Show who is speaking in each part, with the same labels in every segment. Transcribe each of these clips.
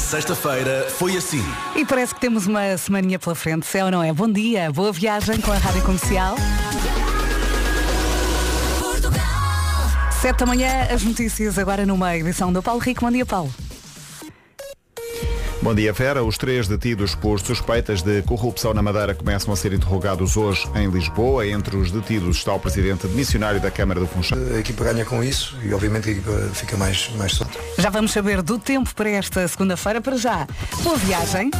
Speaker 1: sexta-feira foi assim.
Speaker 2: E parece que temos uma semaninha pela frente, se é ou não é? Bom dia, boa viagem com a Rádio Comercial. Sete da manhã, as notícias agora numa edição do Paulo Rico. Bom dia, Paulo.
Speaker 3: Bom dia, Vera. Os três detidos por suspeitas de corrupção na Madeira começam a ser interrogados hoje em Lisboa. Entre os detidos está o presidente missionário da Câmara do Funchal.
Speaker 4: A equipa ganha com isso e, obviamente, a equipa fica mais, mais solta.
Speaker 2: Já vamos saber do tempo para esta segunda-feira. Para já, boa viagem.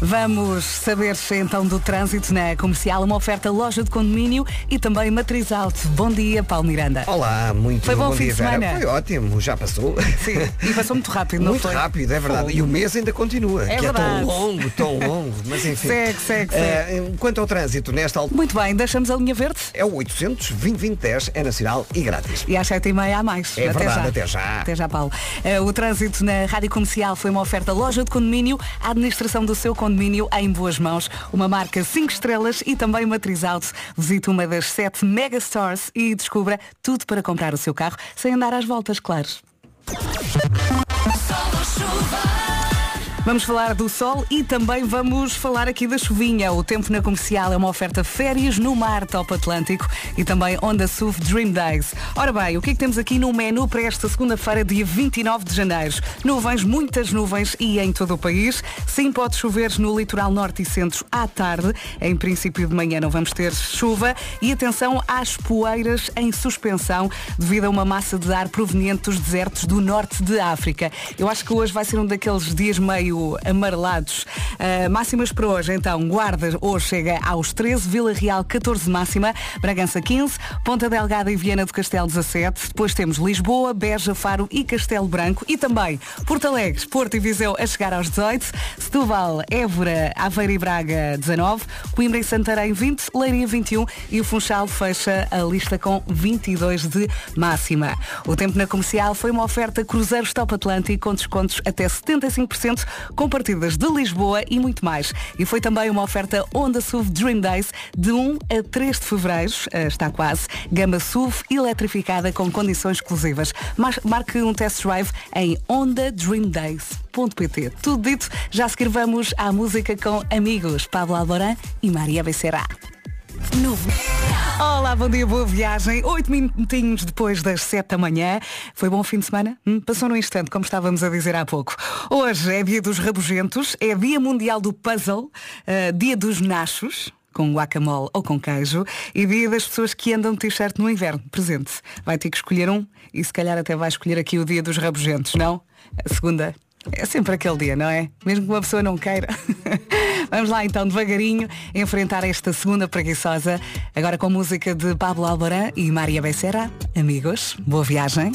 Speaker 2: Vamos saber então do trânsito na comercial, uma oferta loja de condomínio e também matriz alto. Bom dia, Paulo Miranda.
Speaker 5: Olá, muito
Speaker 2: Foi bom fim
Speaker 5: dia,
Speaker 2: de
Speaker 5: Vera.
Speaker 2: semana?
Speaker 5: Foi ótimo, já passou.
Speaker 2: Sim, e passou muito rápido, não
Speaker 5: muito
Speaker 2: foi?
Speaker 5: rápido, é verdade. E o mês ainda continua.
Speaker 2: É
Speaker 5: que é
Speaker 2: verdade.
Speaker 5: tão longo, tão longo, mas enfim.
Speaker 2: Segue, segue,
Speaker 5: Eh, quanto ao trânsito, nesta altura
Speaker 2: Muito bem, deixamos a linha verde
Speaker 5: é o 800 2010 é nacional e grátis.
Speaker 2: e às sete e meia há mais.
Speaker 5: É verdade, até já.
Speaker 2: Até já, Paulo. Eh, o trânsito na Rádio Comercial foi uma oferta loja de condomínio, a administração do seu condomínio em boas mãos, uma marca 5 estrelas e também matriz alto. Visite uma das 7 mega stores e descubra tudo para comprar o seu carro, sem andar às voltas, claro. Vamos falar do sol e também vamos falar aqui da chuvinha. O tempo na comercial é uma oferta férias no mar Top Atlântico e também Onda SUV Dream Days. Ora bem, o que é que temos aqui no menu para esta segunda-feira, dia 29 de janeiro? Nuvens, muitas nuvens e em todo o país. Sim, pode chover no litoral norte e centro à tarde. Em princípio de manhã não vamos ter chuva. E atenção às poeiras em suspensão devido a uma massa de ar proveniente dos desertos do norte de África. Eu acho que hoje vai ser um daqueles dias meio amarelados. Ah, máximas para hoje, então, Guarda hoje chega aos 13, Vila Real 14 máxima, Bragança 15, Ponta Delgada e Viana do Castelo 17, depois temos Lisboa, Beja, Faro e Castelo Branco e também Porto Alegre, Porto e Viseu a chegar aos 18, Setúbal, Évora, Aveiro e Braga 19, Coimbra e Santarém 20, Leiria 21 e o Funchal fecha a lista com 22 de máxima. O tempo na comercial foi uma oferta Cruzeiros Top Atlântico com descontos até 75%, com partidas de Lisboa e muito mais. E foi também uma oferta Onda SUV Dream Days de 1 a 3 de fevereiro, eh, está quase, gama SUV eletrificada com condições exclusivas. Mas- Marque um test drive em ondadreamdays.pt. Tudo dito, já a seguir vamos à música com amigos Pablo Alboran e Maria Becerra. Olá, bom dia, boa viagem. Oito minutinhos depois das sete da manhã. Foi bom fim de semana? Hum, passou num instante, como estávamos a dizer há pouco. Hoje é dia dos rabugentos, é dia mundial do puzzle, eh, dia dos nachos. Com guacamole ou com queijo e dia das pessoas que andam de t-shirt no inverno, presente. Vai ter que escolher um e se calhar até vai escolher aqui o dia dos rabugentos, não? A segunda é sempre aquele dia, não é? Mesmo que uma pessoa não queira. Vamos lá então, devagarinho, enfrentar esta segunda preguiçosa, agora com música de Pablo Alborã e Maria Becerra. Amigos, boa viagem.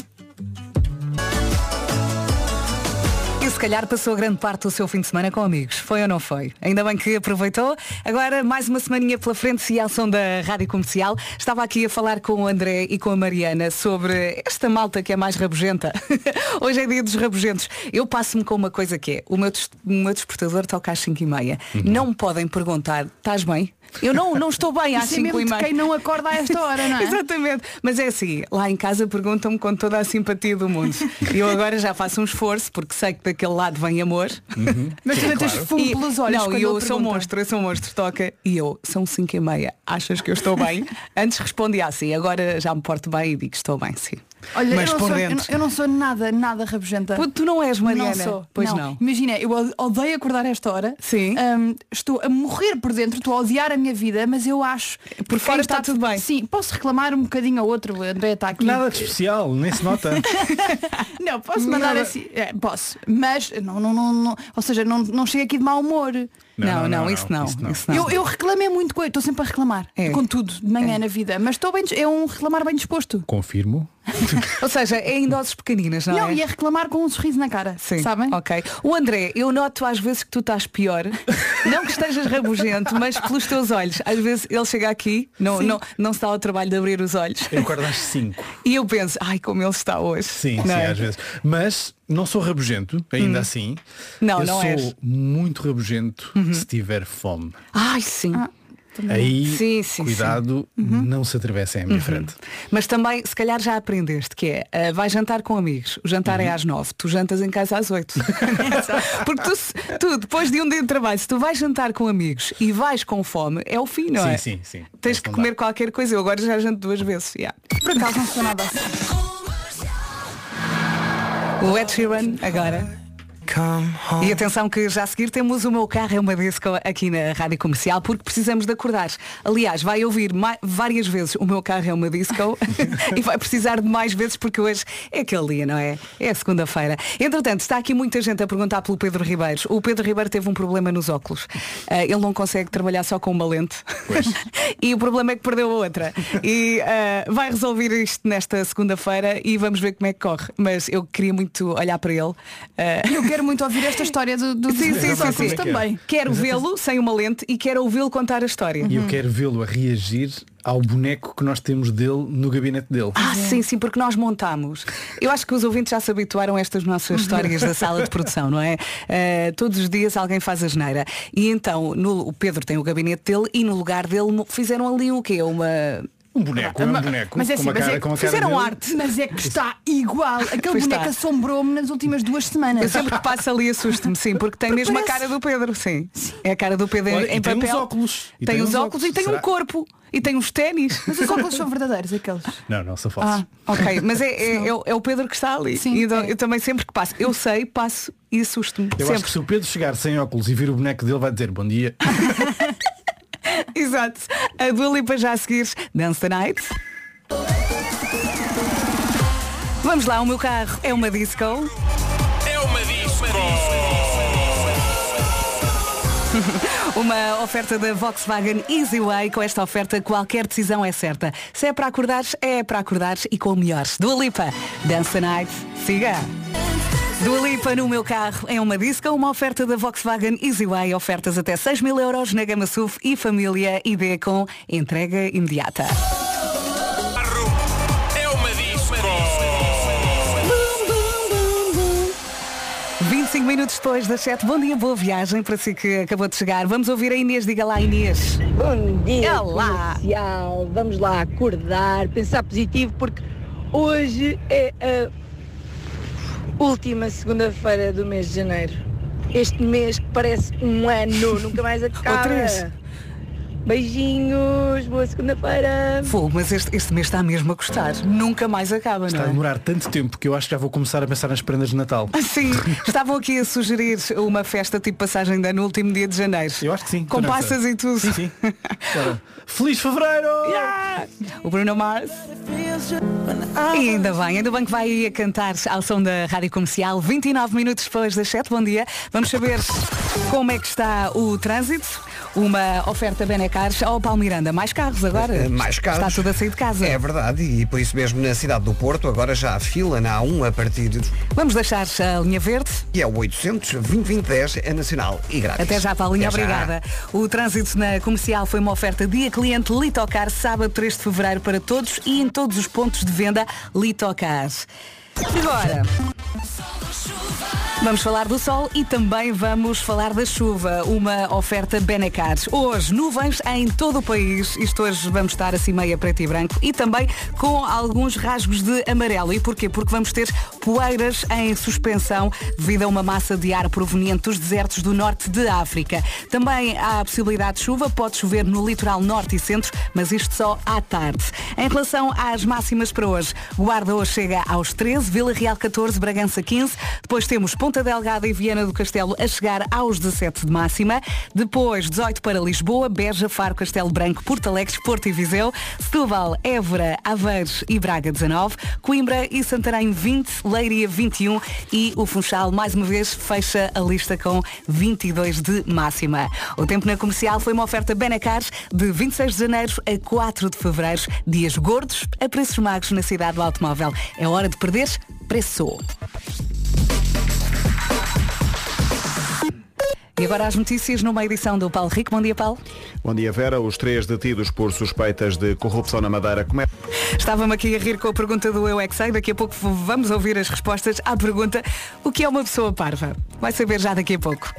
Speaker 2: E se calhar passou grande parte do seu fim de semana com amigos, foi ou não foi? Ainda bem que aproveitou. Agora, mais uma semaninha pela frente e ao som da Rádio Comercial. Estava aqui a falar com o André e com a Mariana sobre esta malta que é mais rabugenta. Hoje é dia dos rabugentos. Eu passo-me com uma coisa que é, o meu, des- o meu despertador toca às 5h30.
Speaker 6: Uhum.
Speaker 2: Não me podem perguntar, estás bem? Eu não, não estou bem às
Speaker 6: Isso é mesmo
Speaker 2: 5h30.
Speaker 6: de quem não acorda a esta hora, não é?
Speaker 2: Exatamente. Mas é assim, lá em casa perguntam-me com toda a simpatia do mundo. E eu agora já faço um esforço, porque sei que daquele lado vem amor. Uhum.
Speaker 6: Mas tu metes fumo
Speaker 2: E-
Speaker 6: pelos olhos.
Speaker 2: não,
Speaker 6: quando
Speaker 2: e eu
Speaker 6: ele
Speaker 2: sou um
Speaker 6: pergunta.
Speaker 2: monstro, eu sou monstro, toca. E eu, são 5 e meia, achas que eu estou bem? Antes respondia assim, agora já me porto bem e digo que estou bem, sim.
Speaker 6: Olha,
Speaker 2: Mas
Speaker 6: eu, não
Speaker 2: por
Speaker 6: sou, eu,
Speaker 2: dentro.
Speaker 6: não, eu não sou nada, nada rabugenta.
Speaker 2: Pô, tu não és, Mariana?
Speaker 6: Não sou.
Speaker 2: Pois não.
Speaker 6: Imagina, eu od- odeio acordar a esta hora.
Speaker 2: Sim.
Speaker 6: Ahm, estou a morrer por dentro, estou a odiar a minha vida, mas eu acho. que
Speaker 2: Por fora
Speaker 6: quem
Speaker 2: está tudo bem.
Speaker 6: Sim, posso reclamar um bocadinho ao outro, o André está aqui.
Speaker 7: Nada de especial, nem se nota.
Speaker 6: Não, posso mandar
Speaker 7: Nada.
Speaker 6: assim. É, posso. Mas não, não, não, não- Ou seja, não, não chego aqui de mau humor.
Speaker 2: Não, não, isso não. Isso não.
Speaker 6: Eu, eu reclamei muito coisa, estou sempre a reclamar.
Speaker 2: É.
Speaker 6: Com tudo, de manhã na vida. Mas estou bem. dis- É um reclamar bem disposto.
Speaker 7: Confirmo.
Speaker 2: Ou seja, é em doses pequeninas, não,
Speaker 6: Não,
Speaker 2: é?
Speaker 6: e a reclamar com um sorriso na cara.
Speaker 2: Sim.
Speaker 6: Sabem?
Speaker 2: Ok. O André, eu noto às vezes que tu estás pior. não que estejas rabugento, mas pelos teus olhos. Às vezes ele chega aqui, não, não, não se dá ao trabalho de abrir os olhos.
Speaker 7: Eu acordo às 5.
Speaker 2: E eu penso, ai, como ele está hoje.
Speaker 7: Sim,
Speaker 2: Não
Speaker 7: sim,
Speaker 2: é?
Speaker 7: às vezes. Mas não sou rabugento, ainda assim.
Speaker 2: Hum. Não,
Speaker 7: eu
Speaker 2: não
Speaker 7: sou
Speaker 2: és. Uhum.
Speaker 7: muito rabugento se tiver fome.
Speaker 2: Ai, sim.
Speaker 7: Aí,
Speaker 2: Sim, sim, Uhum.
Speaker 7: cuidado, não se atravessem à minha frente.
Speaker 2: Mas também, se calhar já aprendeste, que é, ah, vai jantar com amigos, o jantar
Speaker 7: Uhum.
Speaker 2: é às nove, tu jantas em casa às oito. Porque tu, se- tu, depois de um dia de trabalho, se tu vais jantar com amigos e vais com fome, é o fim, não
Speaker 7: Sim,
Speaker 2: é?
Speaker 7: sim, sim.
Speaker 2: Tens
Speaker 7: Isso
Speaker 2: que
Speaker 7: não
Speaker 2: comer qualquer coisa, eu agora já janto duas vezes. yeah.
Speaker 6: Por acaso não sou nada assim.
Speaker 2: O Ed Sheeran, agora. E atenção que já a seguir temos o meu carro é uma disco aqui na Rádio Comercial porque precisamos de acordar. Aliás, vai ouvir ma- várias vezes o meu carro é uma disco e vai precisar de mais vezes porque hoje é aquele dia, não é? É segunda-feira. Entretanto, está aqui muita gente a perguntar pelo Pedro Ribeiro. O Pedro Ribeiro teve um problema nos óculos. Ah, ele não consegue trabalhar só com uma lente. e o problema é que perdeu a outra. E ah, vai resolver isto nesta segunda-feira e vamos ver como é que corre. Mas eu queria muito olhar para ele. Ah,
Speaker 6: Eu quero muito ouvir esta história do, do
Speaker 2: Sim, sim,
Speaker 6: dos
Speaker 2: sim,
Speaker 6: óculos
Speaker 2: sim.
Speaker 6: também.
Speaker 2: Quero vê-lo sem uma lente e quero ouvi-lo contar a história.
Speaker 7: E é eu quero vê-lo a reagir ao boneco que nós temos dele no gabinete dele.
Speaker 2: Ah, sim, sim, porque nós montamos. Eu acho que os ouvintes já se habituaram a estas
Speaker 7: Uhum.
Speaker 2: nossas histórias da sala de produção, não é? Eh, todos os dias alguém faz a geneira. E então no- o Pedro tem o gabinete dele e no lugar dele mo- fizeram ali o quê? Uma.
Speaker 7: Um boneco, é um boneco.
Speaker 6: mas é
Speaker 7: com
Speaker 6: assim,
Speaker 7: uma
Speaker 6: mas
Speaker 7: cara,
Speaker 6: é-
Speaker 7: com a cara
Speaker 2: Fizeram
Speaker 7: dele.
Speaker 2: arte.
Speaker 6: Mas é que está igual. Aquele
Speaker 2: Pois
Speaker 6: boneco
Speaker 2: está.
Speaker 6: assombrou-me nas últimas duas
Speaker 2: Eu
Speaker 6: semanas.
Speaker 2: sempre que passo ali assusto-me, sim, porque tem mesmo a
Speaker 6: parece.
Speaker 2: cara do Pedro, sim. É a cara do Pedro em-
Speaker 7: Olha,
Speaker 2: em
Speaker 7: e tem
Speaker 2: papel.
Speaker 7: uns óculos.
Speaker 2: Tem, os óculos, e tem
Speaker 7: Será?
Speaker 2: um corpo. E tem uns ténis.
Speaker 6: Mas os óculos são verdadeiros, aqueles.
Speaker 7: Não, não, são falsos.
Speaker 2: Ok, mas é, é- é o- é o Pedro que está ali.
Speaker 6: Sim,
Speaker 2: E então,
Speaker 6: é.
Speaker 2: Eu também sempre que passo, eu sei, passo e assusto-me.
Speaker 7: Eu acho
Speaker 2: Ah, Sempre. Ah,
Speaker 7: que se o Pedro chegar sem óculos e vir o boneco dele vai dizer bom dia.
Speaker 2: Exato. A Dua Lipa já a seguir. Dance the Night. Vamos lá, o meu carro é uma disco.
Speaker 1: É uma disco.
Speaker 2: Uma oferta da Volkswagen Easyway. Com esta oferta, qualquer decisão é certa. Se é para acordares, é para acordares e com o melhor. Dua Lipa, Dance the Night. Siga. Dua Lipa no meu carro é uma disco, uma oferta da Volkswagen Easyway, ofertas até 6 mil euros na gama SUV e família ID com entrega imediata.
Speaker 1: Arro. É uma disco.
Speaker 2: 25 minutos depois das 7, bom dia, boa viagem para si que acabou de chegar. Vamos ouvir a Inês, diga lá Inês.
Speaker 8: Bom dia,
Speaker 2: Olá.
Speaker 8: comercial. Vamos lá acordar, pensar positivo, porque hoje é a última segunda-feira do mês de janeiro. Este mês que parece um ano, nunca mais acaba.
Speaker 2: três.
Speaker 8: Beijinhos, boa segunda-feira.
Speaker 2: Fogo, mas este, este mês está mesmo a gostar. Nunca mais acaba, não
Speaker 7: Está a
Speaker 2: é? Ah,
Speaker 7: demorar tanto tempo que eu acho que já vou começar a pensar nas prendas de Natal.
Speaker 2: Sim, estavam aqui a sugerir uma festa tipo passagem de ano no último dia de janeiro.
Speaker 7: Eu acho que sim.
Speaker 2: Com
Speaker 7: Teresa.
Speaker 2: passas e tudo.
Speaker 7: Sim, sim. Ora, Feliz Fevereiro!
Speaker 2: O Bruno Mars. E ainda bem, ainda bem que vai aí a cantar ao som da Rádio Comercial, 29 minutos depois das 7, bom dia. Vamos saber como é que está o trânsito. Uma oferta Benecars ao Paulo Miranda. Mais carros agora.
Speaker 5: Eh, mais carros.
Speaker 2: Está tudo a sair de casa.
Speaker 5: É verdade, e por isso mesmo na cidade do Porto agora já há fila na A1 a partir de...
Speaker 2: Vamos deixar a linha verde.
Speaker 5: E é o 800 2010 é nacional e grátis.
Speaker 2: Até já, Paulinha,
Speaker 5: Até já.
Speaker 2: obrigada. O trânsito na comercial foi uma oferta dia cliente Litocar, sábado 3 de fevereiro para todos e em todos os pontos de venda Litocar. Agora. Vamos falar do sol e também vamos falar da chuva, uma oferta Benacar. Hoje, nuvens em todo o país. Isto hoje vamos estar assim meio a preto e branco e também com alguns rasgos de amarelo. E porquê? Porque vamos ter poeiras em suspensão devido a uma massa de ar proveniente dos desertos do norte de África. Também há a possibilidade de chuva, pode chover no litoral norte e centro, mas isto só à tarde. Em relação às máximas para hoje, Guarda hoje chega aos 13, Vila Real 14, Bragança 15, depois temos Ponta Delgada e Viana do Castelo a chegar aos 17 de máxima, depois 18 para Lisboa, Beja, Faro, Castelo Branco, Porto Alegre, Porto e Viseu, Setúbal, Évora, Aveiros e Braga 19, Coimbra e Santarém 20, Leiria 21 e o Funchal mais uma vez fecha a lista com 22 de máxima. O tempo na comercial foi uma oferta Benacar de 26 de janeiro a 4 de fevereiro, dias gordos a preços magos na cidade do automóvel. É hora de perder preço. E agora as notícias numa edição do Paulo Rico. Bom dia, Paulo.
Speaker 3: Bom dia, Vera. Os três detidos por suspeitas de corrupção na Madeira come-
Speaker 2: Estava-me aqui a rir com a pergunta do Eu é que Sei. Daqui a pouco vamos ouvir as respostas à pergunta O que é uma pessoa parva? Vai saber já daqui a pouco.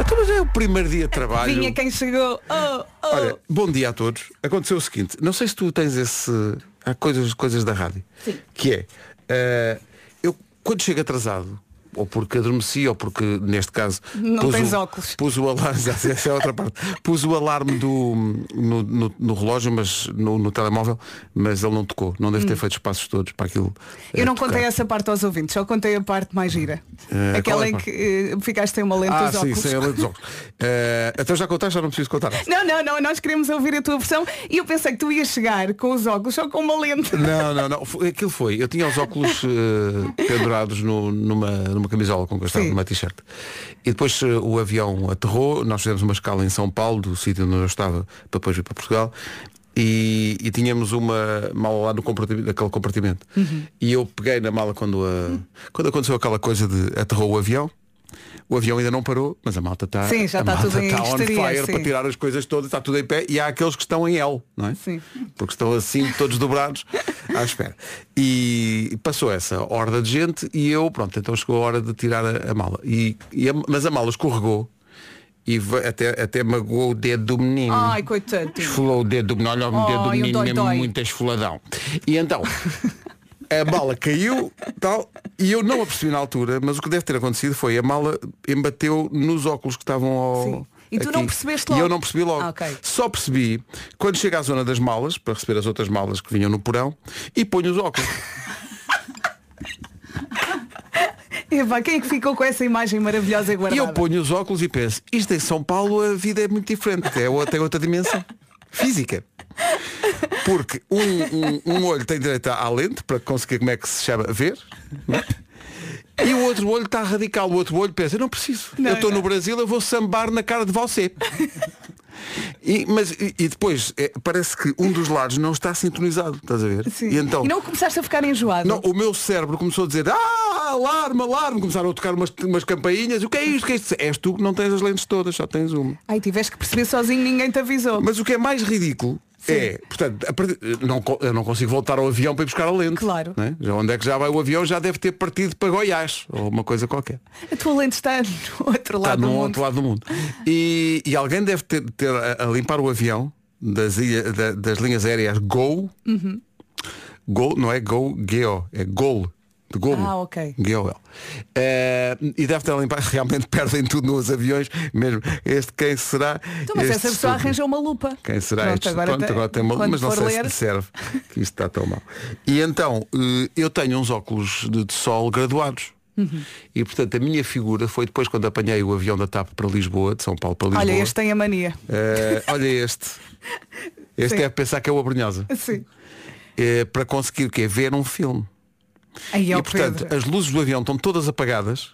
Speaker 9: Então, mas é o primeiro dia de trabalho.
Speaker 2: Vinha quem chegou. Oh, oh.
Speaker 9: Olha, bom dia a todos. Aconteceu o seguinte, não sei se tu tens esse. Há coisas, coisas da rádio. Que é, eh, eu quando chego atrasado, ou porque adormeci, ou porque neste caso.
Speaker 2: Não
Speaker 9: pus
Speaker 2: tens
Speaker 9: o,
Speaker 2: óculos.
Speaker 9: Pus o alarme, já sei, essa é outra parte. Pus o alarme do, no, no- no relógio, mas no, no telemóvel, mas ele não tocou. Não deve ter feito os passos todos para aquilo. eh,
Speaker 2: Hum. Eu não
Speaker 9: tocar.
Speaker 2: contei essa parte aos ouvintes, só contei a parte mais gira.
Speaker 9: Eh, qual
Speaker 2: Aquela
Speaker 9: é a
Speaker 2: em
Speaker 9: parte?
Speaker 2: que eh, ficaste sem uma lente
Speaker 9: Ah,
Speaker 2: dos
Speaker 9: sim,
Speaker 2: óculos.
Speaker 9: sem a lente dos óculos. Eh, então já contaste, já não preciso contar.
Speaker 2: Não, não, não, nós queremos ouvir a tua versão e eu pensei que tu ias chegar com os óculos só com uma lente.
Speaker 9: Não, não, não. Foi- Aquilo foi. Eu tinha os óculos eh, pendurados no- numa, numa camisola com castelo,
Speaker 2: Sim.
Speaker 9: numa t-shirt. E depois eh, o avião aterrou, nós fizemos uma escala em São Paulo, do sítio onde eu estava, para depois vir para Portugal. E, e tínhamos uma mala lá no compartimento, naquele compartimento. E eu peguei na mala quando, a- quando aconteceu aquela coisa de aterrou o avião. O avião ainda não parou, mas a malta está
Speaker 2: Sim, já
Speaker 9: a
Speaker 2: está
Speaker 9: malta
Speaker 2: tudo em
Speaker 9: está on
Speaker 2: histeria,
Speaker 9: fire
Speaker 2: sim.
Speaker 9: para tirar as coisas todas, está tudo em pé e há aqueles que estão em L, não é?
Speaker 2: Sim.
Speaker 9: Porque estão assim, todos dobrados, à espera. E passou essa horda de gente e eu, pronto, então chegou a hora de tirar a, a mala. E, e a- mas a mala escorregou e ve- até, até magoou o dedo do menino.
Speaker 2: Ai, coitado.
Speaker 9: Esfolou o dedo do menino, olha o
Speaker 2: Ai,
Speaker 9: dedo do
Speaker 2: um
Speaker 9: menino,
Speaker 2: dói,
Speaker 9: mesmo
Speaker 2: dói.
Speaker 9: muito esfoladão. E então, a mala caiu tal, e eu não apercebi na altura, mas o que deve ter acontecido foi a mala embateu nos óculos que estavam ao.
Speaker 2: Sim. E tu
Speaker 9: aqui.
Speaker 2: não percebeste
Speaker 9: E
Speaker 2: logo?
Speaker 9: eu não percebi logo.
Speaker 2: Ah, ok.
Speaker 9: Só percebi quando chego à zona das malas, para receber as outras malas que vinham no porão, e ponho os óculos.
Speaker 2: Epá, quem é que ficou com essa imagem maravilhosa e
Speaker 9: E
Speaker 2: guardada?
Speaker 9: eu ponho os óculos e penso, isto em São Paulo a vida é muito diferente, é outra, tem outra dimensão física. Porque um, um- um olho tem direito à lente para conseguir como é que se chama ver. não é? E o outro olho está radical, o outro olho pensa, eu não preciso. eu estou no Brasil, eu vou sambar na cara de você. E, mas, e, e depois, é, parece que um dos lados não está sintonizado, estás a ver?
Speaker 2: Sim.
Speaker 9: E então,
Speaker 2: não começaste a ficar enjoado?
Speaker 9: não, o meu cérebro começou a dizer Ah, alarme, alarme Começaram a tocar umas, umas campainhas O que é isto? O que é isto? És tu que não tens as lentes todas Só tens uma
Speaker 2: Ai, tiveste que perceber sozinho, ninguém te avisou.
Speaker 9: Mas o que é mais ridículo é Portanto, a partir- não, co- eu não consigo voltar ao avião para ir buscar a lente
Speaker 2: Claro.
Speaker 9: né? já, Onde é que já vai o avião? Já deve ter partido para Goiás Ou uma coisa qualquer
Speaker 2: A tua lente está Então, no outro
Speaker 9: Está
Speaker 2: lado do
Speaker 9: no
Speaker 2: mundo.
Speaker 9: outro lado do mundo E, e alguém deve ter, ter a, a limpar o avião Das, ilha- da- das linhas aéreas Go
Speaker 10: Uhum.
Speaker 9: Go, não é Go, G-O É Gol de golo.
Speaker 2: Ah, ok.
Speaker 9: Gueuel. Eh, e deve ter limpar, realmente perdem tudo nos aviões, mesmo. Este quem será?
Speaker 2: Então, mas
Speaker 9: este
Speaker 2: essa pessoa
Speaker 9: estúpido?
Speaker 2: arranjou uma lupa.
Speaker 9: Quem será
Speaker 2: Pronto,
Speaker 9: este?
Speaker 2: agora
Speaker 9: Pronto,
Speaker 2: tem-
Speaker 9: agora tem uma,
Speaker 2: quando
Speaker 9: mas não
Speaker 2: for
Speaker 9: sei
Speaker 2: ler-
Speaker 9: se serve, que isto está tão mal. E então, eh, eu tenho uns óculos de, de sol graduados.
Speaker 2: Uhum.
Speaker 9: E portanto a minha figura foi depois quando apanhei o avião da TAP para Lisboa, de São Paulo para Lisboa.
Speaker 2: Olha, este tem a mania.
Speaker 9: Eh, olha este. Este
Speaker 2: Sim.
Speaker 9: deve pensar que é o Abrinhosa.
Speaker 2: Sim.
Speaker 9: Eh, para conseguir o quê? Ver um filme.
Speaker 2: Aí é
Speaker 9: e
Speaker 2: o
Speaker 9: portanto,
Speaker 2: Pedro.
Speaker 9: as luzes do avião estão todas apagadas.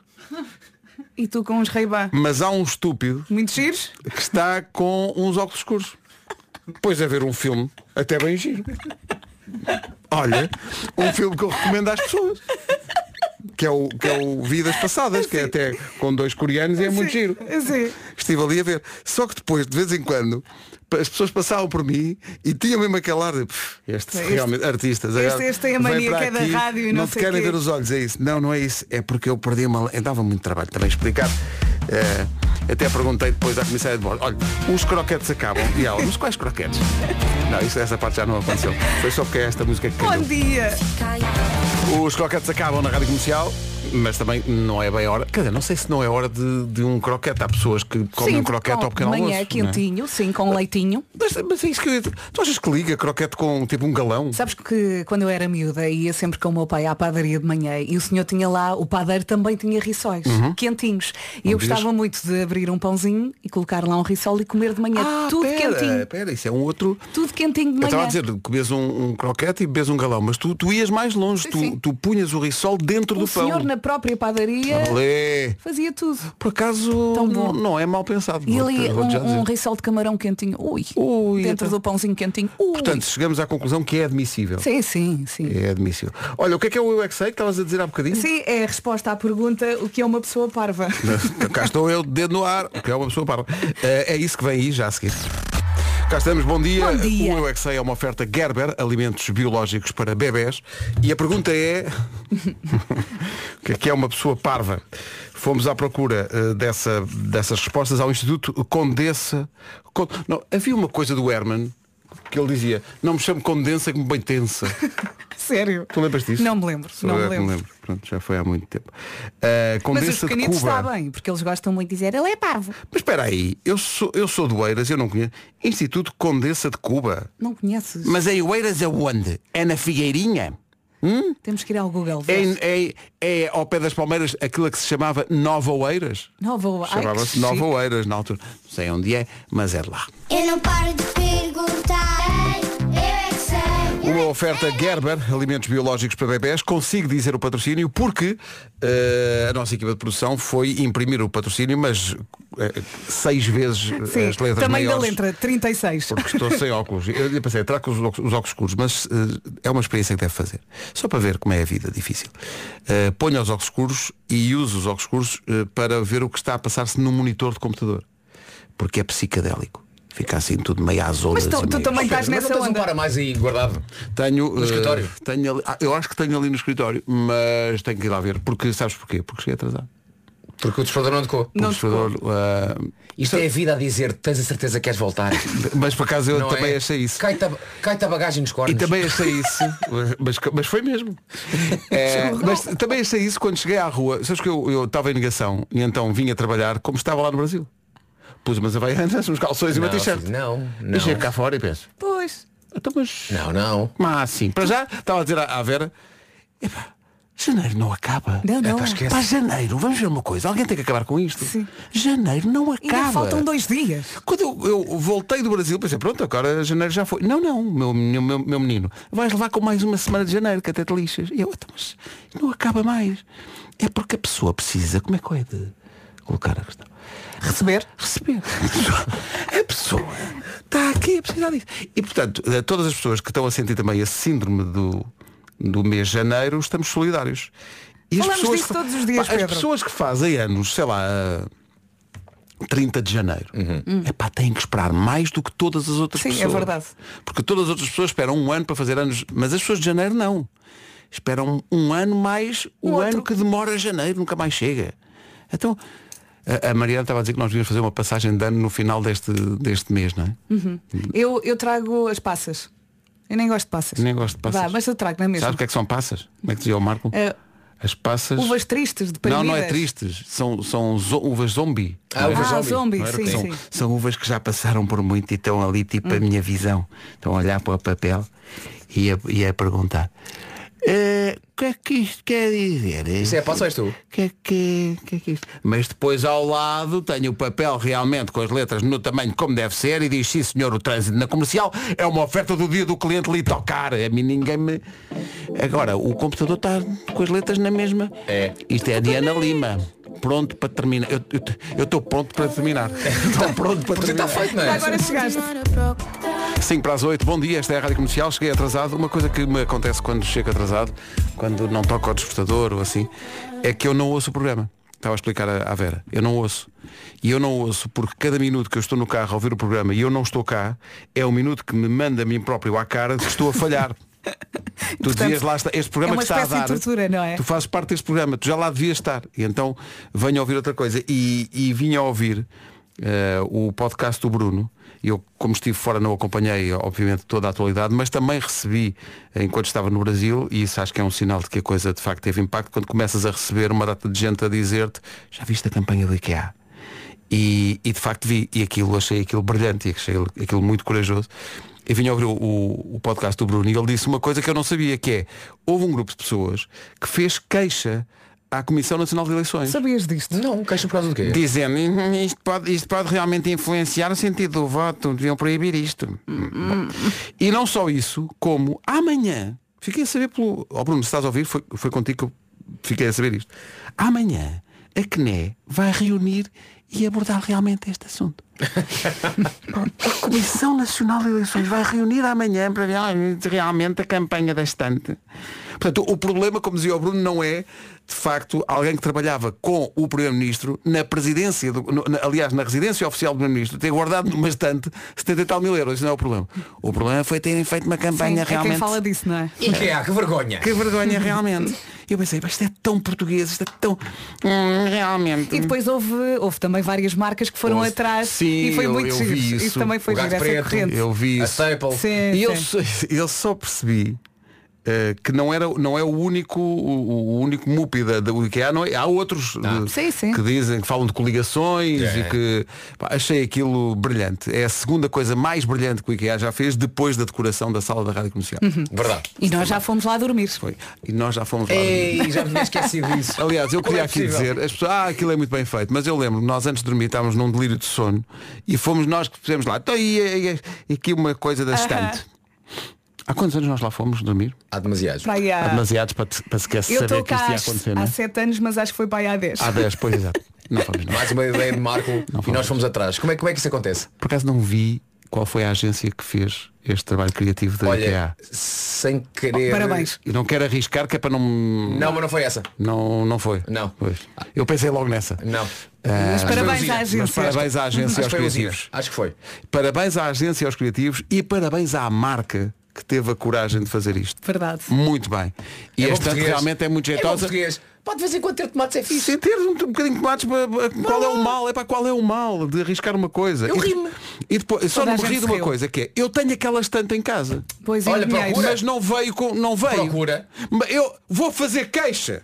Speaker 2: E tu com uns Ray-Ban.
Speaker 9: Mas há um estúpido
Speaker 2: Muito giros?
Speaker 9: que está com uns óculos escuros. Pois a ver um filme, até bem giro. Olha, um filme que eu recomendo às pessoas. Que é o, que é o Vidas Passadas, que é até com dois coreanos e é muito
Speaker 2: Sim,
Speaker 9: giro.
Speaker 2: Sim.
Speaker 9: Estive ali a ver. Só que depois, de vez em quando, pa- as pessoas passavam por mim e tinham mesmo aquele ar de "Pff, estes
Speaker 2: Este-
Speaker 9: realmente artistas.
Speaker 2: este-
Speaker 9: agora
Speaker 2: este tem a
Speaker 9: vem
Speaker 2: mania
Speaker 9: para
Speaker 2: que é da
Speaker 9: aqui,
Speaker 2: rádio e não
Speaker 9: te
Speaker 2: sei
Speaker 9: querem
Speaker 2: quê."
Speaker 9: ver os olhos, é isso. Não, não é isso. É porque eu perdi uma. eu Dava muito trabalho também explicar. Eh, até perguntei depois à comissária de bordo, olha, os croquetes acabam. E ela, mas quais croquetes? Não, isso, essa parte já não aconteceu. Foi só porque é esta música que
Speaker 2: Bom
Speaker 9: caiu.
Speaker 2: dia.
Speaker 9: Os croquetes acabam na rádio comercial, mas também não é bem hora. Quer dizer, não sei se não é hora de, de um croquete. Há pessoas que comem um croquete
Speaker 2: com-
Speaker 9: ao pequeno
Speaker 2: manhã
Speaker 9: almoço. não é?
Speaker 2: quentinho, sim, com um leitinho.
Speaker 9: Mas, mas é isso que eu ia dizer. Tu achas que liga croquete com tipo um galão?
Speaker 2: Sabes que quando eu era miúda ia sempre com o meu pai à padaria de manhã e o senhor tinha lá, o padeiro também tinha rissóis,
Speaker 9: Uhum.
Speaker 2: quentinhos. E eu
Speaker 9: diz.
Speaker 2: gostava muito de abrir um pãozinho e colocar lá um rissol e comer de manhã. tudo quentinho.
Speaker 9: Ah, Pera, isso é um outro.
Speaker 2: Tudo quentinho de
Speaker 9: Eu
Speaker 2: manhã.
Speaker 9: estava a dizer, comes um, um croquete e bebes um galão, mas tu, tu ias mais longe,
Speaker 2: Sim,
Speaker 9: tu,
Speaker 2: sim.
Speaker 9: tu punhas o rissol dentro
Speaker 2: o
Speaker 9: do
Speaker 2: senhor
Speaker 9: pão.
Speaker 2: na própria padaria
Speaker 9: Olé.
Speaker 2: fazia tudo.
Speaker 9: Por acaso
Speaker 2: Tão bom.
Speaker 9: não, não é mal pensado.
Speaker 2: E
Speaker 9: vou-te-
Speaker 2: ali
Speaker 9: vou-te já
Speaker 2: um, um
Speaker 9: dizer.
Speaker 2: rissol de camarão quentinho. Ui.
Speaker 9: Ui,
Speaker 2: dentro
Speaker 9: então.
Speaker 2: do pãozinho quentinho. Ui.
Speaker 9: Portanto, chegamos à conclusão que é admissível.
Speaker 2: sim, sim, sim.
Speaker 9: É admissível. Olha, o que é que é o Eu é que sei que estavas a dizer há bocadinho?
Speaker 2: Sim, é a resposta à pergunta o que é uma pessoa parva.
Speaker 9: Cá estou eu, dedo no ar, o que é uma pessoa parva. Eh, é isso que vem aí já a seguir. Cá estamos, bom dia.
Speaker 2: Bom dia.
Speaker 9: O Eu é Que Sei é uma oferta Gerber, alimentos biológicos para bebés. E a pergunta é, o que é que é uma pessoa parva? Fomos à procura eh, dessa, dessas respostas ao Instituto Condessa. Con- Não, havia uma coisa do Herman que ele dizia, não me chame Condensa que me bem tensa.
Speaker 2: Sério.
Speaker 9: Tu lembras disso?
Speaker 2: Não me lembro,
Speaker 9: Sou
Speaker 2: não
Speaker 9: eu é
Speaker 2: me
Speaker 9: que
Speaker 2: lembro.
Speaker 9: Pronto, já foi há muito tempo. Eh,
Speaker 2: Mas os
Speaker 9: Condessa de
Speaker 2: pequenitos
Speaker 9: Cuba.
Speaker 2: está bem, porque eles gostam muito de dizer ele é parvo.
Speaker 9: Mas espera aí, eu sou, eu sou de Oeiras, eu não conheço. Instituto Condessa de Cuba.
Speaker 2: Não conheces?
Speaker 9: Mas em Oeiras é onde? É na Figueirinha? Hum?
Speaker 2: Temos que ir ao Google.
Speaker 9: É,
Speaker 2: ver.
Speaker 9: é, é ao pé das Palmeiras aquilo que se chamava Nova Oeiras?
Speaker 2: Nova Oeiras.
Speaker 9: Chamava-se Nova Oeiras na altura. Não sei onde é, mas é lá.
Speaker 11: Eu não paro de perguntar. Eu é que sei.
Speaker 9: Uma oferta Gerber, alimentos biológicos para bebés. Consigo dizer o patrocínio porque eh, a nossa equipa de produção foi imprimir o patrocínio, mas eh, seis vezes eh,
Speaker 2: Sim,
Speaker 9: as letras
Speaker 2: também da
Speaker 9: maiores.
Speaker 2: letra 36.
Speaker 9: Porque estou sem óculos. Eu lhe pensei, trago os, óculos- os óculos escuros, mas eh, é uma experiência que deve fazer. Só para ver como é a vida difícil. Eh, ponha os óculos escuros e use os óculos escuros eh, para ver o que está a passar-se no monitor de computador. Porque é psicadélico. Fica assim tudo meio às
Speaker 2: Mas
Speaker 9: horas.
Speaker 2: tu, tu também
Speaker 12: Mas
Speaker 2: estás
Speaker 12: não
Speaker 2: nessa
Speaker 12: tens um
Speaker 2: onda.
Speaker 12: par a mais aí guardado?
Speaker 9: Tenho, eh,
Speaker 12: escritório?
Speaker 9: tenho ali- ah, eu acho que tenho ali no escritório, mas tenho que ir lá ver. Porque sabes porquê? Porque cheguei atrasado.
Speaker 12: Porque o despertador não tocou.
Speaker 9: O computador, ah,
Speaker 12: Isto é a vida a dizer, tens a certeza que queres voltar.
Speaker 9: mas por acaso eu
Speaker 12: Não
Speaker 9: também
Speaker 12: é?
Speaker 9: achei isso.
Speaker 12: Cai-te a, cai-te a bagagem nos
Speaker 9: E
Speaker 12: cornos.
Speaker 9: também achei isso, mas, mas foi mesmo. É, mas também achei isso quando cheguei à rua. Sabes que eu eu estava em negação e então vinha trabalhar como estava lá no Brasil. Pus umas havaianas, uns calções e uma
Speaker 12: Não,
Speaker 9: t-shirt.
Speaker 12: filho, não, não.
Speaker 9: E chego cá fora e penso,
Speaker 2: Pois.
Speaker 9: então mas.
Speaker 12: Não, não.
Speaker 9: Mas sim, para já estava a dizer à, à Vera, "Epá, janeiro não acaba.
Speaker 2: Não, não.
Speaker 12: Epá, esquece.
Speaker 9: Pá, janeiro, vamos ver uma coisa, alguém tem que acabar com isto.
Speaker 2: Sim.
Speaker 9: Janeiro não
Speaker 2: Ainda um
Speaker 9: acaba.
Speaker 2: faltam dois dias.
Speaker 9: Quando eu, eu voltei do Brasil, pensei, pronto, agora janeiro já foi. Não, não, meu, menino- meu, meu menino, vais levar com mais uma semana de janeiro, que até te lixas. E eu, "Então, mas não acaba mais. É porque a pessoa precisa, como é que é de colocar a questão?
Speaker 2: Receber.
Speaker 9: Receber. A pessoa está aqui a precisar disso. E portanto, a todas as pessoas que estão a sentir também esse síndrome do, do mês de janeiro, estamos solidários. E
Speaker 2: Falamos disso todos os dias,
Speaker 9: Pá, as
Speaker 2: Pedro.
Speaker 9: pessoas que fazem anos, sei lá, a 30 de janeiro, é pá, têm que esperar mais do que todas as outras
Speaker 2: Uhum. Sim, é
Speaker 9: pessoas.
Speaker 2: verdade.
Speaker 9: Porque todas as outras pessoas esperam um ano para fazer anos, mas as pessoas de janeiro não. Esperam um ano mais o
Speaker 2: outro.
Speaker 9: ano que demora janeiro, nunca mais chega. Então, a, a Mariana estava a dizer que nós devíamos fazer uma passagem de ano no final deste, deste mês, não é?
Speaker 2: Uhum. Eu, eu trago as passas. Eu nem gosto de passas.
Speaker 9: Nem gosto de passas.
Speaker 2: Vá, mas eu trago na mesma.
Speaker 9: Sabes o que é que são passas? Como é que dizia o Marco?
Speaker 2: Eh,
Speaker 9: As passas.
Speaker 2: Uvas tristes de
Speaker 9: Não, não é
Speaker 2: palmeiras.
Speaker 9: tristes. São, são zo- uvas zombie.
Speaker 12: Ah,
Speaker 9: Não é?
Speaker 12: uvas
Speaker 2: Ah,
Speaker 12: zombie.
Speaker 2: zombie,
Speaker 12: Não era
Speaker 2: sim,
Speaker 12: que
Speaker 9: são,
Speaker 2: sim. Hum.
Speaker 9: são uvas que já passaram por muito e estão ali tipo a minha visão. Estão a olhar para o papel e a, e a perguntar. "Eh, O que é que isto quer dizer?
Speaker 12: Isso é a passa ou és tu?
Speaker 9: que é que, que é que isto? Mas depois ao lado tenho o papel realmente com as letras no tamanho como deve ser e diz sim senhor o trânsito na comercial é uma oferta do dia do cliente lhe tocar. A mim ninguém me. Agora, o computador está com as letras na mesma.
Speaker 12: É.
Speaker 9: Isto é a Diana Lima. Pronto para terminar. Eu- Eu estou pronto para terminar. Estou pronto para
Speaker 12: Porque está
Speaker 9: terminar.
Speaker 12: feito, não é?
Speaker 2: Agora chegaste.
Speaker 9: 5 para as 8, bom dia, esta é a Rádio Comercial, cheguei atrasado. Uma coisa que me acontece quando chego atrasado, quando não toco ao despertador ou assim, é que eu não ouço o programa. Estava a explicar à à Vera. Eu não ouço. E eu não ouço porque cada minuto que eu estou no carro a ouvir o programa e eu não estou cá, é um minuto que me manda a mim próprio à cara de que estou a falhar. tu dizias lá está, este programa
Speaker 2: é uma
Speaker 9: que está a
Speaker 2: espécie
Speaker 9: dar.
Speaker 2: de tortura, não é?
Speaker 9: Tu fazes parte deste programa, tu já lá devias estar. E então venho ouvir outra coisa. E, e vim a ouvir eh, o podcast do Bruno. Eu, como estive fora, não acompanhei, obviamente, toda a atualidade, mas também recebi, eh, enquanto estava no Brasil, e isso acho que é um sinal de que a coisa de facto teve impacto, quando começas a receber uma data de gente a dizer-te, já viste a campanha do IKEA? E, e de facto vi, e aquilo, achei aquilo brilhante, e achei aquilo muito corajoso. E vim ouvir o, o, o podcast do Bruno e ele disse uma coisa que eu não sabia, que é, houve um grupo de pessoas que fez queixa à Comissão Nacional de Eleições.
Speaker 2: Sabias disto?
Speaker 12: Não, queixa por causa do quê?
Speaker 9: Dizendo, "Hum, isto pode, isto pode realmente influenciar o sentido do voto, deviam proibir isto. Bom, E não só isso, como amanhã, fiquei a saber pelo. Ó Bruno, se estás a ouvir, foi, foi contigo que eu fiquei a saber isto. Amanhã, a CNE vai reunir e abordar realmente este assunto. A Comissão Nacional de Eleições vai reunir amanhã para ver ah, realmente a campanha da estante. Portanto, o problema, como dizia o Bruno, não é, de facto, alguém que trabalhava com o Primeiro-Ministro na presidência, do- no- na- aliás, na residência oficial do Primeiro-Ministro, ter guardado numa estante 70 e tal mil euros. Isso não é o problema. O problema foi terem feito uma campanha
Speaker 2: é
Speaker 9: realmente.
Speaker 2: quem fala disso, não é?
Speaker 9: Que vergonha, realmente. E eu pensei, "Mas isto é tão português, isto é tão. Hum, realmente.
Speaker 2: E depois houve, houve também várias marcas que foram
Speaker 9: Houve.
Speaker 2: atrás
Speaker 9: Sim,
Speaker 2: e foi
Speaker 9: eu-
Speaker 2: muito
Speaker 9: eu
Speaker 2: giro.
Speaker 9: vi isso.
Speaker 2: também foi
Speaker 9: O Gato
Speaker 2: giro, essa
Speaker 9: Preto,
Speaker 2: corrente.
Speaker 9: eu vi
Speaker 12: A
Speaker 9: isso.
Speaker 12: Staple.
Speaker 2: Sim,
Speaker 9: e eu
Speaker 2: sim.
Speaker 9: só, eu só percebi eh, que não, era, não é o único o, o único mupi da, da IKEA, não é? há outros eh,
Speaker 2: Sim, sim.
Speaker 9: que dizem, que falam de coligações
Speaker 12: Ah. É.
Speaker 9: e que pá, achei aquilo brilhante. É a segunda coisa mais brilhante que o IKEA já fez depois da decoração da sala da rádio comercial.
Speaker 12: Verdade.
Speaker 2: E nós já fomos lá dormir.
Speaker 9: E nós já fomos lá.
Speaker 12: Ei, já me tinha esquecido disso.
Speaker 9: Aliás, eu
Speaker 12: Como
Speaker 9: queria
Speaker 12: é
Speaker 9: aqui
Speaker 12: possível?
Speaker 9: dizer, as pessoas, ah, aquilo é muito bem feito, mas eu lembro, nós antes de dormir estávamos num delírio de sono e fomos nós que fizemos lá, então e, e- e aqui uma coisa da estante. Há quantos anos nós lá fomos dormir?
Speaker 12: Há demasiados.
Speaker 2: Para aí há-
Speaker 9: Há demasiados para, te- para sequer
Speaker 2: Eu
Speaker 9: Ah, é saber
Speaker 2: estou
Speaker 9: que isto
Speaker 2: cá
Speaker 9: ia
Speaker 2: há-
Speaker 9: acontecer, não
Speaker 2: há
Speaker 9: é?
Speaker 2: 7 anos, mas acho que foi para aí há 10.
Speaker 9: Há 10, pois exato. Não fomos nós.
Speaker 12: Mais uma ideia de Marco e nós fomos atrás. Como é, como é que isso acontece?
Speaker 9: Por acaso não vi qual foi a agência que fez este trabalho criativo da IKEA.
Speaker 12: Olha, sem querer.
Speaker 2: Parabéns.
Speaker 9: é. E não quero arriscar que é para não.
Speaker 12: Não, mas não foi essa.
Speaker 9: Não, não foi.
Speaker 12: Não.
Speaker 9: Pois. Eu pensei logo nessa. Ah,
Speaker 12: Não.
Speaker 2: Mas
Speaker 12: mas
Speaker 2: parabéns
Speaker 12: foi usina,
Speaker 2: à
Speaker 9: Mas
Speaker 2: agência.
Speaker 9: parabéns à agência
Speaker 12: Acho
Speaker 9: e aos
Speaker 12: que, foi usina.
Speaker 9: criativos.
Speaker 12: Acho que foi.
Speaker 9: Parabéns à agência e aos criativos e parabéns à marca que teve a coragem de fazer isto.
Speaker 2: Verdade.
Speaker 9: Muito bem. E
Speaker 12: bom
Speaker 9: esta
Speaker 12: português.
Speaker 9: realmente é muito
Speaker 12: É bom
Speaker 9: jeitosa.
Speaker 12: português. Pode de vez em quando ter tomates é fixe.
Speaker 9: Sem ter um, um bocadinho de tomates, pa- pa- qual é o mal? É para qual é o mal de arriscar uma coisa?
Speaker 12: Eu
Speaker 9: E-
Speaker 12: ri-me.
Speaker 9: E depois, só
Speaker 2: Toda
Speaker 9: não
Speaker 2: a
Speaker 9: me
Speaker 2: gente
Speaker 9: ri de
Speaker 2: se
Speaker 9: uma
Speaker 2: riu.
Speaker 9: coisa, que é, eu tenho aquela estante em casa.
Speaker 2: Pois é,
Speaker 12: Olha,
Speaker 2: dinheiro.
Speaker 12: procura.
Speaker 9: Mas não veio com. Não veio.
Speaker 12: Procura.
Speaker 9: Mas Eu vou fazer queixa.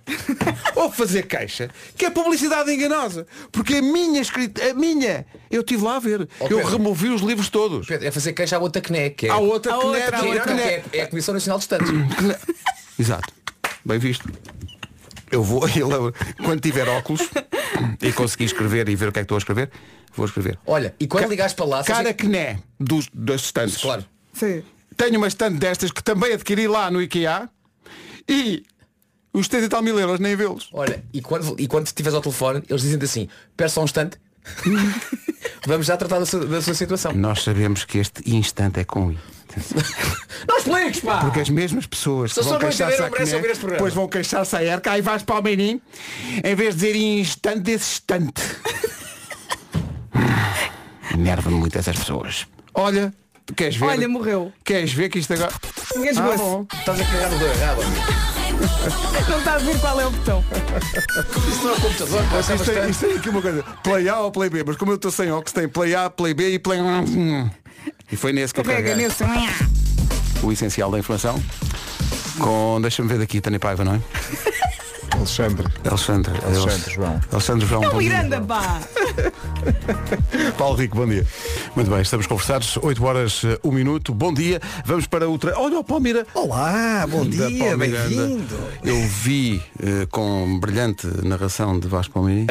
Speaker 9: vou fazer queixa. Que é publicidade enganosa. Porque a minha escrita. A minha. Eu estive lá a ver.
Speaker 12: Ó,
Speaker 9: eu
Speaker 12: Pedro.
Speaker 9: removi os livros todos.
Speaker 12: Pedro, É fazer queixa à outra CNE, que é,
Speaker 9: Há outra
Speaker 2: Há
Speaker 9: que
Speaker 2: outra,
Speaker 9: neta,
Speaker 2: há
Speaker 12: que é-
Speaker 2: outra.
Speaker 9: que
Speaker 12: que
Speaker 9: neta.
Speaker 12: é- é a Comissão Nacional de Estantes.
Speaker 9: Exato. Bem visto. Eu vou, eu lembro, quando tiver óculos e conseguir escrever e ver o que é que estou a escrever, vou escrever.
Speaker 12: Olha, e quando
Speaker 9: Ca-
Speaker 12: ligares para lá, sabes-
Speaker 9: Cara que né dos, das estantes.
Speaker 12: Claro.
Speaker 2: Sim.
Speaker 9: Tenho uma estante destas que também adquiri lá no IKEA e os 30 e tal mil euros nem vê-los.
Speaker 12: Olha, e quando, e quando estiveres ao telefone, eles dizem-te assim, espera só um instante, vamos já tratar da sua, da sua situação.
Speaker 9: Nós sabemos que este instante é com I.
Speaker 12: Não expliques, pá!
Speaker 9: Porque as mesmas pessoas
Speaker 12: Só
Speaker 9: que
Speaker 12: só
Speaker 9: vão
Speaker 12: não
Speaker 9: queixar-se
Speaker 12: entenderam,
Speaker 9: à
Speaker 12: merece
Speaker 9: Kine,
Speaker 12: ouvir este programa.
Speaker 9: depois vão queixar-se à ERCA e vais para o menino em vez de dizer instante desse instante. Enerva-me muito essas pessoas. Olha, tu queres ver?
Speaker 2: Olha, morreu.
Speaker 9: Queres ver que isto agora.
Speaker 2: Engasgou-se.
Speaker 9: bom.
Speaker 12: Estás a cagar no dois. Ah, bom.
Speaker 2: Não está a ver qual é o botão.
Speaker 12: Isso não é computador, pode ser
Speaker 9: Isto é,
Speaker 12: bastante.
Speaker 9: isto é aqui uma coisa. Play A ou Play B, mas como eu estou sem óculos, tem Play A, Play B e Play. E foi nesse que
Speaker 12: é
Speaker 9: eu
Speaker 2: Pega
Speaker 9: carreguei.
Speaker 2: nesse. um, ah.
Speaker 9: O essencial da informação. Com. Deixa-me ver daqui, Tânia Paiva, não é?
Speaker 3: Alexandre.
Speaker 9: Alexandre.
Speaker 3: Alexandre João.
Speaker 9: Alexandre João.
Speaker 12: um
Speaker 2: É o
Speaker 9: um bom dia.
Speaker 2: Miranda, pá.
Speaker 9: Paulo Rico, bom dia. Muito bem, estamos conversados, 8 horas, 1 minuto, bom dia. Vamos para o treino. Olha o Palmeira.
Speaker 5: Olá, bom
Speaker 9: Da
Speaker 5: dia,
Speaker 9: Paulo Miranda.
Speaker 5: bem-vindo.
Speaker 9: Eu vi eh, com brilhante narração de Vasco Palmeirim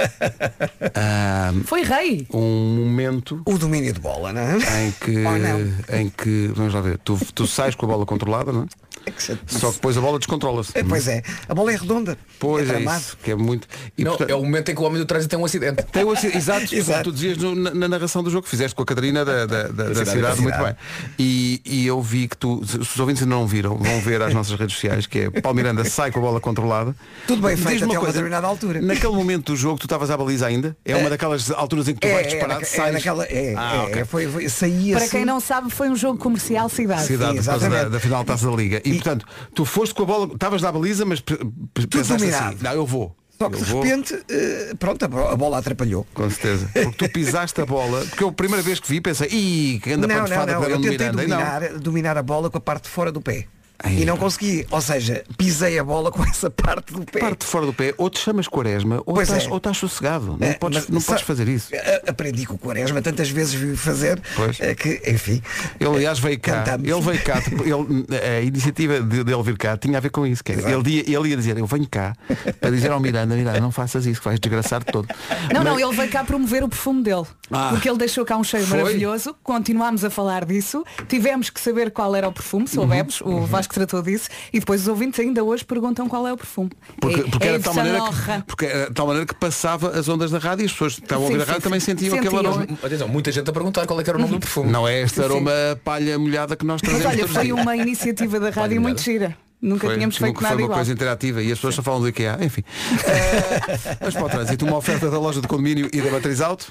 Speaker 2: Foi rei.
Speaker 9: um momento
Speaker 5: O domínio de bola, não é?
Speaker 9: em que,
Speaker 5: Ou não?
Speaker 9: em que vamos lá ver, tu, tu sais com a bola controlada, não é? Só que depois a bola descontrola-se.
Speaker 5: É, Pois é, a bola é redonda. é,
Speaker 9: Pois é,
Speaker 5: tramado.
Speaker 9: isso, que é muito. E,
Speaker 12: Não,
Speaker 9: portanto,
Speaker 12: é o momento em que o homem do trânsito tem um acidente.
Speaker 9: Tem o acidente, exato,
Speaker 5: Exato.
Speaker 9: como tu dizias no- na, na narração do jogo que fizeste com a Catarina da, da, da- da cidade,
Speaker 5: da
Speaker 9: muito
Speaker 5: cidade.
Speaker 9: bem. E, e eu vi que tu, se os ouvintes ainda não viram, vão ver às nossas redes sociais, que é Paulo Miranda sai com a bola controlada.
Speaker 5: Tudo bem
Speaker 9: Diz-me
Speaker 5: feito até uma determinada altura.
Speaker 9: Naquele momento do jogo, tu estavas à baliza ainda? É uma daquelas alturas em que tu vais disparado,
Speaker 5: naque-
Speaker 9: sais.
Speaker 5: é naquela. É,
Speaker 9: Ah,
Speaker 5: é,
Speaker 9: ok.
Speaker 5: foi, foi, saía
Speaker 2: Para
Speaker 5: assim.
Speaker 2: quem não sabe, foi um jogo comercial cidade.
Speaker 9: Cidade, é. por causa da,
Speaker 5: exatamente.
Speaker 9: da final da taça da liga. E, portanto, tu foste com a bola, estavas na baliza, mas pe- pe- pensaste assim,
Speaker 5: dominado.
Speaker 9: não, eu vou.
Speaker 5: Só que
Speaker 9: Eu
Speaker 5: de
Speaker 9: vou.
Speaker 5: repente, eh, pronto, a bo- a bola atrapalhou.
Speaker 9: Com certeza. Porque tu pisaste a bola, porque eu a primeira vez que vi pensei, ih, que anda
Speaker 5: não, não,
Speaker 9: pantofada
Speaker 5: não,
Speaker 9: que
Speaker 5: eu
Speaker 9: deram no
Speaker 5: tentei
Speaker 9: Miranda. E não.
Speaker 5: dominar, dominar a bola com a parte de fora do pé.
Speaker 9: Ai,
Speaker 5: e não
Speaker 9: pá.
Speaker 5: consegui, ou seja, pisei a bola com essa parte do pé.
Speaker 9: parte de fora do pé, ou te chamas quaresma, ou,
Speaker 5: Pois
Speaker 9: estás,
Speaker 5: é.
Speaker 9: ou estás sossegado. Não,
Speaker 5: Eh,
Speaker 9: podes,
Speaker 5: mas
Speaker 9: não
Speaker 5: sa-
Speaker 9: podes fazer isso.
Speaker 5: a- Aprendi com o Quaresma, tantas vezes vi fazer,
Speaker 9: Pois.
Speaker 5: eh, que, enfim.
Speaker 9: Ele aliás veio cá,
Speaker 5: Cantamos.
Speaker 9: ele veio cá, tipo, ele- a iniciativa de- dele vir cá tinha a ver com isso. Que era,
Speaker 5: Exato.
Speaker 9: ele, ia, ele ia dizer, eu venho cá para dizer ao Miranda, Miranda, não faças isso, que vais desgraçar todo.
Speaker 2: Não,
Speaker 9: Mas-
Speaker 2: não, ele veio cá promover o perfume dele.
Speaker 9: Ah.
Speaker 2: porque ele deixou cá um cheiro
Speaker 9: Foi? Uhum.
Speaker 2: maravilhoso. Continuámos a falar disso. Tivemos que saber qual era o perfume, soubemos. O Vasco que tratou disso e depois os ouvintes ainda hoje perguntam qual é o perfume.
Speaker 9: Porque,
Speaker 2: É-
Speaker 9: porque
Speaker 2: é
Speaker 9: era de
Speaker 2: Yves
Speaker 9: tal
Speaker 2: Saint
Speaker 9: maneira
Speaker 2: Laurent.
Speaker 9: que, porque era de tal maneira que passava as ondas da rádio e as pessoas que estavam a
Speaker 2: Sim,
Speaker 9: ouvir a
Speaker 2: sim,
Speaker 9: rádio também
Speaker 2: sim. é?
Speaker 9: sentiam aquele
Speaker 2: Sentiam.
Speaker 9: aroma.
Speaker 12: Atenção, muita gente a perguntar qual é que era o nome do perfume.
Speaker 9: Não é este
Speaker 12: Sim,
Speaker 9: aroma palha molhada que nós
Speaker 2: Mas
Speaker 9: trazemos.
Speaker 2: olha,
Speaker 9: todos os
Speaker 2: foi um
Speaker 9: dias.
Speaker 2: uma iniciativa da rádio muito gira. Nunca
Speaker 9: Foi,
Speaker 2: tínhamos feito
Speaker 9: nunca
Speaker 2: nada
Speaker 9: Foi uma
Speaker 2: igual.
Speaker 9: coisa interativa e as pessoas só falam do IKEA. Enfim. Eh, mas para o trânsito, uma oferta da loja de condomínio e da matriz alto.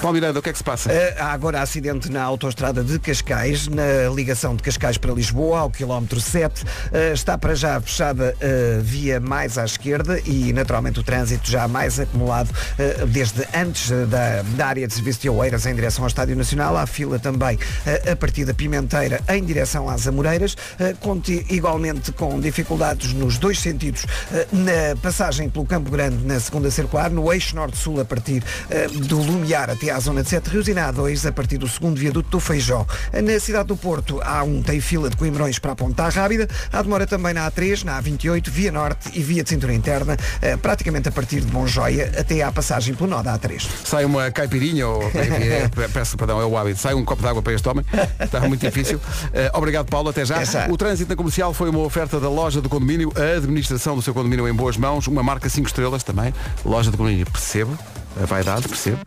Speaker 9: Paulo Miranda, o que é que se passa?
Speaker 5: Eh, Há agora acidente na autoestrada de Cascais, na ligação de Cascais para Lisboa, ao quilómetro 7. Eh, está para já fechada eh, via mais à esquerda e, naturalmente, o trânsito já mais acumulado eh, desde antes eh, da, da área de serviço de Oeiras em direção ao Estádio Nacional. Há fila também eh, a partir da Pimenteira em direção às Amoreiras, eh, conti- igualmente com dificuldades nos dois sentidos eh, na passagem pelo Campo Grande na segunda circular, no eixo norte-sul a partir eh, do Lumiar até à zona de Sete Rios e na A2 a partir do segundo viaduto do Feijó. Na cidade do Porto há um tem fila de Coimbrões para a Ponta Rábida, há demora também na A3, na A28, via norte e via de cintura interna, eh, praticamente a partir de Monjoia até à passagem pelo nó da A3.
Speaker 9: Sai uma caipirinha, ou enfim, é, pe- peço perdão, é o hábito. Sai um copo de água para este homem. Está muito difícil. Eh, obrigado, Paulo. Até já. O trânsito na comercial foi uma oferta da loja do condomínio, a administração do seu condomínio em boas mãos, uma marca 5 estrelas também. Loja do condomínio, percebo. A vaidade, percebo.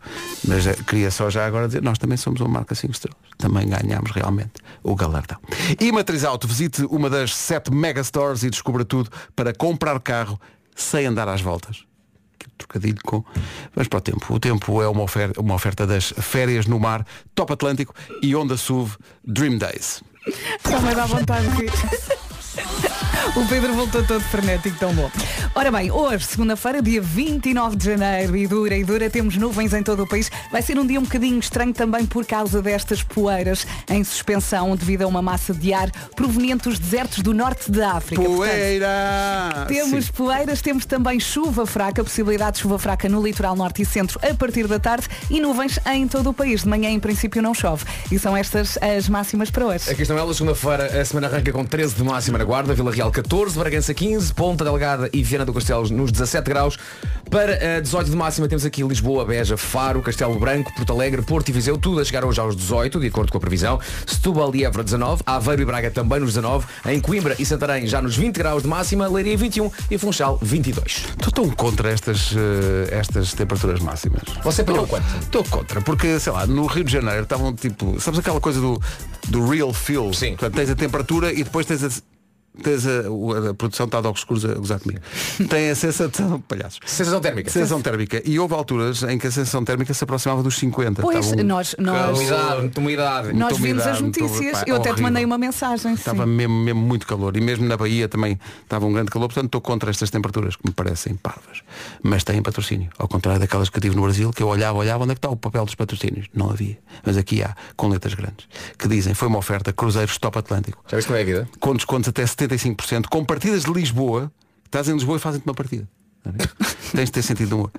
Speaker 9: Mas eh, queria só já agora dizer, nós também somos uma marca 5 estrelas. Também ganhámos realmente o galardão. E Matriz Auto, visite uma das 7 megastores e descubra tudo para comprar carro sem andar às voltas trocadilho com. Vamos para o tempo. O tempo é uma oferta, uma oferta das férias no mar, Top Atlântico e Onda SUV Dream Days.
Speaker 2: Também dá vontade de rir. O Pedro voltou todo frenético, tão bom. Ora bem, hoje, segunda-feira, dia 29 de janeiro, e dura, e dura, temos nuvens em todo o país. Vai ser um dia um bocadinho estranho também por causa destas poeiras em suspensão devido a uma massa de ar proveniente dos desertos do norte da África.
Speaker 9: Poeira!
Speaker 2: Temos poeiras, temos também chuva fraca, possibilidade de chuva fraca no litoral norte e centro a partir da tarde e nuvens em todo o país. De manhã, em princípio, não chove. E são estas as máximas para hoje.
Speaker 12: Aqui estão elas, segunda-feira, a semana arranca com 13 de máxima na Guarda, Vila Real 14, Bragança 15, Ponta Delgada e Viana do Castelo nos 17 graus. Para eh, 18 de máxima temos aqui Lisboa, Beja, Faro, Castelo Branco, Porto Alegre, Porto e Viseu, tudo a chegar hoje aos 18, de acordo com a previsão. Setúbal e Évora 19, Aveiro e Braga também nos 19, em Coimbra e Santarém já nos 20 graus de máxima, Leiria 21 e Funchal 22.
Speaker 9: Estou tão contra estas, eh, estas temperaturas máximas.
Speaker 12: Você pagou
Speaker 9: Estou- Estou contra, porque, sei lá, no Rio de Janeiro estavam tipo. Sabes aquela coisa do, do real feel? Sim. Portanto, tens a temperatura e depois tens a. Tens a, o- a produção está de óculos escuros a gozar comigo. Tem a sensação, palhaços.
Speaker 12: Sensação térmica.
Speaker 9: Sensação térmica. E houve alturas em que a sensação térmica se aproximava dos 50.
Speaker 2: Pois,
Speaker 9: Estava um
Speaker 2: nós, nós,
Speaker 9: calor.
Speaker 2: nós
Speaker 9: Muita
Speaker 2: vimos as
Speaker 9: umidade, muito-
Speaker 2: notícias.
Speaker 9: pá,
Speaker 2: Eu até te
Speaker 9: horrível.
Speaker 2: mandei uma mensagem. sim.
Speaker 9: Estava mesmo, mesmo muito calor. E mesmo na Bahia também estava um grande calor. Portanto, estou contra estas temperaturas que me parecem parvas. Mas têm patrocínio. Ao contrário daquelas que eu tive no Brasil, que eu olhava, olhava, onde é que está o papel dos patrocínios? Não havia. Mas aqui há, com letras grandes, que dizem, foi uma oferta Cruzeiros Top Atlântico.
Speaker 12: Já viste como é a vida?
Speaker 9: Com descontos até 75%, com partidas de Lisboa, estás em Lisboa e fazem-te uma partida. Tens de ter sentido de humor.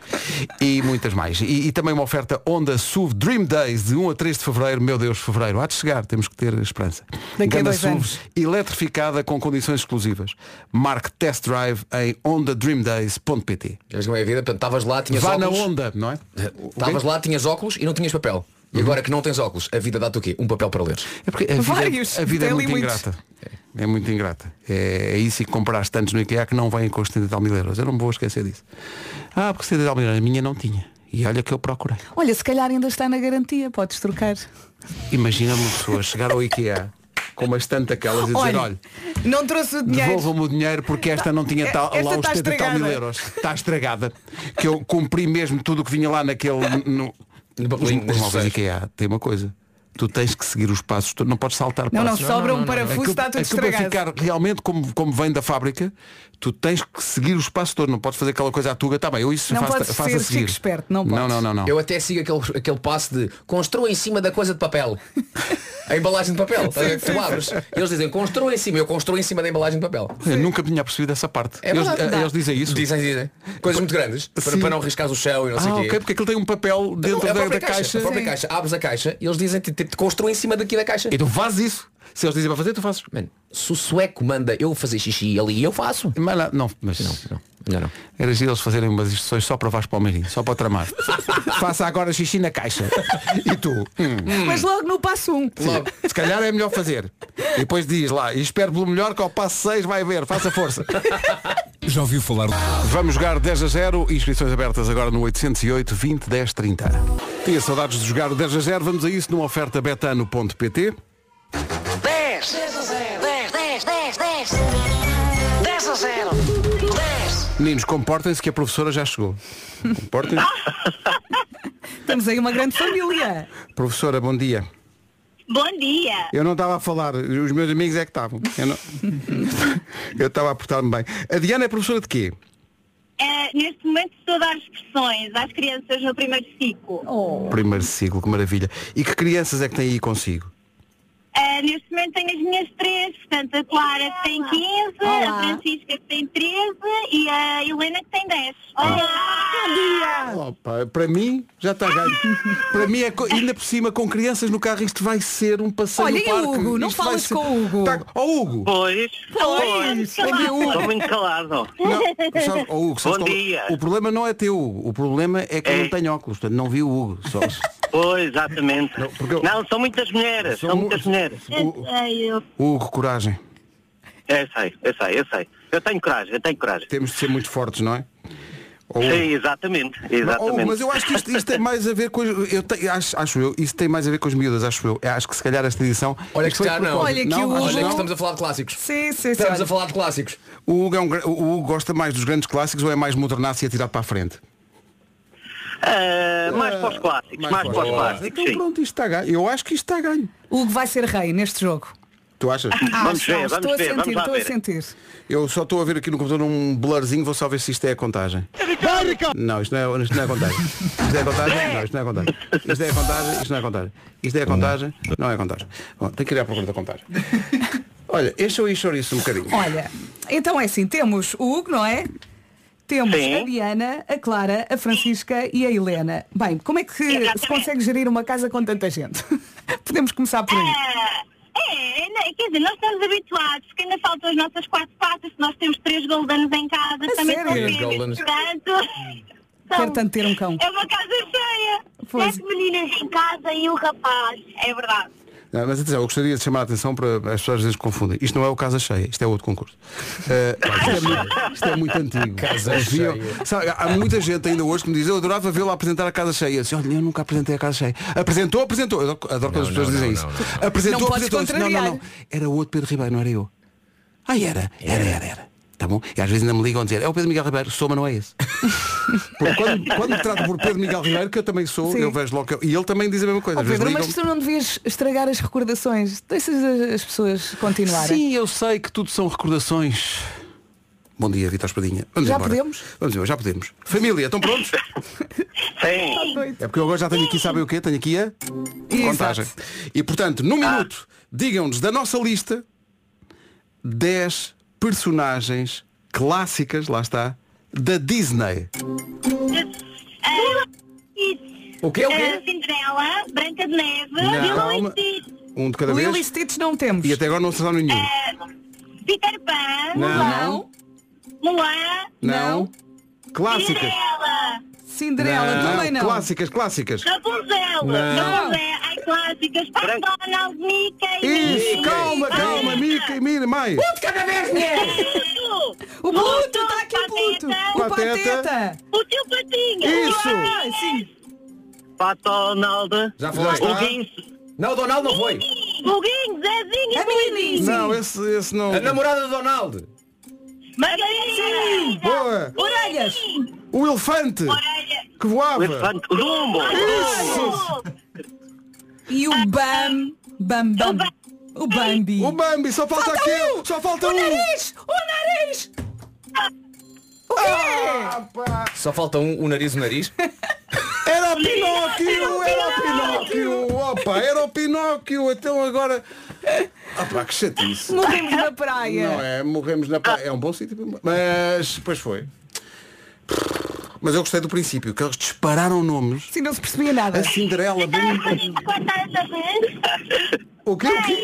Speaker 9: E muitas mais. E, e também uma oferta Onda SUV Dream Days de 1 a 3 de Fevereiro. Meu Deus, Fevereiro. Há de chegar, temos que ter esperança.
Speaker 2: Daqui a
Speaker 9: Gama
Speaker 2: dois
Speaker 9: SUV
Speaker 2: anos.
Speaker 9: eletrificada com condições exclusivas. Marque Test Drive em ondadreamdays.pt
Speaker 12: Já viste como é a vida? Portanto, estavas lá, tinhas
Speaker 9: Vá
Speaker 12: óculos.
Speaker 9: na onda, não é?
Speaker 12: Eh, Estavas lá, tinhas óculos e não tinhas papel. E agora que não tens óculos, a vida dá-te o quê? Um papel para ler.
Speaker 9: Uhum. É porque a vida,
Speaker 12: Vários,
Speaker 9: a vida é
Speaker 12: tem
Speaker 9: muito
Speaker 12: ali muitos.
Speaker 9: ingrata. É muito ingrata. É, é isso e que compraste tantos no IKEA que não vêm com os 70 e tal mil euros. Eu não me vou esquecer disso. Ah, porque 70 e tal mil euros, a minha não tinha. E olha que eu procurei.
Speaker 2: Olha, se calhar ainda está na garantia, podes trocar.
Speaker 9: Imagina uma pessoa chegar ao IKEA com uma estante daquelas e dizer, olha,
Speaker 2: Olha, Não trouxe o dinheiro. É,
Speaker 9: devolvam-me o dinheiro porque esta não tinha tal,
Speaker 2: Esta
Speaker 9: lá os
Speaker 2: está
Speaker 9: 70 e tal mil
Speaker 2: estragada.
Speaker 9: euros. Está estragada. Que eu cumpri mesmo tudo o que vinha lá naquele. No, os,
Speaker 12: papelinho, nas
Speaker 9: os
Speaker 12: instruções.
Speaker 9: móveis IKEA tem uma coisa. Tu tens que seguir os passos, tu não podes saltar
Speaker 2: Não, não,
Speaker 9: passos.
Speaker 2: sobra um parafuso,
Speaker 9: Aquilo- é
Speaker 2: está tudo
Speaker 9: aquilo para
Speaker 2: estragado.
Speaker 9: ficar realmente como, como vem da fábrica, tu tens que seguir o espaço todo, não podes fazer aquela coisa à tuga, está bem, eu isso
Speaker 2: Não
Speaker 9: faço,
Speaker 2: podes
Speaker 9: faço
Speaker 2: ser
Speaker 9: a seguir.
Speaker 2: Chico Esperto, não
Speaker 9: não,
Speaker 2: podes.
Speaker 9: não, não, não.
Speaker 12: Eu até sigo aquele, aquele passo de construa em cima da coisa de papel. A embalagem de papel. estás a ver?
Speaker 9: Sim, sim,
Speaker 12: tu abres.
Speaker 9: sim.
Speaker 12: E eles dizem construa em cima. Eu construo em cima da embalagem de papel.
Speaker 9: Eu nunca tinha percebido essa parte.
Speaker 12: É
Speaker 9: eles,
Speaker 12: verdade,
Speaker 9: eh,
Speaker 12: dá.
Speaker 9: eles dizem isso.
Speaker 12: Dizem, dizem. Coisas muito grandes. Para,
Speaker 9: Sim.
Speaker 12: para não arriscar o chão e não sei
Speaker 9: Ah,
Speaker 12: o quê.
Speaker 9: ok, porque aquilo tem um papel dentro
Speaker 12: Não, é a
Speaker 9: da,
Speaker 12: própria
Speaker 9: da caixa.
Speaker 12: A própria
Speaker 9: Sim.
Speaker 12: caixa. Abres a caixa e eles dizem tipo, tipo, construa em cima daqui da caixa.
Speaker 9: Então faz isso. Se eles dizem para fazer, tu fazes.
Speaker 12: se o sueco manda eu fazer xixi ali, eu faço.
Speaker 9: Mas não, não, mas não,
Speaker 12: não. Melhor não.
Speaker 9: Era giro eles fazerem umas instruções só para o Vasco Palmeirinho, só para o tramar. Faça agora xixi na caixa. E tu? Hum.
Speaker 6: Mas logo no passo um.
Speaker 9: Sim. Se calhar é melhor fazer. E depois diz lá, e espero pelo melhor que ao passo 6 vai ver, faça força.
Speaker 13: Já ouviu falar?
Speaker 9: Vamos jogar 10 a 0, inscrições abertas agora no 808 20 10 30. Tinha saudades de jogar o 10 a 0, vamos a isso numa oferta betano.pt.
Speaker 1: 10 10 10 10 10 10 a 0 10
Speaker 9: Meninos, comportem-se que a professora já chegou. Comportem-se.
Speaker 2: Temos aí uma grande família.
Speaker 9: professora, bom dia.
Speaker 10: Bom dia.
Speaker 9: Eu não estava a falar, os meus amigos é que estavam. Eu não- Eu estava a portar-me bem. A Diana é professora de quê?
Speaker 10: Eh, neste momento estou a dar expressões às crianças no primeiro ciclo.
Speaker 2: Oh.
Speaker 9: Primeiro ciclo, que maravilha. E que crianças é que tem aí consigo?
Speaker 10: Eh, neste momento tenho as minhas três, portanto a Clara que tem 15, a Francisca que tem 13 e a Helena que tem 10. Olá! Bom dia!
Speaker 9: Opa, para mim, já está ganho. para mim, é co- ainda por cima, com crianças no carro, isto vai ser um passeio
Speaker 1: Olha,
Speaker 9: no
Speaker 1: e o
Speaker 9: parque.
Speaker 1: Hugo? Não
Speaker 9: Isto vai
Speaker 1: falas
Speaker 9: ser-
Speaker 1: com o Hugo.
Speaker 9: Tá... Oh, Hugo!
Speaker 14: Pois.
Speaker 1: Pois. Olha, Hugo.
Speaker 14: Estou muito calado.
Speaker 9: Não, sabe- oh, Hugo, sabes
Speaker 14: Bom
Speaker 9: qual-
Speaker 14: dia.
Speaker 9: O problema não é teu, Hugo. O problema é que eu não tenho óculos. Portanto, não vi o Hugo. Só...
Speaker 14: Pois, exatamente. Não, são muitas mulheres. São,
Speaker 9: São mu-
Speaker 14: muitas mulheres.
Speaker 10: Eu
Speaker 9: Hugo, coragem.
Speaker 14: É, Eu sei, eu sei, eu sei. Eu tenho coragem, eu tenho coragem.
Speaker 9: Temos de ser muito fortes, não é? Oh, Hugo.
Speaker 14: Sim, exatamente. exatamente.
Speaker 9: Oh, mas eu acho que isto, isto tem mais a ver com as, eu te- acho, acho eu, isso tem mais a ver com as miúdas, acho eu. Eu Acho que se calhar esta edição.
Speaker 12: Olha que
Speaker 9: Isto foi
Speaker 12: está,
Speaker 9: de
Speaker 12: não.
Speaker 9: propósito.
Speaker 12: Não,
Speaker 9: acho
Speaker 12: olha
Speaker 9: não.
Speaker 12: que estamos a falar de clássicos.
Speaker 2: Sim, sim,
Speaker 12: Estamos a falar de clássicos.
Speaker 9: O Hugo, é um gra- o Hugo gosta mais dos grandes clássicos ou é mais modernácio e atirado para a frente?
Speaker 14: Ah, mais para os clássicos, mais, para os clássicos.
Speaker 9: Então pronto, isto está ganho. Eu acho que isto está ganho.
Speaker 2: Hugo vai ser rei neste jogo.
Speaker 9: Tu achas?
Speaker 2: Ah, Acho, acho. estou a sentir, estou a sentir.
Speaker 9: Eu só estou a ver aqui no computador um blurzinho, vou só ver se isto é a contagem. Não, isto não é, isto não é contagem. Isto é contagem? Não, isto não é contagem. Isto é contagem, isto não é contagem. Isto é contagem, não é contagem. Bom, tenho que ir à procura da contagem. Olha, este eu e isso um bocadinho.
Speaker 2: Olha, então é assim, temos o Hugo, não é? Temos
Speaker 9: Sim.
Speaker 2: a Diana, a Clara, a Francisca e a Helena. Bem, como é que se consegue gerir uma casa com tanta gente? Podemos começar por aí.
Speaker 10: É, não, quer dizer, nós estamos habituados, porque ainda faltam as nossas quatro patas, se nós temos três goldens em casa,
Speaker 2: A É
Speaker 10: também
Speaker 2: sério?
Speaker 10: são
Speaker 2: Três
Speaker 10: filhos,
Speaker 2: Goldens.
Speaker 10: portanto,
Speaker 2: Quero tanto ter um cão.
Speaker 10: é uma casa cheia. Sete meninas em casa e um rapaz, é verdade.
Speaker 9: Não, mas atenção, eu gostaria de chamar a atenção para as pessoas às vezes confundem. Isto não é o Casa Cheia, isto é outro concurso. Eh, isto, é muito, isto é muito antigo.
Speaker 1: Casa
Speaker 9: Havia-
Speaker 1: Cheia.
Speaker 9: Sabe, há muita gente ainda hoje que me diz, eu adorava vê-lo apresentar a Casa Cheia. Eu disse, olha, eu nunca apresentei a Casa Cheia. Apresentou, apresentou. Eu adoro adoro quando as
Speaker 1: Não,
Speaker 9: pessoas
Speaker 1: não,
Speaker 9: dizem
Speaker 1: não,
Speaker 9: isso.
Speaker 1: não, não, não.
Speaker 9: Apresentou,
Speaker 1: Não podes
Speaker 9: apresentou. Eu disse, não, não, não.
Speaker 1: contrariar.
Speaker 9: Era o outro Pedro Ribeiro, não era eu. Ah, era, era, era, era. Tá bom? E às vezes ainda me ligam a dizer, é o Pedro Miguel Ribeiro, sou, mas não é esse. Porque quando, quando me trato por Pedro Miguel Ribeiro, que eu também sou,
Speaker 2: Sim.
Speaker 9: eu vejo logo. que eu- E ele também diz a mesma coisa.
Speaker 2: Oh,
Speaker 9: Às vezes
Speaker 2: Pedro, mas
Speaker 9: ligam-me.
Speaker 2: tu não devias estragar as recordações. Deixas as- as pessoas continuarem.
Speaker 9: Sim, eu sei que tudo são recordações. Bom dia, Vitor Espadinha. Vamos
Speaker 2: Já
Speaker 9: embora.
Speaker 2: podemos?
Speaker 9: Vamos embora, já podemos. Família, estão prontos?
Speaker 1: Sim.
Speaker 9: É porque eu agora já tenho aqui, sabem o quê? Tenho aqui a contagem. E portanto, num
Speaker 2: Ah.
Speaker 9: minuto, digam-nos da nossa lista 10 personagens clássicas, lá está, da Disney.
Speaker 10: Ah,
Speaker 9: O quê, o quê?
Speaker 10: É A Cinderela, Branca de Neve,
Speaker 9: Não.
Speaker 10: Lilo
Speaker 9: Calma.
Speaker 10: e Stitch,
Speaker 9: Um de cada vez.
Speaker 2: Lilo e Stitch não temos.
Speaker 9: E até agora não se sabe nenhum.
Speaker 10: É. Peter Pan,
Speaker 9: Não.
Speaker 10: Mulan,
Speaker 9: Não. Clássicas.
Speaker 10: Cinderela,
Speaker 2: Cinderela,
Speaker 9: Clássicas, clássicas.
Speaker 10: Rapunzel,
Speaker 9: Não.
Speaker 10: Rapunzel, ai clássicas, McDonald's, Mickey,
Speaker 9: Isso,
Speaker 10: Mickey.
Speaker 9: calma, calma, Mickey, mira, mais.
Speaker 10: É Um de cada vez, mulher.
Speaker 2: O Pluto, está aqui o Pluto. O
Speaker 9: Pateta.
Speaker 2: Pateta.
Speaker 10: O teu patinho. Ah, é
Speaker 14: Isso.
Speaker 2: Sim.
Speaker 14: Pato Donald.
Speaker 12: Já
Speaker 14: foi.
Speaker 12: foi.
Speaker 14: O Guinso.
Speaker 12: Não, Donald não foi.
Speaker 10: O Guinho, Zezinho,
Speaker 2: É
Speaker 10: Billy.
Speaker 9: esse, esse não.
Speaker 12: A namorada do Donald.
Speaker 10: Margarida.
Speaker 9: Boa.
Speaker 10: Orelhas.
Speaker 9: O elefante que voava.
Speaker 14: O elefante. O Dumbo.
Speaker 9: Isso.
Speaker 2: Ah, E o Bam. Bam
Speaker 9: É
Speaker 2: Bam. O Bambi.
Speaker 9: O Bambi, só falta, aquele. Só falta
Speaker 2: o
Speaker 9: um.
Speaker 2: Nariz, o nariz. O
Speaker 9: Ah,
Speaker 2: quê?
Speaker 12: Só falta um, o nariz, o nariz.
Speaker 9: Era o Pinóquio, era o Pinóquio. Opa, é era o Pinóquio. Então agora. Opa, que chatice.
Speaker 2: Morremos na praia.
Speaker 9: Não é, morremos na praia. É um bom sítio. para morrer. Mas, pois foi. Mas eu gostei do princípio, que eles dispararam nomes.
Speaker 2: Sim, Assim não se percebia nada.
Speaker 9: A Cinderela, bem...
Speaker 10: Quarta-feira.
Speaker 9: O quê? O quê?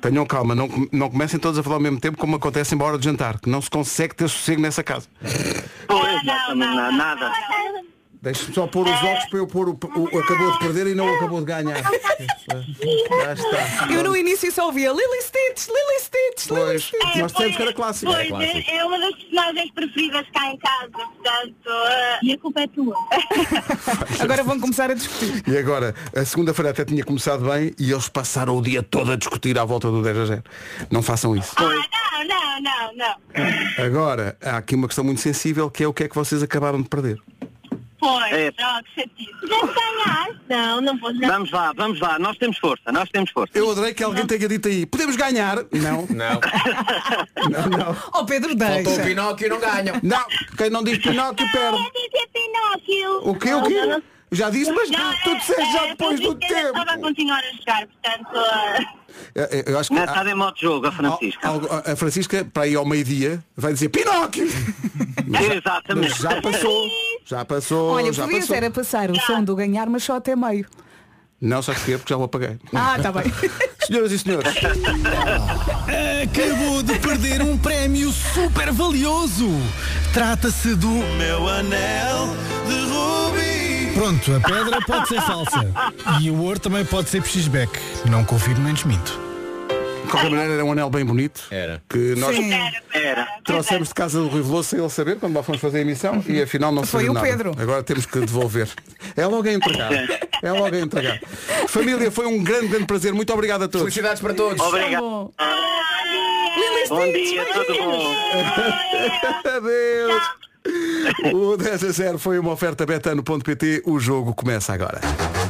Speaker 9: Tenham calma, não, com- não comecem todos a falar ao mesmo tempo como acontece em hora de jantar, que não se consegue ter sossego nessa casa.
Speaker 10: Ah,
Speaker 14: Pois, não, não, não, nada.
Speaker 9: Deixe-me só pôr os óculos para eu pôr o, o- o acabou de perder e não o acabou de ganhar. Já está.
Speaker 2: Eu no início só ouvia Lily Stitch, Lily Stitch, Lily
Speaker 9: Pois,
Speaker 2: Stitch.
Speaker 9: nós temos que era clássico.
Speaker 10: Pois, é, é uma das personagens preferidas cá em casa, portanto, eh, e a culpa é tua.
Speaker 2: Agora vão começar a discutir.
Speaker 9: E agora, a segunda-feira até tinha começado bem e eles passaram o dia todo a discutir à volta do 10 a 0. Não façam isso.
Speaker 10: Ah, não, não, não, não.
Speaker 9: Agora, há aqui uma questão muito sensível que é o que é que vocês acabaram de perder.
Speaker 10: Pois, oh, que chatice. Não ganhaste? Não, não vou não.
Speaker 14: É. Vamos lá, vamos lá, nós temos força, nós temos força.
Speaker 9: Eu adorei que alguém tenha dito aí, podemos ganhar. Não.
Speaker 12: Não.
Speaker 9: não, não.
Speaker 2: Oh Pedro deixa.
Speaker 12: Faltou o Pinóquio e não ganham.
Speaker 9: Não, quem não diz Pinóquio perde.
Speaker 10: Dizer Pinóquio.
Speaker 9: O quê, o quê?
Speaker 10: Não, não.
Speaker 9: Já disse, mas
Speaker 10: Não,
Speaker 9: tu
Speaker 10: é,
Speaker 9: disseste
Speaker 10: é,
Speaker 9: já depois
Speaker 10: eu
Speaker 9: do
Speaker 10: disse que ainda
Speaker 9: tempo.
Speaker 10: Estava a continuar a jogar, portanto. eh,
Speaker 9: É, Eu- Eu acho que
Speaker 14: Não está em modo de jogo, a Francisca.
Speaker 9: a, a Francisca, para ir ao meio-dia, vai dizer Pinóquio! Mas já-
Speaker 14: Exatamente.
Speaker 9: mas já passou, já passou,
Speaker 2: Olha,
Speaker 9: Oh, já
Speaker 2: podia
Speaker 9: passou.
Speaker 2: ser a passar o som do ganhar, mas só até meio.
Speaker 9: Não, só escrevo porque já o apaguei.
Speaker 2: Ah, tá bem.
Speaker 9: Senhoras e senhores,
Speaker 13: Acabou de perder um prémio super valioso. Trata-se do meu anel de rubi. Pronto, a pedra pode ser falsa. E o ouro também pode ser pxisbeck. Não confirmo nem desminto.
Speaker 9: de qualquer maneira era um anel bem bonito. Era. Que nós
Speaker 13: Sim.
Speaker 14: Era.
Speaker 9: trouxemos de casa do Rui Veloso sem ele saber quando lá fomos fazer a emissão e afinal não
Speaker 2: Foi
Speaker 9: serviu
Speaker 2: o
Speaker 9: nada.
Speaker 2: Pedro.
Speaker 9: Agora temos que devolver. É logo a entregar. É logo a entregar. Família, foi um grande, grande prazer. Muito obrigado a todos.
Speaker 12: Felicidades para todos.
Speaker 14: Obrigado.
Speaker 2: Tá
Speaker 14: Bom dia, tudo bom.
Speaker 9: Adeus. O 10 a 0 foi uma oferta betano.pt. O jogo começa agora.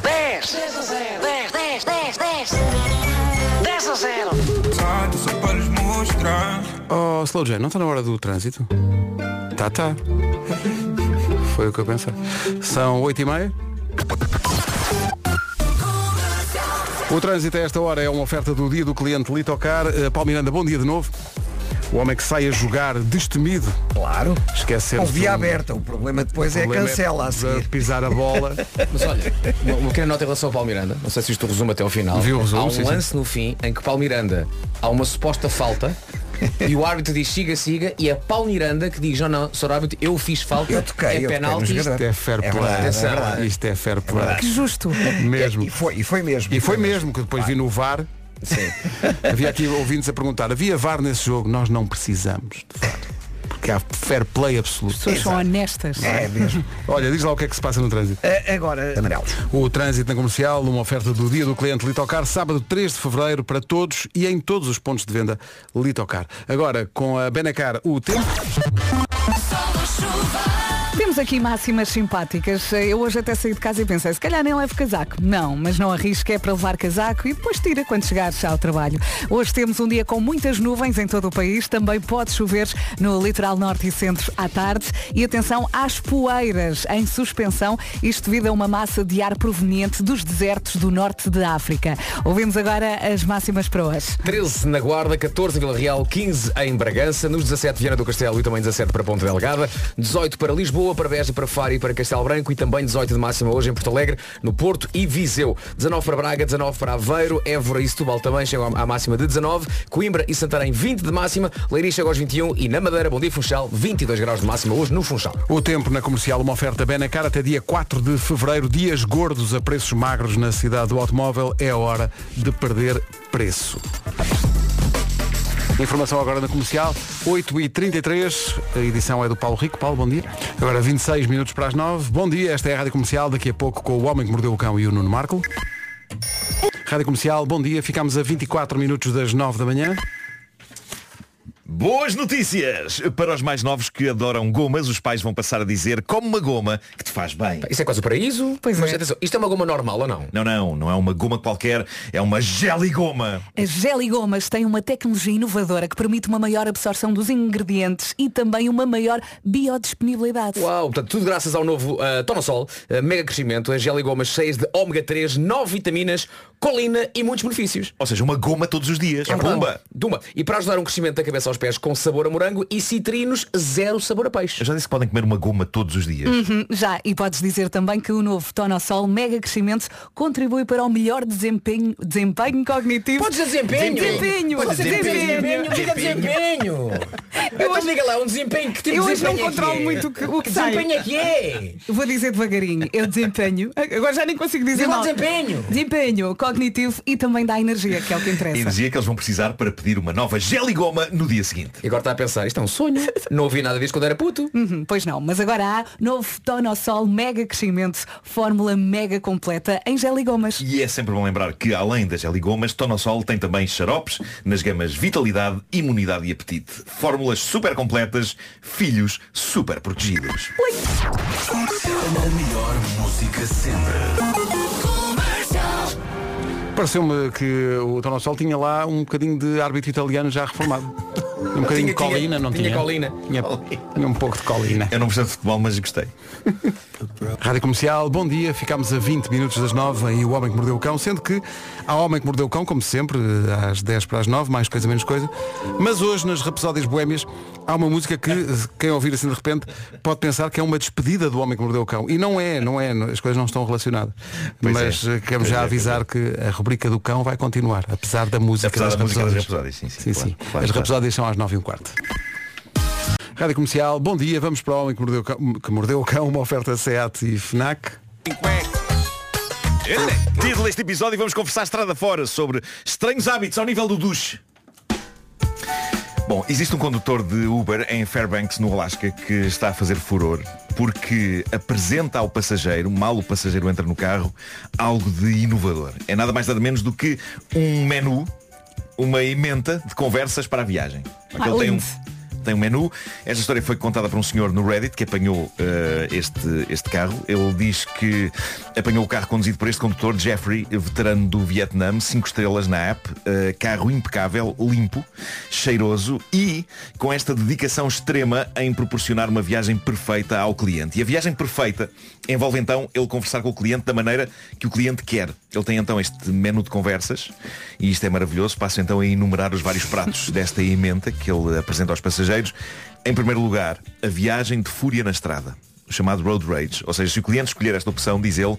Speaker 1: 10 a 0. 10, 10, 10, 10. 10 a 0.
Speaker 9: Oh, Slow J, não está na hora do trânsito? Tá, tá. Foi o que eu pensei. São 8 e meia. O trânsito a esta hora é uma oferta do dia do cliente Litocar. Eh, Paulo Miranda, bom dia de novo. O homem que sai a jogar destemido.
Speaker 5: Claro.
Speaker 9: Esquecer.
Speaker 5: Via aberta, o problema depois é cancela a seguir.
Speaker 9: pisar a bola.
Speaker 12: Mas olha, uma, uma pequena nota em relação ao Paulo Miranda, não sei se isto resume até ao final.
Speaker 9: Viu o resumo,
Speaker 12: há um
Speaker 9: sim, sim.
Speaker 12: lance no fim em que Paulo Miranda há uma suposta falta e o árbitro diz siga, siga e é Paulo Miranda que diz não, não, senhor árbitro, eu fiz falta,
Speaker 5: Eu toquei, eu
Speaker 12: é
Speaker 5: toquei no
Speaker 12: penalti.
Speaker 5: jogador.
Speaker 9: Isto é
Speaker 5: É
Speaker 9: fair play.
Speaker 5: verdade, é
Speaker 9: Atenção.
Speaker 5: verdade.
Speaker 9: Isto é fair play.
Speaker 2: Que justo.
Speaker 9: Mesmo.
Speaker 5: E foi, e foi mesmo.
Speaker 9: E foi mesmo, que depois vi no VAR. Havia aqui ouvintes a perguntar, havia VAR nesse jogo? Nós não precisamos de VAR. Porque há fair play absoluto.
Speaker 2: Pessoas são honestas.
Speaker 9: É mesmo. Olha, diz lá o que é que se passa no trânsito.
Speaker 5: A- Agora, amarelos.
Speaker 9: O trânsito na comercial, uma oferta do dia do cliente Litocar, sábado 3 de fevereiro para todos e em todos os pontos de venda Litocar. Agora, com a Benacar, o tempo.
Speaker 2: Temos aqui máximas simpáticas. Eu hoje até saí de casa e pensei, se calhar nem levo casaco. Não, mas não arrisca, é para levar casaco e depois tira quando chegares ao trabalho. Hoje temos um dia com muitas nuvens em todo o país, também pode chover no litoral norte e centro à tarde. E atenção às poeiras em suspensão, isto devido a uma massa de ar proveniente dos desertos do norte da África. Ouvimos agora as máximas para hoje.
Speaker 12: 13 na Guarda, 14 em Vila Real, 15 em Bragança, nos 17 Viana do Castelo e também 17 para Ponta Delgada, 18 para Lisboa, para Beja, para Faro e para Castelo Branco e também 18 de máxima hoje em Porto Alegre, no Porto e Viseu. 19 para Braga, 19 para Aveiro, Évora e Setúbal também chegam à à máxima de 19, Coimbra e Santarém 20 de máxima, Leiria chega aos 21 e na Madeira, Bom Dia Funchal, 22 graus de máxima hoje no Funchal.
Speaker 9: O tempo na comercial, uma oferta Benacar até dia 4 de fevereiro. Dias gordos a preços magros na cidade do automóvel. É hora de perder preço. Informação agora na comercial, 8h33, a edição é do Paulo Rico. Paulo, bom dia. Agora 26 minutos para as 9. Bom dia, esta é a Rádio Comercial, daqui a pouco com o Homem que Mordeu o Cão e o Nuno Marco. Rádio Comercial, bom dia, ficamos a 24 minutos das 9 da manhã.
Speaker 15: Boas notícias! Para os mais novos que adoram gomas, os pais vão passar a dizer come uma goma que te faz bem.
Speaker 12: Isso é quase o paraíso? Pois Mas atenção, isto é uma goma normal ou não?
Speaker 15: Não, não, não é uma goma qualquer, é uma geligoma.
Speaker 2: As geligomas têm uma tecnologia inovadora que permite uma maior absorção dos ingredientes e também uma maior biodisponibilidade.
Speaker 12: Uau, portanto, tudo graças ao novo uh, Tonosol, uh, mega crescimento, as geligomas cheias de ômega 3, 9 vitaminas, colina e muitos benefícios.
Speaker 15: Ou seja, uma goma todos os dias.
Speaker 12: É
Speaker 15: Pumba!
Speaker 12: Dumba. E para ajudar um crescimento da cabeça aos pés com sabor a morango e citrinos, zero sabor a peixe.
Speaker 15: Eu já disse que podem comer uma goma todos os dias.
Speaker 2: Uhum, já, e podes dizer também que o novo Tonosol Mega Crescimento contribui para o melhor desempenho, desempenho cognitivo.
Speaker 12: Podes dizer desempenho?
Speaker 2: Desempenho!
Speaker 12: Podes dizer desempenho! Diga desempenho! Eu hoje liga lá, um desempenho que tipo
Speaker 2: Eu
Speaker 12: de
Speaker 2: hoje não
Speaker 12: desempenho é que
Speaker 2: controlo
Speaker 12: é?
Speaker 2: muito o que, o que
Speaker 12: Que
Speaker 2: sai.
Speaker 12: desempenho é que é?
Speaker 2: Vou dizer devagarinho. Eu desempenho. Agora já nem consigo dizer
Speaker 12: Diga lá
Speaker 2: mal.
Speaker 12: desempenho.
Speaker 2: Desempenho, cognitivo e também dá energia, que é o que interessa.
Speaker 15: Energia que eles vão precisar para pedir uma nova geligoma no dia seguinte.
Speaker 12: E agora está a pensar, isto é um sonho. Não ouvi nada disso quando era puto.
Speaker 2: Uhum, pois não, mas agora há novo Tonosol Mega Crescimento, fórmula mega completa em gel e gomas.
Speaker 15: E é sempre bom lembrar que além das geligomas, Tonosol tem também xaropes nas gamas Vitalidade, Imunidade e Apetite. Fórmulas super completas, filhos super protegidos.
Speaker 1: A melhor música sempre.
Speaker 9: Pareceu-me que o Tono Sol tinha lá um bocadinho de árbitro italiano já reformado. Um bocadinho
Speaker 12: Tinha- tinha-
Speaker 9: de colina, não tinha?
Speaker 12: tinha colina.
Speaker 9: Tinha, tinha um pouco de colina.
Speaker 15: Eu não gostei de futebol, mas gostei.
Speaker 9: Rádio Comercial, bom dia. Ficámos a 20 minutos das 9 em O Homem que Mordeu o Cão, sendo que há Homem que Mordeu o Cão, como sempre, às 10 para as 9, mais coisa menos coisa. Mas hoje, nas Rapsódias Boémias, há uma música que, quem ouvir assim de repente, pode pensar que é uma despedida do Homem que Mordeu o Cão. E não é, não é, as coisas não estão relacionadas.
Speaker 15: Pois
Speaker 9: Mas
Speaker 15: é.
Speaker 9: eh, queremos
Speaker 15: Pois é,
Speaker 9: já
Speaker 15: pois
Speaker 9: avisar que a rubrica do cão vai continuar, apesar da música
Speaker 15: Apesar
Speaker 9: das
Speaker 15: da música das Rapsódias,
Speaker 9: Rapsódias.
Speaker 15: sim, sim,
Speaker 9: sim,
Speaker 15: claro,
Speaker 9: sim.
Speaker 15: claro,
Speaker 9: As
Speaker 15: claro.
Speaker 9: Rapsódias são às 9 e um quarto. Rádio Comercial, bom dia, vamos para o Homem que Mordeu o Cão, que mordeu o cão uma oferta SEAT e FNAC.
Speaker 15: Título deste episódio vamos conversar estrada fora sobre estranhos hábitos ao nível do duche. Bom, existe um condutor de Uber em Fairbanks, no Alasca, que está a fazer furor porque apresenta ao passageiro, mal o passageiro entra no carro, algo de inovador. É nada mais nada menos do que um menu, uma emenda de conversas para a viagem.
Speaker 1: Ah,
Speaker 15: Ele tem um,
Speaker 1: lindo.
Speaker 15: tem um menu. Esta história foi contada por um senhor no Reddit que apanhou eh, este, este carro. Ele diz que apanhou o carro conduzido por este condutor, Jeffrey, veterano do Vietnã, 5 estrelas na app, eh, carro impecável, limpo, cheiroso e com esta dedicação extrema em proporcionar uma viagem perfeita ao cliente. E a viagem perfeita envolve então ele conversar com o cliente da maneira que o cliente quer. Ele tem então este menu de conversas e isto é maravilhoso. Passo então a enumerar os vários pratos desta emenda que ele apresenta aos passageiros. Em primeiro lugar, a viagem de fúria na estrada, o chamado road rage. Ou seja, se o cliente escolher esta opção, diz ele,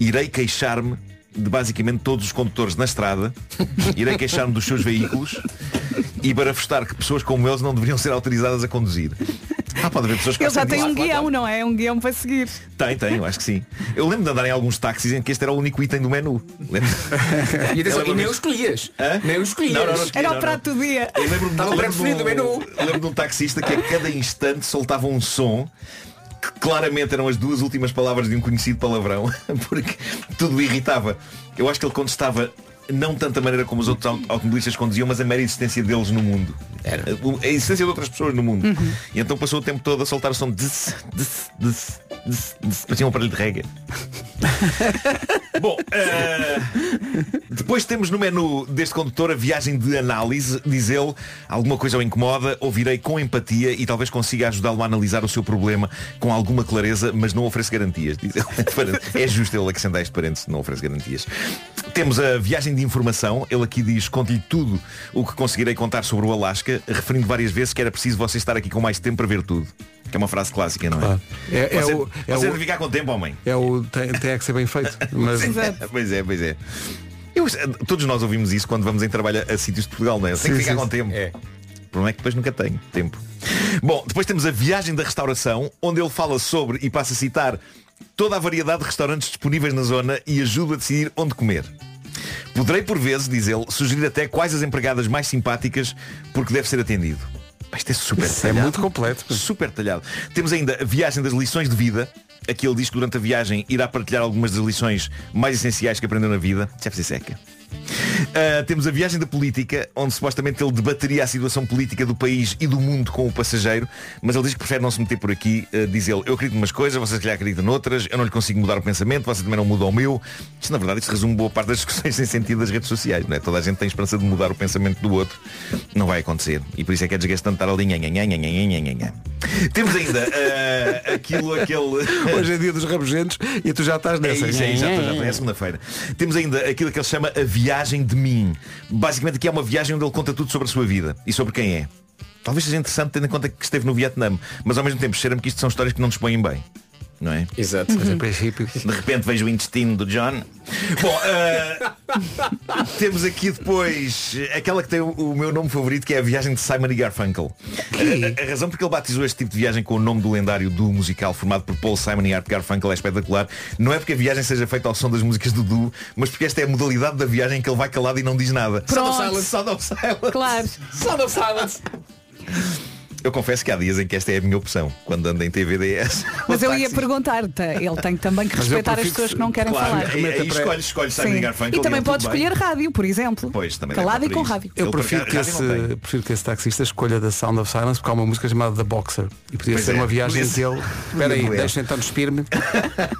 Speaker 15: irei queixar-me de basicamente todos os condutores na estrada, irei queixar-me dos seus veículos e barafustar que pessoas como eles não deveriam ser autorizadas a conduzir. Ah, pode haver pessoas que
Speaker 2: Ele já
Speaker 15: gostem
Speaker 2: tem
Speaker 15: disso.
Speaker 2: um guião, não é? Um guião para seguir.
Speaker 15: Tem, tem, eu acho que sim. Eu lembro de andar em alguns táxis em que este era o único item do menu. Lembro-
Speaker 12: E atenção,
Speaker 15: Eu
Speaker 12: e
Speaker 15: lembro-me-
Speaker 12: nem o escolhias.
Speaker 15: Hã?
Speaker 12: Nem o escolhias.
Speaker 15: Não, não, não escolhi,
Speaker 2: Era
Speaker 15: não,
Speaker 2: o prato do dia.
Speaker 15: não. Eu lembro-me
Speaker 12: Estava
Speaker 15: lembro-me
Speaker 12: preferido
Speaker 15: de
Speaker 12: o
Speaker 15: um-
Speaker 12: menu.
Speaker 15: Lembro-me de um taxista que a cada instante soltava um som que claramente eram as duas últimas palavras de um conhecido palavrão, porque tudo o irritava. Eu acho que ele contestava não tanto a maneira como os outros au- automobilistas conduziam, mas a mera existência deles no mundo. A existência de outras pessoas no mundo. E então passou o tempo todo a soltar o som de parecia um aparelho de reggae. Bom, eh, depois temos no menu deste condutor a viagem de análise, diz ele, alguma coisa o incomoda, ouvirei com empatia e talvez consiga ajudá-lo a analisar o seu problema com alguma clareza, mas não ofereço garantias. Diz ele. É justo ele acrescentar este parênteses, não oferece garantias. Temos a viagem de informação, ele aqui diz, conte-lhe tudo o que conseguirei contar sobre o Alasca, referindo várias vezes que era preciso você estar aqui com mais tempo para ver tudo. Que é uma frase clássica, não é?
Speaker 9: É- é
Speaker 15: você
Speaker 9: o- é
Speaker 15: você
Speaker 9: o-
Speaker 15: deve ficar com tempo, homem.
Speaker 9: É o tem, tem é que ser bem feito. Mas
Speaker 15: Pois é, pois é, pois é. Eu- eh, todos nós ouvimos isso quando vamos em trabalho a sítios de Portugal, não é? Tem que
Speaker 9: Sim,
Speaker 15: ficar
Speaker 9: sim,
Speaker 15: com
Speaker 9: sim.
Speaker 15: tempo. O problema é que depois nunca tenho tempo. Bom, depois temos a viagem da restauração, onde ele fala sobre, e passa a citar, toda a variedade de restaurantes disponíveis na zona e ajuda a decidir onde comer. Poderei, por vezes, diz ele, sugerir até quais as empregadas mais simpáticas porque deve ser atendido. Pá, Isto é super
Speaker 9: Isso é
Speaker 15: detalhado.
Speaker 9: muito completo.
Speaker 15: Super detalhado. Temos ainda a viagem das lições de vida. Aqui ele diz que durante a viagem irá partilhar algumas das lições mais essenciais que aprendeu na vida. Já precisa seca. Uh, temos a viagem da política, onde supostamente ele debateria a situação política do país e do mundo com o passageiro, mas ele diz que prefere não se meter por aqui. Uh, diz ele, eu acredito em umas coisas, vocês se calhar acreditam noutras, eu não lhe consigo mudar o pensamento, você também não muda o meu. Isto, na verdade, isto resume boa parte das discussões sem sentido das redes sociais, não é? Toda a gente tem esperança de mudar o pensamento do outro. Não vai acontecer. E por isso é que é desgastante estar ali. nhan, nhan, nhan, nhan, nhan, nhan, nhan, nhan. Temos ainda
Speaker 16: É,
Speaker 15: uh, aquilo, aquele.
Speaker 9: Hoje é dia dos rabugentos e tu já estás nessa.
Speaker 15: É isso, é isso, já estou, já estou, é segunda-feira. Temos ainda aquilo que ele chama a viagem de mim. Basicamente aqui é uma viagem onde ele conta tudo sobre a sua vida e sobre quem é. talvez seja interessante tendo em conta que esteve no Vietnã, mas ao mesmo tempo cheira-me que isto são histórias que não dispõem bem. Não é?
Speaker 12: Exato.
Speaker 15: Mas, em princípio, De repente vejo o intestino do John. Bom, ah, temos aqui depois aquela que tem o, o meu nome favorito, que é a viagem de Simon e Garfunkel. A, a- a razão porque ele batizou este tipo de viagem com o nome do lendário do musical formado por Paul Simon e Art Garfunkel é espetacular. Não é porque a viagem seja feita ao som das músicas do duo, mas porque esta é a modalidade da viagem em que ele vai calado e não diz nada.
Speaker 12: Sound
Speaker 15: of silence.
Speaker 12: Claro. Sound of silence.
Speaker 15: Eu confesso que há dias em que esta é a minha opção, quando ando em TVDS.
Speaker 2: Mas eu ia perguntar-te, ele tem também que
Speaker 15: Mas eu
Speaker 2: respeitar as
Speaker 15: prefiro
Speaker 2: pessoas
Speaker 15: que-
Speaker 2: que não querem
Speaker 15: claro,
Speaker 2: falar.
Speaker 15: aí- aí Remeta para- escolhe- escolhe Simon
Speaker 2: Sim.
Speaker 15: e Garfunkel,
Speaker 2: E também
Speaker 15: ele
Speaker 2: podes
Speaker 15: tudo bem.
Speaker 2: escolher rádio, por exemplo.
Speaker 15: Pois, também deve
Speaker 2: Calado e
Speaker 15: para
Speaker 2: com
Speaker 15: isso.
Speaker 2: rádio.
Speaker 9: Eu prefiro que,
Speaker 15: rádio não
Speaker 9: esse, prefiro que esse taxista escolha da Sound of Silence porque há uma música chamada The Boxer. E podia
Speaker 12: Pois
Speaker 9: ser
Speaker 12: é,
Speaker 9: uma viagem
Speaker 12: podia
Speaker 9: que
Speaker 12: ser.
Speaker 9: ele. Espera aí,
Speaker 15: é.
Speaker 12: Podia doer.
Speaker 9: deixa então despir-me.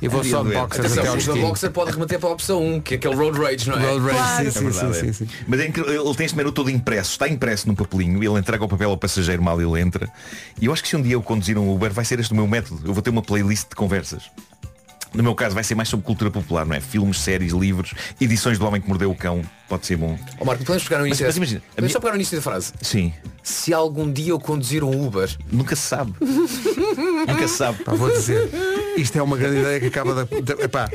Speaker 9: E vou só de Boxer até ao
Speaker 12: o
Speaker 9: destino.
Speaker 12: boxer pode remeter para a opção 1, que é aquele road rage, não é?
Speaker 9: Road rage, Claro. sim,
Speaker 15: É verdade, é. Mas é incrível, ele tem este menu todo impresso, está impresso num papelinho, ele entrega o papel ao passageiro mal ele entra. E eu acho que se um dia eu conduzir um Uber vai ser este o meu método. Eu vou ter uma playlist de conversas. No meu caso vai ser mais sobre cultura popular, não é? Filmes, séries, livros, edições do Homem que Mordeu o Cão, pode ser bom.
Speaker 12: Ó Marco, podemos pegar no
Speaker 15: Mas-
Speaker 12: início.
Speaker 15: mas imagina, a
Speaker 12: podemos
Speaker 15: minha-
Speaker 12: só pegar no início da frase.
Speaker 15: Sim.
Speaker 12: Se algum dia eu conduzir um Uber.
Speaker 15: Nunca se sabe. Nunca se sabe.
Speaker 9: Pá, Ah, vou dizer, isto é uma grande ideia que acaba de. de- epá,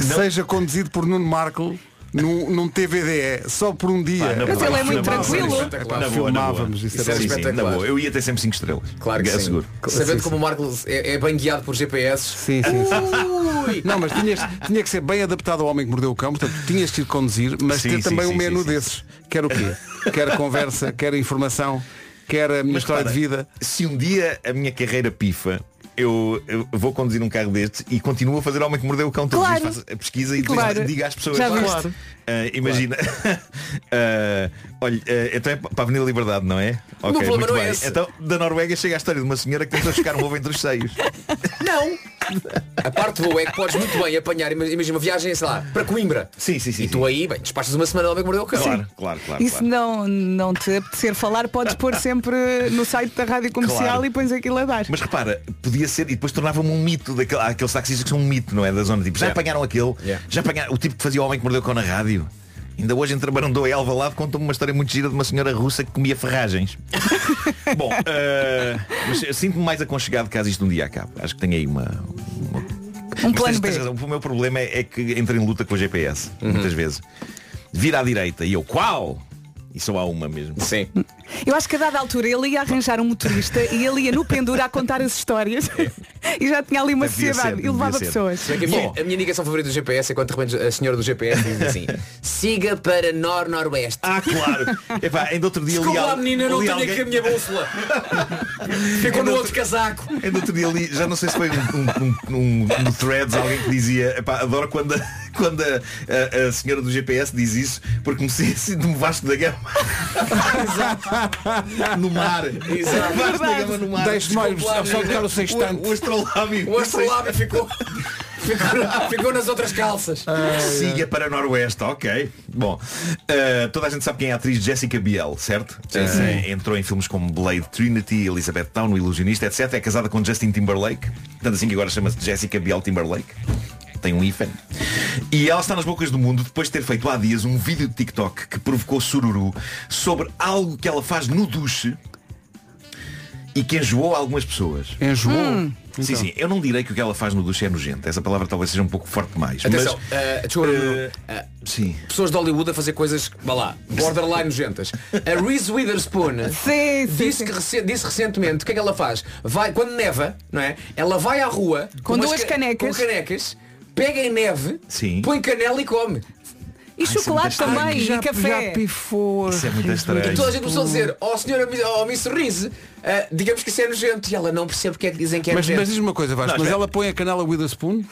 Speaker 9: seja conduzido por Nuno Marco num, num TVDE, só por um dia.
Speaker 15: Pá, na
Speaker 12: é
Speaker 15: boa, na boa,
Speaker 9: Epá,
Speaker 15: Na boa, na boa.
Speaker 9: filmávamos, isso
Speaker 15: Sim,
Speaker 9: era
Speaker 15: sim, na
Speaker 9: espetacular.
Speaker 15: boa. Eu ia ter sempre 5 estrelas.
Speaker 12: Claro que sim.
Speaker 15: Asseguro.
Speaker 12: Sabendo como o Marco é, é bem guiado por GPS.
Speaker 9: Sim, sim, sim. Não, mas tinhas, tinha que ser bem adaptado ao homem que mordeu o cão, portanto tinhas que ir conduzir, mas
Speaker 15: Sim,
Speaker 9: ter
Speaker 15: sim,
Speaker 9: também
Speaker 15: sim,
Speaker 9: um menu
Speaker 15: sim, sim.
Speaker 9: desses. Quer o quê? Quer conversa, quer informação, quer a minha história de vida.
Speaker 15: Se um dia a minha carreira pifa, eu, eu vou conduzir um carro deste e continuo a fazer homem que mordeu o cão todos os
Speaker 12: Claro.
Speaker 15: dias, faço a pesquisa e
Speaker 12: Claro.
Speaker 15: depois diga às pessoas.
Speaker 12: Já
Speaker 15: Claro.
Speaker 12: viste.
Speaker 15: Ah, imagina. Ah, olha, ah, então é para a Avenida Liberdade, não é?
Speaker 12: O meu problema não é esse.
Speaker 15: Então, da Noruega chega a história de uma senhora que tentou chocar um ovo entre os seios.
Speaker 12: Não! A parte boa é que podes muito bem apanhar, ima- imagina uma viagem, sei lá, para Coimbra.
Speaker 15: Sim, sim, sim.
Speaker 12: E tu aí, bem, despachas uma semana ao homem que mordeu o cão.
Speaker 15: Claro, claro, claro.
Speaker 2: E se não, não te apetecer falar, podes pôr sempre no site da rádio comercial
Speaker 15: Claro.
Speaker 2: e pões aquilo a dar.
Speaker 15: Mas repara, podia ser, e depois tornava-me um mito daquele, há aqueles taxistas que são um mito, não é? Da zona tipo, já
Speaker 12: Yeah.
Speaker 15: apanharam aquele,
Speaker 12: Yeah.
Speaker 15: já apanharam o tipo que fazia o homem que mordeu o cão na rádio. Ainda hoje entre Barandou e Alvalade contam-me uma história muito gira de uma senhora russa que comia ferragens. Bom, eh, mas eu sinto-me mais aconchegado caso isto um dia acabe. Acho que tenho aí uma. uma- Mas
Speaker 2: Um plano
Speaker 15: tens-
Speaker 2: B.
Speaker 15: tens razão. O meu problema é, é que entro em luta com o GPS,
Speaker 12: Uhum.
Speaker 15: muitas vezes. Vira à direita e eu, qual? E só há uma mesmo.
Speaker 12: Sim.
Speaker 2: Eu acho que a dada altura ele ia arranjar um motorista e ele ia no pendura a contar as histórias e já tinha ali uma
Speaker 12: Devia
Speaker 2: sociedade
Speaker 12: ser,
Speaker 2: e levava
Speaker 12: devia ser.
Speaker 2: pessoas.
Speaker 12: Bem que é A minha, a minha indicação favorita do GPS é quando de repente a senhora do GPS diz assim Siga para Nor-Noroeste
Speaker 15: Ah, claro Epá, ainda outro dia
Speaker 12: Desculpa
Speaker 15: li
Speaker 12: lá,
Speaker 15: al-
Speaker 12: menina, não
Speaker 15: li
Speaker 12: tenho
Speaker 15: alguém-
Speaker 12: aqui a minha bússola Ficou no outro casaco
Speaker 15: Ainda É, outro dia ali, já não sei se foi um, um, um, um- no Threads alguém que dizia, "Epá, adoro quando, a, quando a, a- a senhora do GPS diz isso, porque me sinto um Vasco da Gama. no mar.
Speaker 2: É
Speaker 12: Exato.
Speaker 15: Vasco da Gama no mar.
Speaker 9: Deixe-me olha,
Speaker 12: Desculpa lá,
Speaker 9: só tocar
Speaker 12: menina.
Speaker 9: o sextante.
Speaker 15: é O, o astrolábio.
Speaker 12: O astrolábio ficou, ficou, ficou nas outras calças
Speaker 15: Siga para Noroeste, ok. Bom, eh, toda a gente sabe quem é a atriz Jessica Biel, certo? Eh,
Speaker 12: sim.
Speaker 15: entrou em filmes como Blade Trinity, Elizabeth Town, O Ilusionista, etc. É casada com Justin Timberlake, tanto assim que agora chama-se Jessica Biel Timberlake. Tem um hífen. E ela está nas bocas do mundo depois de ter feito há dias um vídeo de TikTok que provocou sururu sobre algo que ela faz no duche e que enjoou algumas pessoas.
Speaker 9: Enjoou? Hum.
Speaker 12: Então.
Speaker 15: Sim, sim. Eu não direi que o que ela faz no duche é nojento. Essa palavra talvez seja um pouco forte demais.
Speaker 12: Atenção,
Speaker 15: mas-
Speaker 12: ah, desculpa, Bruno, ah,
Speaker 15: Sim.
Speaker 12: pessoas de Hollywood a fazer coisas, vá lá, borderline nojentas. A Reese Witherspoon disse, que rece- disse recentemente, o que é que ela faz? Vai, quando neva, não é? Ela vai à rua
Speaker 2: Com
Speaker 12: umas
Speaker 2: duas
Speaker 12: ca-
Speaker 2: canecas.
Speaker 12: com canecas, pega em neve,
Speaker 15: Sim.
Speaker 12: põe canela e come.
Speaker 2: E chocolate também, e café.
Speaker 9: pifou.
Speaker 15: Isso é muito
Speaker 12: E
Speaker 15: estranho.
Speaker 12: toda a gente começou a dizer, ó oh, senhora, ó oh, Miss Reese, ah, digamos que isso é nojento. E ela não percebe porque é que dizem que é
Speaker 9: Mas,
Speaker 12: nojento.
Speaker 9: mas diz-me uma coisa, Vasco, mas ela põe a canela Witherspoon?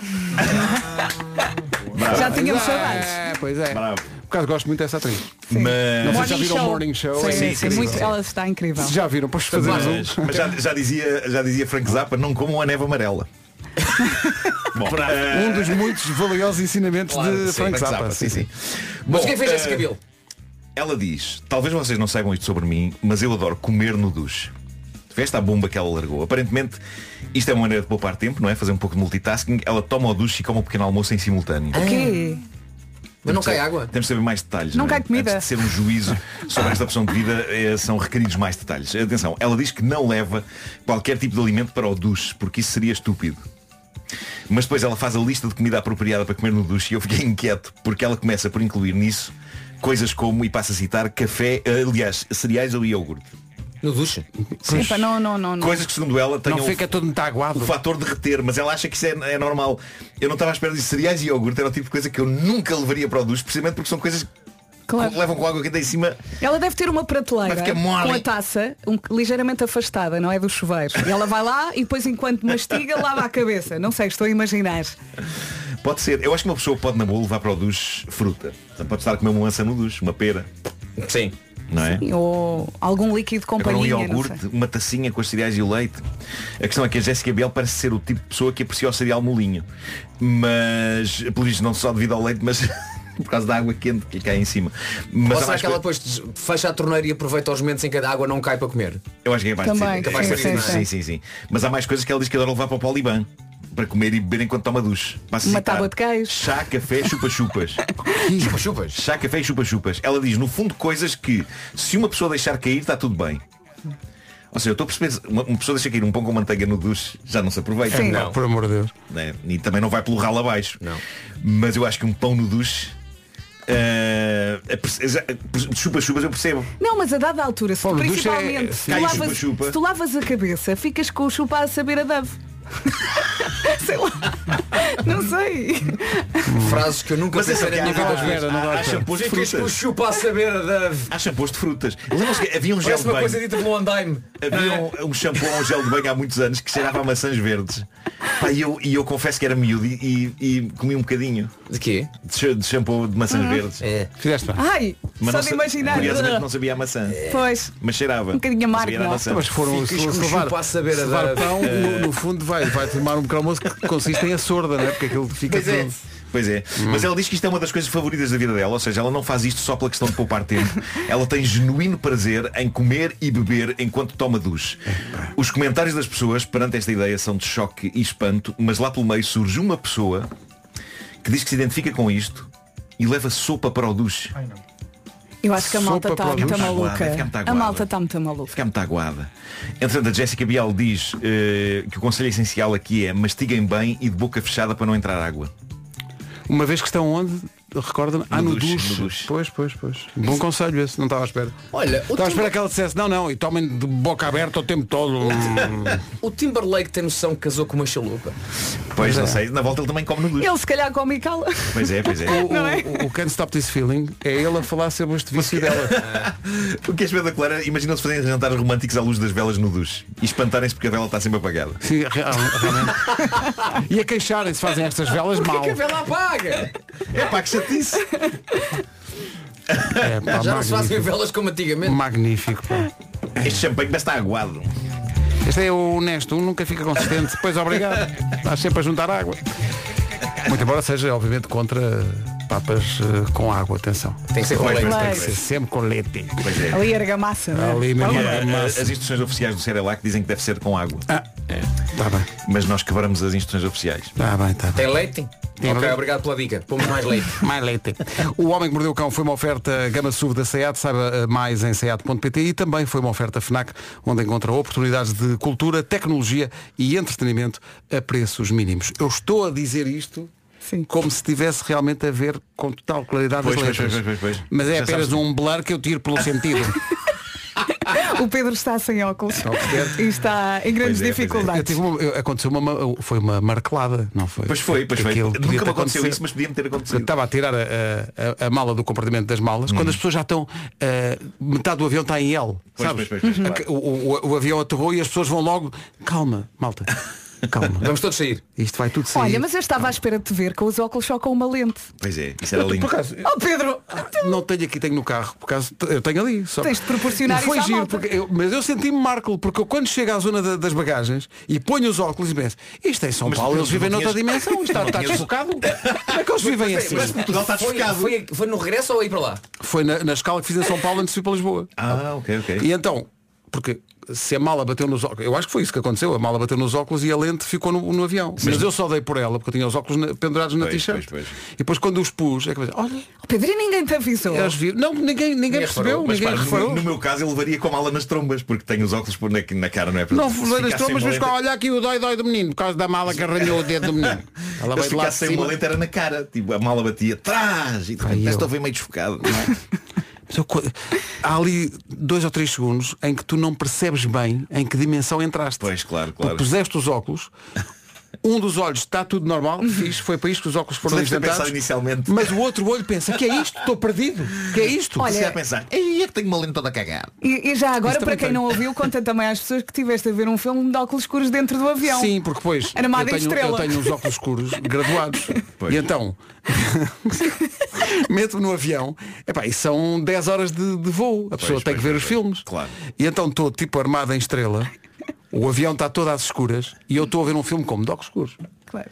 Speaker 2: Já tínhamos
Speaker 9: saudades.
Speaker 2: saudades.
Speaker 9: É, pois é. Por acaso gosto muito dessa atriz.
Speaker 15: Mas...
Speaker 9: Não sei se já viram o Morning Show.
Speaker 2: eh, Sim,
Speaker 9: é
Speaker 2: sim,
Speaker 9: incrível.
Speaker 2: muito- ela está incrível.
Speaker 9: Se já viram, pois fazemos um.
Speaker 15: Mas, mas já, já dizia, já dizia Frank Zappa, não comam a neve amarela. Bom, eh,
Speaker 9: Um dos muitos valiosos ensinamentos
Speaker 15: Claro,
Speaker 9: de
Speaker 15: sim,
Speaker 9: Frank Zappa.
Speaker 15: sim, sim.
Speaker 12: Mas
Speaker 15: Bom,
Speaker 12: o que é que fez
Speaker 15: eh,
Speaker 12: Jessica Biel?
Speaker 15: Ela diz, talvez vocês não saibam isto sobre mim, mas eu adoro comer no duche. Veste a bomba que ela largou. Aparentemente, isto é uma maneira de um poupar tempo, não é? Fazer um pouco de multitasking. Ela toma o duche e come o pequeno almoço em simultâneo.
Speaker 2: O quê?
Speaker 12: Ah. Mas não
Speaker 15: Temos
Speaker 12: cai
Speaker 15: de-
Speaker 12: água?
Speaker 15: Temos de saber mais detalhes.
Speaker 12: Não
Speaker 15: é?
Speaker 12: cai comida.
Speaker 15: Antes de ser um juízo sobre esta opção de vida, eh, são requeridos mais detalhes. Atenção, ela diz que não leva qualquer tipo de alimento para o duche, porque isso seria estúpido. Mas depois ela faz a lista de comida apropriada para comer no duche e eu fiquei inquieto, porque ela começa por incluir nisso coisas como, e passa a citar, café, eh, aliás, cereais ou iogurte.
Speaker 12: No duche?
Speaker 15: Sim.
Speaker 2: Epa, não, não, não, não.
Speaker 15: Coisas que segundo ela têm
Speaker 2: Não fica
Speaker 15: todo o fator de reter, mas ela acha que isso é, é normal. Eu não estava à espera disso. Cereais e iogurte era o tipo de coisa que eu nunca levaria para o duche, precisamente porque são coisas que levam com água que tem em cima.
Speaker 2: Ela deve ter uma
Speaker 15: Vai
Speaker 2: prateleira
Speaker 15: ficar mole.
Speaker 2: com a taça um- ligeiramente afastada, não é? Do chuveiro. E ela vai lá e depois, enquanto mastiga, lava a cabeça. Não sei, estou a imaginar.
Speaker 15: Pode ser. Eu acho que uma pessoa pode na boa levar para o duche fruta. Portanto, pode estar a comer uma lança no duche, uma pera. Sim. Não é?
Speaker 2: Ou algum líquido com
Speaker 15: Agora um
Speaker 2: palhinha, não sei.
Speaker 15: iogurte, uma tacinha com os cereais e o leite. A questão é que a Jéssica Biel parece ser o tipo de pessoa que aprecia o cereal molinho. Mas, pelo visto, não só devido ao leite, mas por causa da água quente que lhe cai em cima. Mas
Speaker 12: Ou
Speaker 15: há
Speaker 12: será
Speaker 15: mais
Speaker 12: que ela
Speaker 15: coi-
Speaker 12: depois des- fecha a torneira e aproveita os momentos em que a água não cai para comer?
Speaker 15: Eu acho que é mais
Speaker 12: Também,
Speaker 15: de ser-
Speaker 12: capaz de
Speaker 15: é
Speaker 12: ser
Speaker 15: mais
Speaker 12: isso,
Speaker 15: de ser-
Speaker 12: não é?
Speaker 15: sim, sim, sim. Mas há mais coisas que ela diz que adora levar para o Poliban. Para comer e beber enquanto toma duche. Passa a
Speaker 2: Uma
Speaker 15: citar.
Speaker 2: tábua de queijo.
Speaker 15: Chá, café, chupa-chupas. chupa-chupas? Chá, café e chupa-chupas. Ela diz, no fundo, coisas que se uma pessoa deixar cair, está tudo bem. Ou seja, eu estou a perceber, uma, uma pessoa deixa cair um pão com manteiga no duche, já não se aproveita.
Speaker 9: Sim. Não, por amor de Deus.
Speaker 15: Né? E também não vai pelo ralo abaixo. Não. Mas eu acho que um pão no duche, eh, a perce- a- chupa-chupas eu percebo.
Speaker 2: Não, mas a dada altura, se tu
Speaker 15: Fome, ducha é-
Speaker 2: principalmente se tu,
Speaker 15: cai
Speaker 2: lavas,
Speaker 15: chupa-chupa.
Speaker 2: se tu lavas a cabeça, ficas com o chupa a saber a dove. sei lá. Não sei.
Speaker 9: Hum.
Speaker 12: Frases que eu nunca
Speaker 15: Mas
Speaker 12: pensei
Speaker 15: é só
Speaker 12: na minha
Speaker 15: que há-
Speaker 12: vida.
Speaker 15: há- há- há shampoos de
Speaker 12: Ficas com o
Speaker 15: frutas.
Speaker 12: chupa a saber da...
Speaker 15: Há shampoos de frutas. Lembram-se que havia um gel
Speaker 12: Parece
Speaker 15: de
Speaker 12: uma
Speaker 15: banho.
Speaker 12: coisa dita pelo andaime.
Speaker 15: Havia um, um shampoo ou um gel de banho há muitos anos que cheirava a maçãs verdes. Pá, e, eu, e eu confesso que era miúdo e, e- e comi um bocadinho.
Speaker 12: De quê?
Speaker 15: De, sh- de shampoo de maçãs
Speaker 9: Ah,
Speaker 2: Uhum.
Speaker 15: verdes.
Speaker 12: É.
Speaker 15: Fizeste
Speaker 2: Ai, só de imaginar.
Speaker 15: Curiosamente não sabia a maçã.
Speaker 2: Pois.
Speaker 15: Mas cheirava.
Speaker 2: Um bocadinho
Speaker 15: Não
Speaker 2: amargo,
Speaker 15: sabia a
Speaker 2: não?
Speaker 15: maçã.
Speaker 9: Então,
Speaker 15: Eh,
Speaker 9: Mas foram se, se levar, se levar pão, no, no fundo vai, vai tomar um pequeno almoço que consiste em a sorda, né? porque aquilo fica
Speaker 15: Pois é.
Speaker 9: tudo.
Speaker 15: Pois é, mas ela diz que isto é uma das coisas favoritas da vida dela, ou seja, ela não faz isto só pela questão de poupar tempo. ela tem genuíno prazer em comer e beber enquanto toma duche. Os comentários das pessoas perante esta ideia são de choque e espanto, mas lá pelo meio surge uma pessoa que diz que se identifica com isto e leva sopa para o duche.
Speaker 2: Eu acho que a malta
Speaker 15: Sopa
Speaker 2: está
Speaker 15: para
Speaker 2: muito
Speaker 15: os- Está
Speaker 2: maluca.
Speaker 15: aguada, fica muito
Speaker 2: A
Speaker 15: aguada.
Speaker 2: malta está muito maluca.
Speaker 15: Fica muito aguada. Entretanto, a Jéssica Bial diz eh, que o conselho essencial aqui é mastiguem bem e de boca fechada para não entrar água.
Speaker 9: Uma vez que estão onde? Recorda-me? Ah,
Speaker 15: No
Speaker 9: no
Speaker 15: duche,
Speaker 9: duche.
Speaker 15: no duche.
Speaker 9: Pois, pois, pois. Bom conselho esse, não estava à espera. Olha, estava à espera que ela dissesse, não, não, e tomem de boca aberta o tempo todo.
Speaker 12: O Timberlake tem noção que casou com uma chalupa.
Speaker 15: Pois
Speaker 9: é.
Speaker 15: não sei, na volta ele também come no duche.
Speaker 2: Ele se calhar come e cala.
Speaker 15: Pois é, pois é.
Speaker 9: O,
Speaker 2: Não é?
Speaker 9: o, o Can't Stop This Feeling é ele a falar sobre este vício dela.
Speaker 15: O que é espetacular é, imagina-se fazerem jantares românticos à luz das velas no duche e espantarem-se porque a vela está sempre apagada.
Speaker 9: Sim, real- realmente. E a queixarem-se fazem estas velas mal.
Speaker 12: apaga?
Speaker 15: É pá, que chatice.
Speaker 9: É, pá,
Speaker 12: Já não se fazem
Speaker 9: magnífico.
Speaker 12: velas como antigamente.
Speaker 9: Magnífico.
Speaker 15: Este champanhe parece estar aguado.
Speaker 9: Este é o honesto, um nunca fica consistente. Pois obrigado. Estás sempre a juntar água. Muito embora seja, obviamente, contra papas eh, com água, atenção.
Speaker 12: Tem que ser com
Speaker 9: Pois,
Speaker 12: leite.
Speaker 9: Tem que ser sempre com leite.
Speaker 15: Pois é.
Speaker 2: Ali argamassa, não é?
Speaker 9: Ali
Speaker 15: E,
Speaker 9: mesmo.
Speaker 15: eh,
Speaker 9: massa.
Speaker 15: as instruções oficiais do Cerelac dizem que deve ser com água.
Speaker 9: Ah, Está bem.
Speaker 15: Mas nós quebramos as instruções oficiais.
Speaker 9: Está bem, está
Speaker 12: Tem leite?
Speaker 9: Tem
Speaker 12: ok,
Speaker 9: leite.
Speaker 12: obrigado pela dica. Pomos mais leite.
Speaker 9: mais leite. O Homem que Mordeu o Cão foi uma oferta gama SUV da SEAT, saiba eh, mais em seat.pt e também foi uma oferta FNAC, onde encontra oportunidades de cultura, tecnologia e entretenimento a preços mínimos. Eu estou a dizer isto como se estivesse realmente a ver com total claridade
Speaker 15: Pois,
Speaker 9: as
Speaker 15: pois,
Speaker 9: letras.
Speaker 15: pois, pois, pois, pois.
Speaker 9: Mas é
Speaker 15: Já
Speaker 9: apenas
Speaker 15: sabes
Speaker 9: um blur que eu tiro pelo sentido.
Speaker 2: O Pedro está sem óculos.
Speaker 9: Está a perceber?
Speaker 2: E está
Speaker 15: é,
Speaker 2: em grandes
Speaker 9: Eu
Speaker 2: dificuldades.
Speaker 9: tive uma- eu- aconteceu uma, ma- foi uma marcelada, não foi?
Speaker 15: Pois foi, pois foi.
Speaker 9: Aquilo
Speaker 15: Nunca
Speaker 9: podia
Speaker 15: me
Speaker 9: ter
Speaker 15: aconteceu
Speaker 9: acontecido.
Speaker 15: isso, mas podia-me ter acontecido. Hum.
Speaker 9: Eu estava a tirar a, a- a mala do compartimento das malas, quando as pessoas já estão. eh, metade do avião está em L.
Speaker 15: Pois,
Speaker 9: sabes?
Speaker 15: pois, pois, pois,
Speaker 9: A-
Speaker 15: claro.
Speaker 9: o, o- o avião aterrou e as pessoas vão logo. Calma, malta. Calma.
Speaker 12: Vamos todos sair.
Speaker 9: Isto vai tudo sair.
Speaker 2: Olha, mas eu estava à espera de te ver com os óculos só com uma lente.
Speaker 15: Pois é, isso
Speaker 9: Eu
Speaker 15: era
Speaker 9: tô-
Speaker 15: lindo.
Speaker 9: por acaso, Ah,
Speaker 2: Oh Pedro!
Speaker 9: não tenho aqui, tenho no carro, por acaso t- eu tenho ali. Só.
Speaker 2: Tens de proporcionar
Speaker 9: E foi
Speaker 2: isso à
Speaker 9: giro,
Speaker 2: malta.
Speaker 9: porque eu- mas eu senti-me Marco, porque eu quando chego à zona da- das bagagens e ponho os óculos e penso, isto é em São
Speaker 12: Mas
Speaker 9: Paulo,
Speaker 12: tu
Speaker 9: eles vivem
Speaker 12: não
Speaker 9: noutra
Speaker 12: tinhas-
Speaker 9: dimensão, isto está,
Speaker 12: não
Speaker 9: está
Speaker 12: tinhas-
Speaker 9: desfocado. Como é que eles vivem assim?
Speaker 12: Mas, mas, foi, foi, foi no regresso ou aí para lá?
Speaker 9: Foi na, na escala que fiz em São Paulo antes de ir para Lisboa.
Speaker 15: Ah, ok, ok.
Speaker 9: E então, Porque se a mala bateu nos óculos, eu acho que foi isso que aconteceu, a mala bateu nos óculos e a lente ficou no, no avião. Mas eu só dei por ela, porque eu tinha os óculos na- pendurados na
Speaker 15: Pois,
Speaker 9: t-shirt.
Speaker 15: pois, pois.
Speaker 9: E depois quando os pus, é que eu pensei, olha,
Speaker 2: Oh, Pedro, e ninguém te avisou.
Speaker 9: eles viram. Não, ninguém, ninguém percebeu,
Speaker 15: Oh." reparou. Mas,
Speaker 9: ninguém
Speaker 15: pá, no-
Speaker 9: reparou.
Speaker 15: No meu caso, eu levaria com a mala nas trombas, porque tenho os óculos por na, na cara, não é?
Speaker 9: Não
Speaker 15: Se
Speaker 9: foi nas
Speaker 15: ficasse sem
Speaker 9: trombas, mas
Speaker 15: uma lente-
Speaker 9: olha aqui o dói-dói do menino, por causa da mala que arranhou o dedo do menino.
Speaker 15: Eu
Speaker 9: Ela veio
Speaker 15: se
Speaker 9: de lá de
Speaker 15: ficasse sem uma
Speaker 9: cima.
Speaker 15: lente era na cara. Tipo, a mala batia atrás e de repente esta veio meio desfocado. é?
Speaker 9: Mas eu co- Há ali dois ou três segundos em que tu não percebes bem em que dimensão entraste.
Speaker 15: Pois, claro,
Speaker 9: Porque
Speaker 15: claro.
Speaker 9: puseste os óculos, um dos olhos está tudo normal, fixe, foi para isto que os óculos foram
Speaker 15: Deves ter
Speaker 9: inventados.
Speaker 15: pensado inicialmente.
Speaker 9: Mas o outro olho pensa, que é isto? Estou perdido. Que é isto?
Speaker 2: Olha-
Speaker 15: Comecei a pensar, aí é que tenho uma lente toda cagada.
Speaker 2: E, e já agora, para
Speaker 9: Isso também
Speaker 2: quem
Speaker 9: tenho.
Speaker 2: não ouviu, conta também às pessoas que tiveste a ver um filme de óculos escuros dentro do avião.
Speaker 9: Sim, porque depois
Speaker 2: Era uma
Speaker 9: eu, tenho, eu
Speaker 2: estrela.
Speaker 9: tenho uns óculos escuros graduados. E então meto-me no avião. Epá, e são 10 horas de, de voo. A pessoa tem que ver os filmes. E então estou tipo armado em estrela. O avião está todo às escuras e eu estou a ver um filme como de óculos escuros.
Speaker 2: Claro.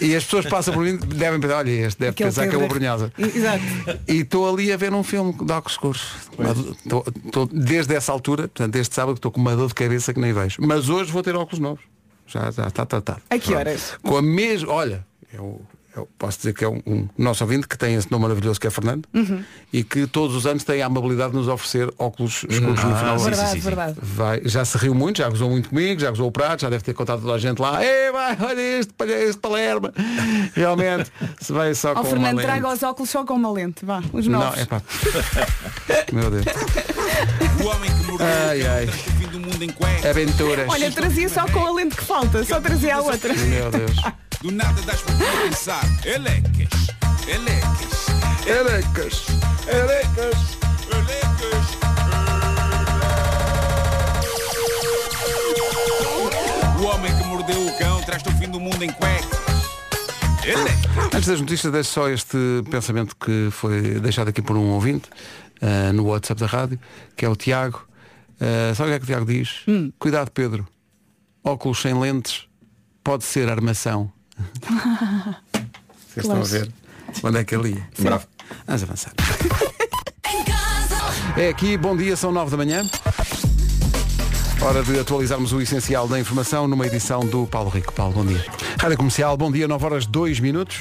Speaker 9: E as pessoas passam por mim devem pensar, olha este, deve
Speaker 2: Aquele
Speaker 9: pensar que é
Speaker 2: Pedro.
Speaker 9: uma brunhosa.
Speaker 2: Exato.
Speaker 9: E estou ali a ver um filme de óculos escuros. Mas tô- tô- desde essa altura, portanto, este sábado, estou com uma dor de cabeça que nem vejo. Mas hoje vou ter óculos novos. Já já está tratado.
Speaker 2: A que horas?
Speaker 9: Com a mesma. Olha, eu, eu posso dizer que é um, um nosso ouvinte que tem esse nome maravilhoso que é Fernando
Speaker 2: Uhum.
Speaker 9: e que todos os anos tem a amabilidade de nos oferecer óculos escuros no
Speaker 2: Ah,
Speaker 9: final é do
Speaker 2: sim,
Speaker 9: ano.
Speaker 2: Verdade, sim, sim. verdade.
Speaker 9: Vai- já se riu muito, já gozou muito comigo, já gozou o prato, já deve ter contado toda a gente lá. Ei, vai, olha este, palha- este Palermo. Realmente, se vai só
Speaker 2: Ó
Speaker 9: com uma
Speaker 2: Fernando,
Speaker 9: lente.
Speaker 2: traga os óculos só com uma lente. Vá, os
Speaker 9: Não,
Speaker 2: novos.
Speaker 9: é pá. Meu Deus. Ai, ai. Aventuras.
Speaker 2: Olha, trazia só com a lente que falta, só trazia a outra.
Speaker 9: Meu Deus.
Speaker 16: Do nada das por pensar. Elecas, elecas,
Speaker 9: elecas, elecas,
Speaker 16: elecas. O homem que mordeu o cão traz-te o fim do mundo em cuecas. Elecas.
Speaker 9: Antes das notícias, deixo só este pensamento que foi deixado aqui por um ouvinte ah, no WhatsApp da rádio, que é o Tiago. Ah, sabe o que é que o Tiago diz? Cuidado, Pedro. Óculos sem lentes pode ser armação. Vocês
Speaker 1: Claro.
Speaker 9: estão a ver? Onde é que ele ia? Bravo. Vamos avançar. É aqui, bom dia, são nove da manhã. Hora de atualizarmos o essencial da informação numa edição do Paulo Rico. Paulo, bom dia. Rádio Comercial, bom dia, 9 horas 2 minutos.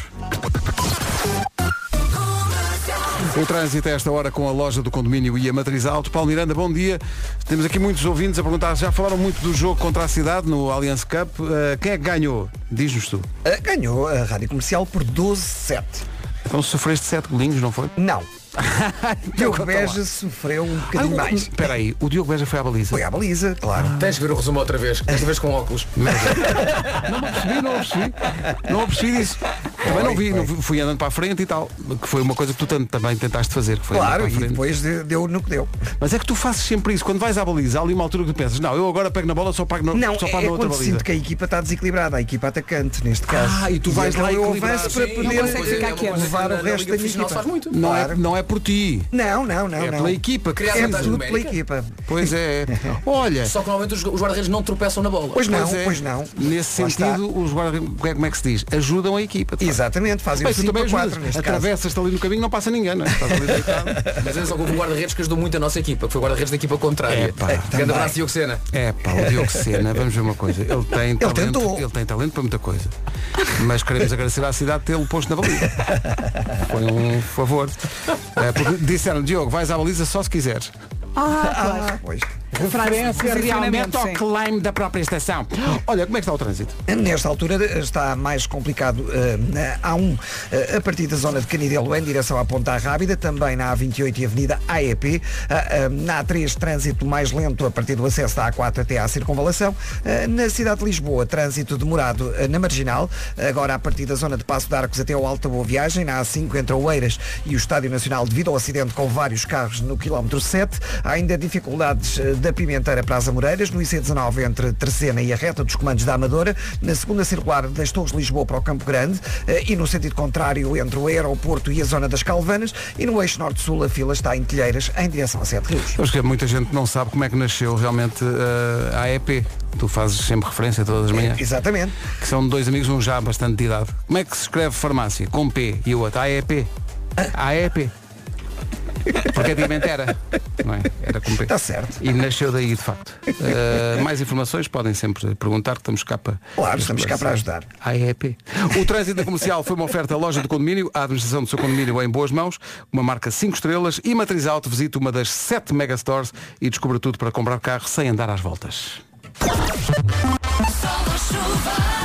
Speaker 9: O trânsito a esta hora com a loja do condomínio e a matriz alto. Paulo Miranda, bom dia. Temos aqui muitos ouvintes a perguntar, já falaram muito do jogo contra a cidade no Allianz Cup. Eh, quem é que ganhou? Diz-nos tu.
Speaker 5: Ah, Ganhou a rádio comercial por 12-7.
Speaker 9: Então sofreste 7 golinhos, não foi?
Speaker 5: Não.
Speaker 15: então,
Speaker 5: Diogo
Speaker 9: conta lá.
Speaker 5: Beja sofreu um bocadinho
Speaker 9: Ah, o-
Speaker 5: mais.
Speaker 9: Espera aí, o Diogo Beja foi à baliza? Ah.
Speaker 5: Foi à baliza, claro.
Speaker 12: Tens que ver o resumo outra vez, desta vez com óculos.
Speaker 9: Não me apercebi, não apercebi. Não apercebi disso. Também não vi, não vi, fui andando para a frente e tal. Que foi uma coisa que tu tanto também tentaste fazer. Que foi andar
Speaker 5: Claro,
Speaker 9: para a
Speaker 5: e
Speaker 9: um frente.
Speaker 5: depois de- deu no que deu.
Speaker 9: Mas é que tu fazes sempre isso. Quando vais à baliza, há ali uma altura que tu pensas, não, eu agora pego na bola, só pago no,
Speaker 5: Não,
Speaker 9: só
Speaker 5: é
Speaker 9: pago na outra
Speaker 5: quando
Speaker 9: baliza.
Speaker 5: sinto que a equipa está desequilibrada, a equipa atacante, neste caso.
Speaker 9: Ah, e tu vais
Speaker 5: então
Speaker 9: lá
Speaker 5: eu
Speaker 9: equilibrar,
Speaker 5: avanço para
Speaker 9: sim. é
Speaker 5: poder
Speaker 9: Não consegues ficar quieto.
Speaker 5: levar
Speaker 9: Na-
Speaker 5: o resto
Speaker 9: na Liga
Speaker 5: da minha
Speaker 9: Profissional
Speaker 5: equipa.
Speaker 9: faz muito. é Não é- não é por ti.
Speaker 5: Não, não, não.
Speaker 9: É
Speaker 5: não.
Speaker 9: pela equipa.
Speaker 5: Criar
Speaker 9: Sim,
Speaker 5: vantagem
Speaker 9: tudo pela
Speaker 5: numérica. equipa.
Speaker 9: Pois é. Olha. é.
Speaker 12: Só que normalmente os os guarda-redes não tropeçam na bola.
Speaker 5: Pois não, pois não.
Speaker 9: Nesse
Speaker 5: Lá está.
Speaker 9: sentido, os guarda como é, como é que se diz? Ajudam a equipa. de facto.
Speaker 5: Exatamente, fazem
Speaker 9: Bem,
Speaker 5: o
Speaker 9: tu
Speaker 5: cinco
Speaker 9: também
Speaker 5: a quatro,
Speaker 9: ajudas.
Speaker 5: neste caso.
Speaker 9: Atravessas-te ali no caminho, não passa ninguém, não é? Estás ali deitado.
Speaker 12: Mas às vezes houve um guarda-redes que ajudou muito a nossa equipa, que foi o guarda-redes da equipa contrária. Grande abraço, Diogo Sena.
Speaker 9: É pá, o Diogo Sena, vamos ver uma coisa. Ele tem talento,
Speaker 12: tentou.
Speaker 9: ele tem talento para muita coisa. Mas queremos agradecer à cidade de tê-lo posto na baliza. Foi um favor. É, porque disseram, Diogo, vais à baliza só se quiseres.
Speaker 5: Ah, pois.
Speaker 9: Referência realmente ao claim da própria estação. Olha, como é que está o trânsito?
Speaker 5: Nesta altura eh, está mais complicado eh, na A1, eh, a partir da zona de Canidelo em direção à Ponta Rábida, também na A28 e Avenida AEP, Ah, ah, na A3 trânsito mais lento a partir do acesso da A4 até à circunvalação, Ah, na cidade de Lisboa trânsito demorado eh, na Marginal, agora a partir da zona de Passo de Arcos até ao Alta Boa Viagem, na A5 entre Oeiras e o Estádio Nacional devido ao acidente com vários carros no quilómetro 7, há ainda dificuldades eh, da Pimenteira para as Amoreiras, no IC19 entre Terceira e a reta dos comandos da Amadora, na segunda circular das Torres de Lisboa para o Campo Grande eh, e no sentido contrário entre o aeroporto e a zona das Calvanas e no eixo norte-sul a fila está em Telheiras em direção a Sete Rios.
Speaker 9: Eu acho que muita gente não sabe como é que nasceu realmente eh, a EP. Tu fazes sempre referência todas as manhãs.
Speaker 5: É, Exatamente.
Speaker 9: Que são dois amigos, um já bastante de idade.
Speaker 5: Ah.
Speaker 9: Como é que se escreve farmácia? Com P e o outro AEP. AEP. Praticamente era. Não é? Era como... Está
Speaker 5: Tá certo.
Speaker 9: E nasceu daí, de facto. Uh, mais informações podem sempre perguntar, que estamos cá para.
Speaker 5: Claro, estamos cá para ajudar.
Speaker 9: AEP. O trânsito comercial foi uma oferta à loja do condomínio, a administração do seu condomínio é em boas mãos, uma marca 5 estrelas e matriz alto. Visite uma das 7 megastores e descubra tudo para comprar carro sem andar às voltas.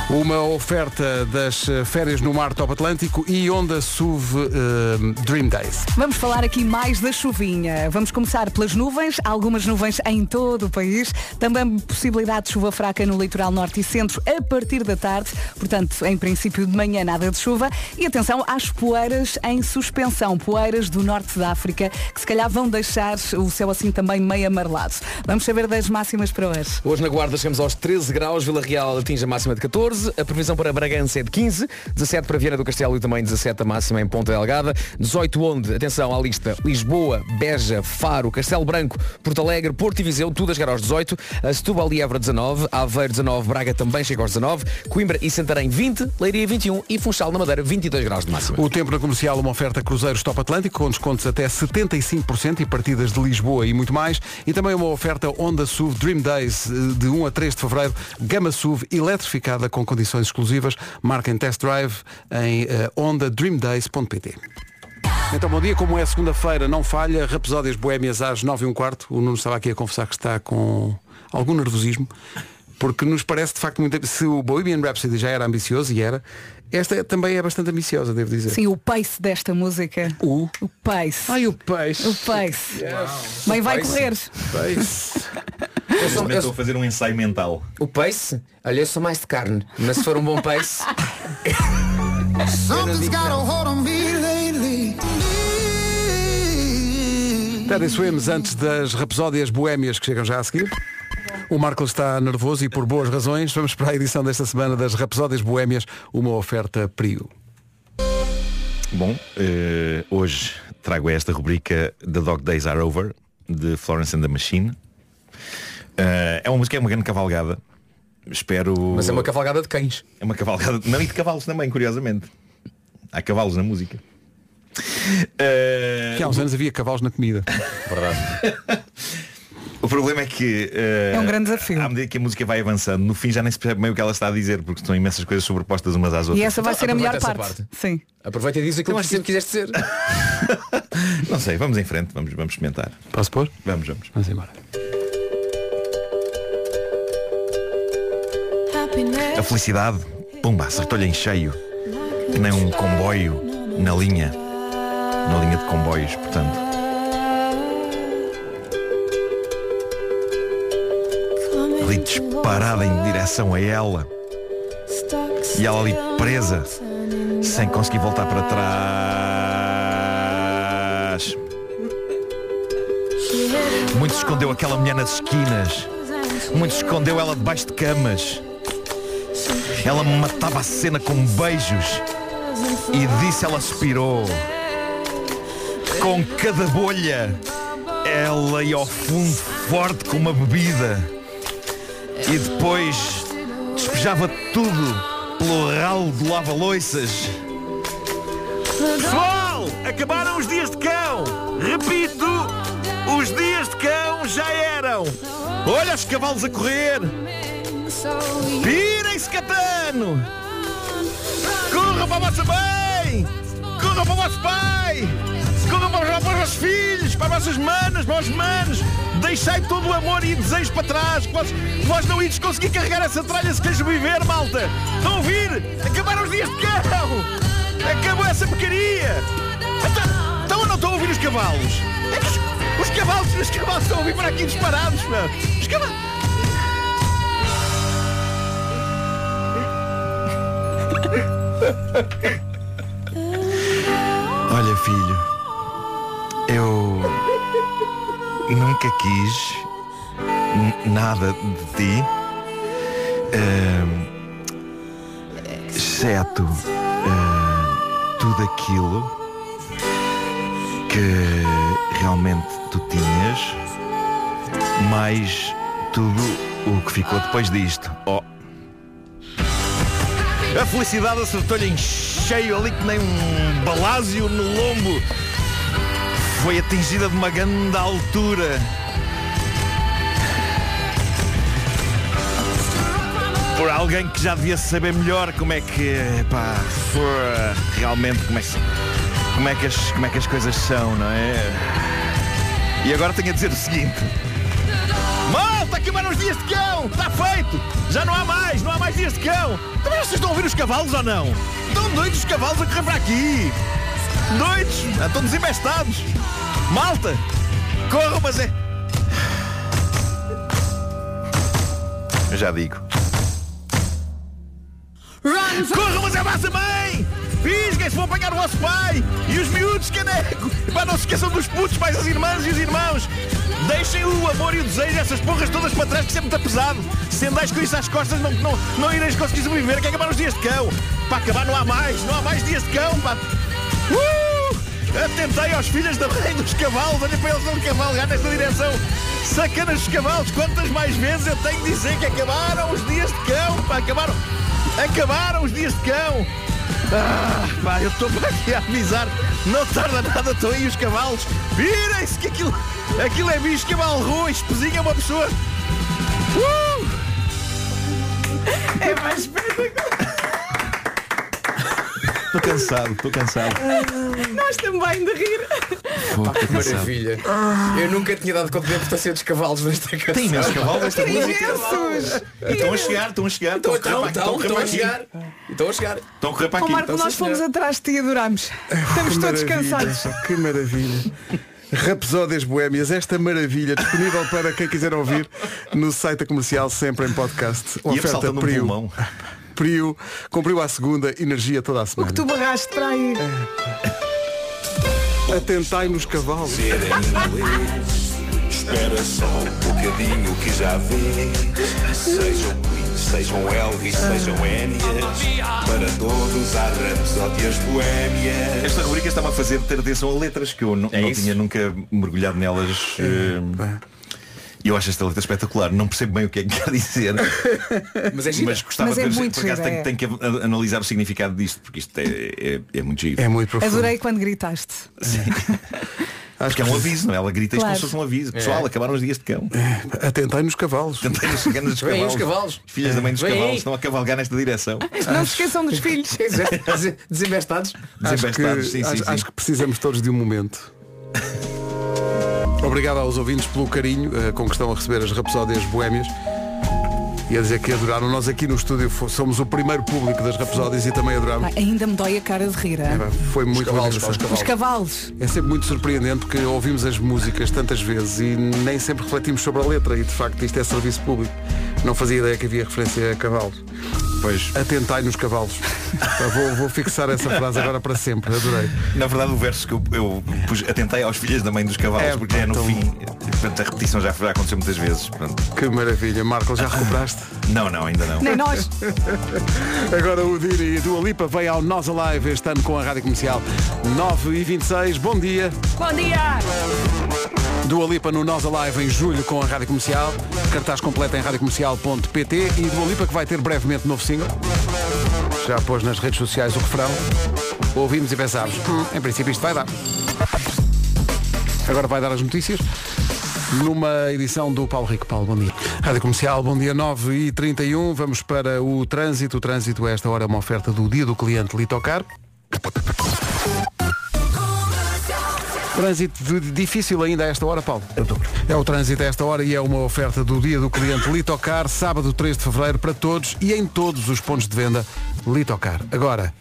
Speaker 9: Uma oferta das eh, férias no mar Top Atlântico e Onda SUV eh, Dream Days.
Speaker 2: Vamos falar aqui mais da chuvinha. Vamos começar pelas nuvens, algumas nuvens em todo o país. Também possibilidade de chuva fraca no litoral norte e centro a partir da tarde. Portanto, em princípio de manhã nada de chuva. E atenção às poeiras em suspensão, poeiras do norte da África, que se calhar vão deixar o céu assim também meio amarelado. Vamos saber das máximas para hoje.
Speaker 12: Hoje na Guarda chegamos aos 13 graus, Vila Real atinge a máxima de 14, a previsão para Bragança é de 15, 17 para Viana do Castelo e também 17 a máxima em Ponta Delgada, 18 onde, atenção à lista, Lisboa, Beja, Faro, Castelo Branco, Porto Alegre, Porto e Viseu, tudo a chegar aos 18, a Setúbal e Évora 19, Aveiro 19, Braga também chega aos 19, Coimbra e Santarém 20, Leiria 21 e Funchal na Madeira 22 graus de máxima.
Speaker 9: O tempo na comercial, uma oferta Cruzeiros Top Atlântico, com descontos até 75% e partidas de Lisboa e muito mais. E também uma oferta Honda SUV Dream Days, eh, de 1 a 3 de fevereiro, gama SUV eletrificada com condições exclusivas. Marquem test drive em eh, hondadreamdays.pt. Então, bom dia. Como é segunda-feira, não falha. Rapesódias Boémias às 9 e um quarto. O Nuno estava aqui a confessar que está com algum nervosismo, porque nos parece, de facto, muito... se o Bohemian Rhapsody já era ambicioso, e era, esta é- também é bastante ambiciosa, devo dizer.
Speaker 2: Sim, o pace desta música.
Speaker 9: O?
Speaker 2: O pace.
Speaker 9: Ai, o pace.
Speaker 2: O pace. Bem, vai
Speaker 15: Pace.
Speaker 2: correr.
Speaker 15: Neste momento estou a fazer um ensaio mental.
Speaker 12: O pace? Olha, eu sou mais de carne, mas se for um bom pace.
Speaker 10: Something's got a hold on me lately.
Speaker 9: Teddy Swims antes das rapsódias boémias que chegam já a seguir. O Marco está nervoso e por boas razões. Vamos para a edição desta semana das Rapsódias Boémias, uma oferta Prio.
Speaker 15: Bom, eh, hoje trago esta rubrica The Dog Days Are Over, de Florence and the Machine. Eh, é uma música, é uma grande cavalgada. Espero.
Speaker 12: Mas é uma cavalgada de cães.
Speaker 15: É uma cavalgada. Não, e de cavalos também, curiosamente. Há cavalos na música.
Speaker 17: É,
Speaker 15: Eh,
Speaker 9: Que há uns anos havia cavalos na comida.
Speaker 15: O problema é que eh,
Speaker 2: É um grande desafio.
Speaker 15: à medida que a música vai avançando, no fim já nem se percebe bem o que ela está a dizer, porque estão imensas coisas sobrepostas umas às outras.
Speaker 2: E essa
Speaker 12: Então,
Speaker 2: vai
Speaker 15: Então
Speaker 2: ser a melhor parte. Sim.
Speaker 12: Aproveita e diz aquilo que sempre quiseste ser.
Speaker 15: Não sei, vamos em frente, vamos, vamos experimentar.
Speaker 9: Posso pôr?
Speaker 15: Vamos, vamos.
Speaker 9: Vamos embora.
Speaker 15: A felicidade, pumba, acertou-lhe em cheio. Que nem um comboio na linha. Na linha de comboios, portanto. Ali disparada em direção a ela. E ela ali presa, sem conseguir voltar para trás. Muito se escondeu aquela mulher nas esquinas. Muito se escondeu ela debaixo de camas. Ela matava a cena com beijos. E disse ela suspirou. Com cada bolha, ela ia ao fundo forte com uma bebida. E depois despejava tudo pelo ralo do lava-loiças. Pessoal, acabaram os dias de cão. Repito, os dias de cão já eram. Olha os cavalos a correr. Pirem-se, Catano. Corram para o vosso bem. Corram para o vosso pai. Corram para os, para os vossos filhos, para as vossas manas, para os manos. Deixai todo o amor e desejo para trás. que Vós, que vós não ides conseguir carregar essa tralha se queres viver, malta. Estão a ouvir? Acabaram os dias de cão. Acabou essa porcaria. Então, Estão ou não estão a ouvir os cavalos? É que os, os cavalos, os cavalos estão a ouvir para aqui disparados, meu. Os cavalos. Olha, filho, eu nunca quis n- nada de ti, ahm, exceto ah, tudo aquilo que realmente tu tinhas, mais tudo o que ficou depois disto. Oh, a felicidade acertou-lhe em cheio ali que nem um balásio no lombo.
Speaker 18: foi atingida de uma grande altura. Por alguém que já devia saber melhor como é que. pá, foi realmente como é que, como é que, as, como é que as coisas são, não é? E agora tenho a dizer o seguinte. Malta, acabaram os dias de cão! Está feito! Já não há mais, não há mais dias de cão! Também vocês estão a ouvir os cavalos ou não? Estão doidos os cavalos a correr para aqui! Doidos! Ah, Estão desembestados! Malta! Corram, mas é. Eu já digo. Corram, mas é massa, mãe! Fisguem-se, vão apanhar o vosso pai! E os miúdos, é caneco! Epá, não se esqueçam dos putos, pais, as irmãs e os irmãos! Deixem o amor e o desejo, essas porras todas para trás, que sempre está pesado! Se andais com isso às costas, não, não, não ireis conseguir sobreviver, que é acabar os dias de cão! Para acabar não há mais, não há mais dias de cão, pá! Uh! Atentei aos filhos da mãe dos cavalos, olha para eles não cavalgar nesta direção! Sacanas dos cavalos, quantas mais vezes eu tenho de dizer que acabaram os dias de cão, pá, acabaram! Acabaram os dias de cão! Ah, pá, eu estou para aqui a avisar. Não tarda nada, estão aí os cavalos. Virem-se que aquilo, aquilo é bicho, cavalo ruim, espezinha uma pessoa. Uh!
Speaker 10: É mais espetacular.
Speaker 18: Estou cansado, estou cansado.
Speaker 10: Nós também de rir.
Speaker 18: Pô,
Speaker 12: Pá, que
Speaker 18: estou cansado.
Speaker 12: maravilha. Eu nunca tinha dado conta da importância dos cavalos nesta canção.
Speaker 18: Tem imensos cavalos esta
Speaker 12: Tem
Speaker 18: música.
Speaker 12: imensos.
Speaker 18: E Estão a chegar, estão a chegar.
Speaker 12: Estão,
Speaker 18: correr para-
Speaker 12: estão,
Speaker 18: correr
Speaker 12: estão
Speaker 18: para
Speaker 12: a chegar.
Speaker 18: aqui.
Speaker 12: Estão a chegar.
Speaker 18: Estão a correr para
Speaker 17: Ó
Speaker 18: aqui.
Speaker 17: Marco,
Speaker 12: então,
Speaker 17: nós fomos atrás de ti e adorámos. Estamos
Speaker 9: Que
Speaker 17: todos
Speaker 9: maravilha,
Speaker 17: cansados.
Speaker 9: pá, Que maravilha. Rapsódias Boémias, esta maravilha disponível para quem quiser ouvir no site da comercial, sempre em podcast.
Speaker 18: E eu saltando um pulmão.
Speaker 9: Prio, cumpriu à segunda, energia toda a semana.
Speaker 17: Tu barraste para aí.
Speaker 9: Atentai nos cavalos.
Speaker 15: Espera só um bocadinho que já vê. Sejam Queen, sejam Elvis, sejam Enias. Para todos há rapsódias boémias.
Speaker 18: Esta rubrica está-me a fazer ter atenção a letras que eu
Speaker 12: É
Speaker 18: nu- não tinha nunca mergulhado nelas. eh, E eu acho esta letra espetacular. Não percebo bem o que é que quer dizer.
Speaker 12: Mas é gira.
Speaker 18: Mas gostava
Speaker 12: Mas
Speaker 18: de
Speaker 12: é
Speaker 18: ver.
Speaker 12: muito
Speaker 18: por acaso
Speaker 12: gira,
Speaker 18: tenho, tenho que a- analisar o significado disto, porque isto é, é, é muito giro.
Speaker 9: É muito
Speaker 2: Adorei quando gritaste.
Speaker 18: Acho que é um aviso, não é? Ela grita isto
Speaker 2: Claro.
Speaker 18: como se fosse um aviso.
Speaker 2: É.
Speaker 18: Pessoal, acabaram os dias de cão.
Speaker 12: É.
Speaker 9: Atentai nos cavalos.
Speaker 18: Atentai nos cavalos.
Speaker 12: Vêm aí os cavalos.
Speaker 18: Filhas da mãe dos
Speaker 12: Vêm aí.
Speaker 18: cavalos estão a cavalgar nesta direção.
Speaker 17: Ah, Não se esqueçam dos filhos.
Speaker 12: Desembestados.
Speaker 9: Acho que,
Speaker 18: Desembestados, sim,
Speaker 9: acho,
Speaker 18: sim, sim.
Speaker 9: acho que precisamos todos de um momento. Obrigado aos ouvintes pelo carinho eh, com que estão a receber as Rapsódias Boémias. E a dizer que adoraram. Nós aqui no estúdio fo- somos o primeiro público das Rapsódias e também adorámos.
Speaker 2: Pá, ainda me dói a cara de rir. hã?
Speaker 9: É, Foi muito
Speaker 2: cavalos,
Speaker 9: interessante.
Speaker 2: pá, os cavalos.
Speaker 9: É sempre muito surpreendente porque ouvimos as músicas tantas vezes e nem sempre refletimos sobre a letra e de facto isto é serviço público. Não fazia ideia que havia referência a cavalos.
Speaker 18: Pois.
Speaker 9: Atentai nos cavalos. Pá, vou, vou fixar essa frase agora para sempre. Adorei.
Speaker 18: Na verdade o verso que eu, eu pus atentei aos filhos da mãe dos cavalos,
Speaker 9: É,
Speaker 18: porque é no
Speaker 9: então-
Speaker 18: fim. Portanto, a repetição já, já aconteceu muitas vezes. Pronto.
Speaker 9: Que maravilha, Marco, já recuperaste?
Speaker 18: Não, não, ainda não.
Speaker 9: Nem nós. Agora o Diri e a Dua Lipa vem ao Nós Alive este ano com a Rádio Comercial 9 e 26. Bom dia.
Speaker 10: Bom dia!
Speaker 9: Dua Lipa no Nós Alive em julho com a Rádio Comercial. Cartaz completo em radiocomercial.pt e Dua Lipa que vai ter brevemente novo single. Já pôs nas redes sociais o refrão. Ouvimos e pensámos, "Hum, em princípio isto vai dar. Agora vai dar as notícias numa edição do Paulo Rico. Paulo, bom dia. Rádio Comercial, bom dia 9 e 31. Vamos para o trânsito. O trânsito a esta hora é uma oferta do Dia do Cliente Litocar. Trânsito de- difícil ainda a esta hora, Paulo. É o trânsito a esta hora e é uma oferta do dia do cliente Litocar, sábado 3 de fevereiro para todos e em todos os pontos de venda Litocar. Agora,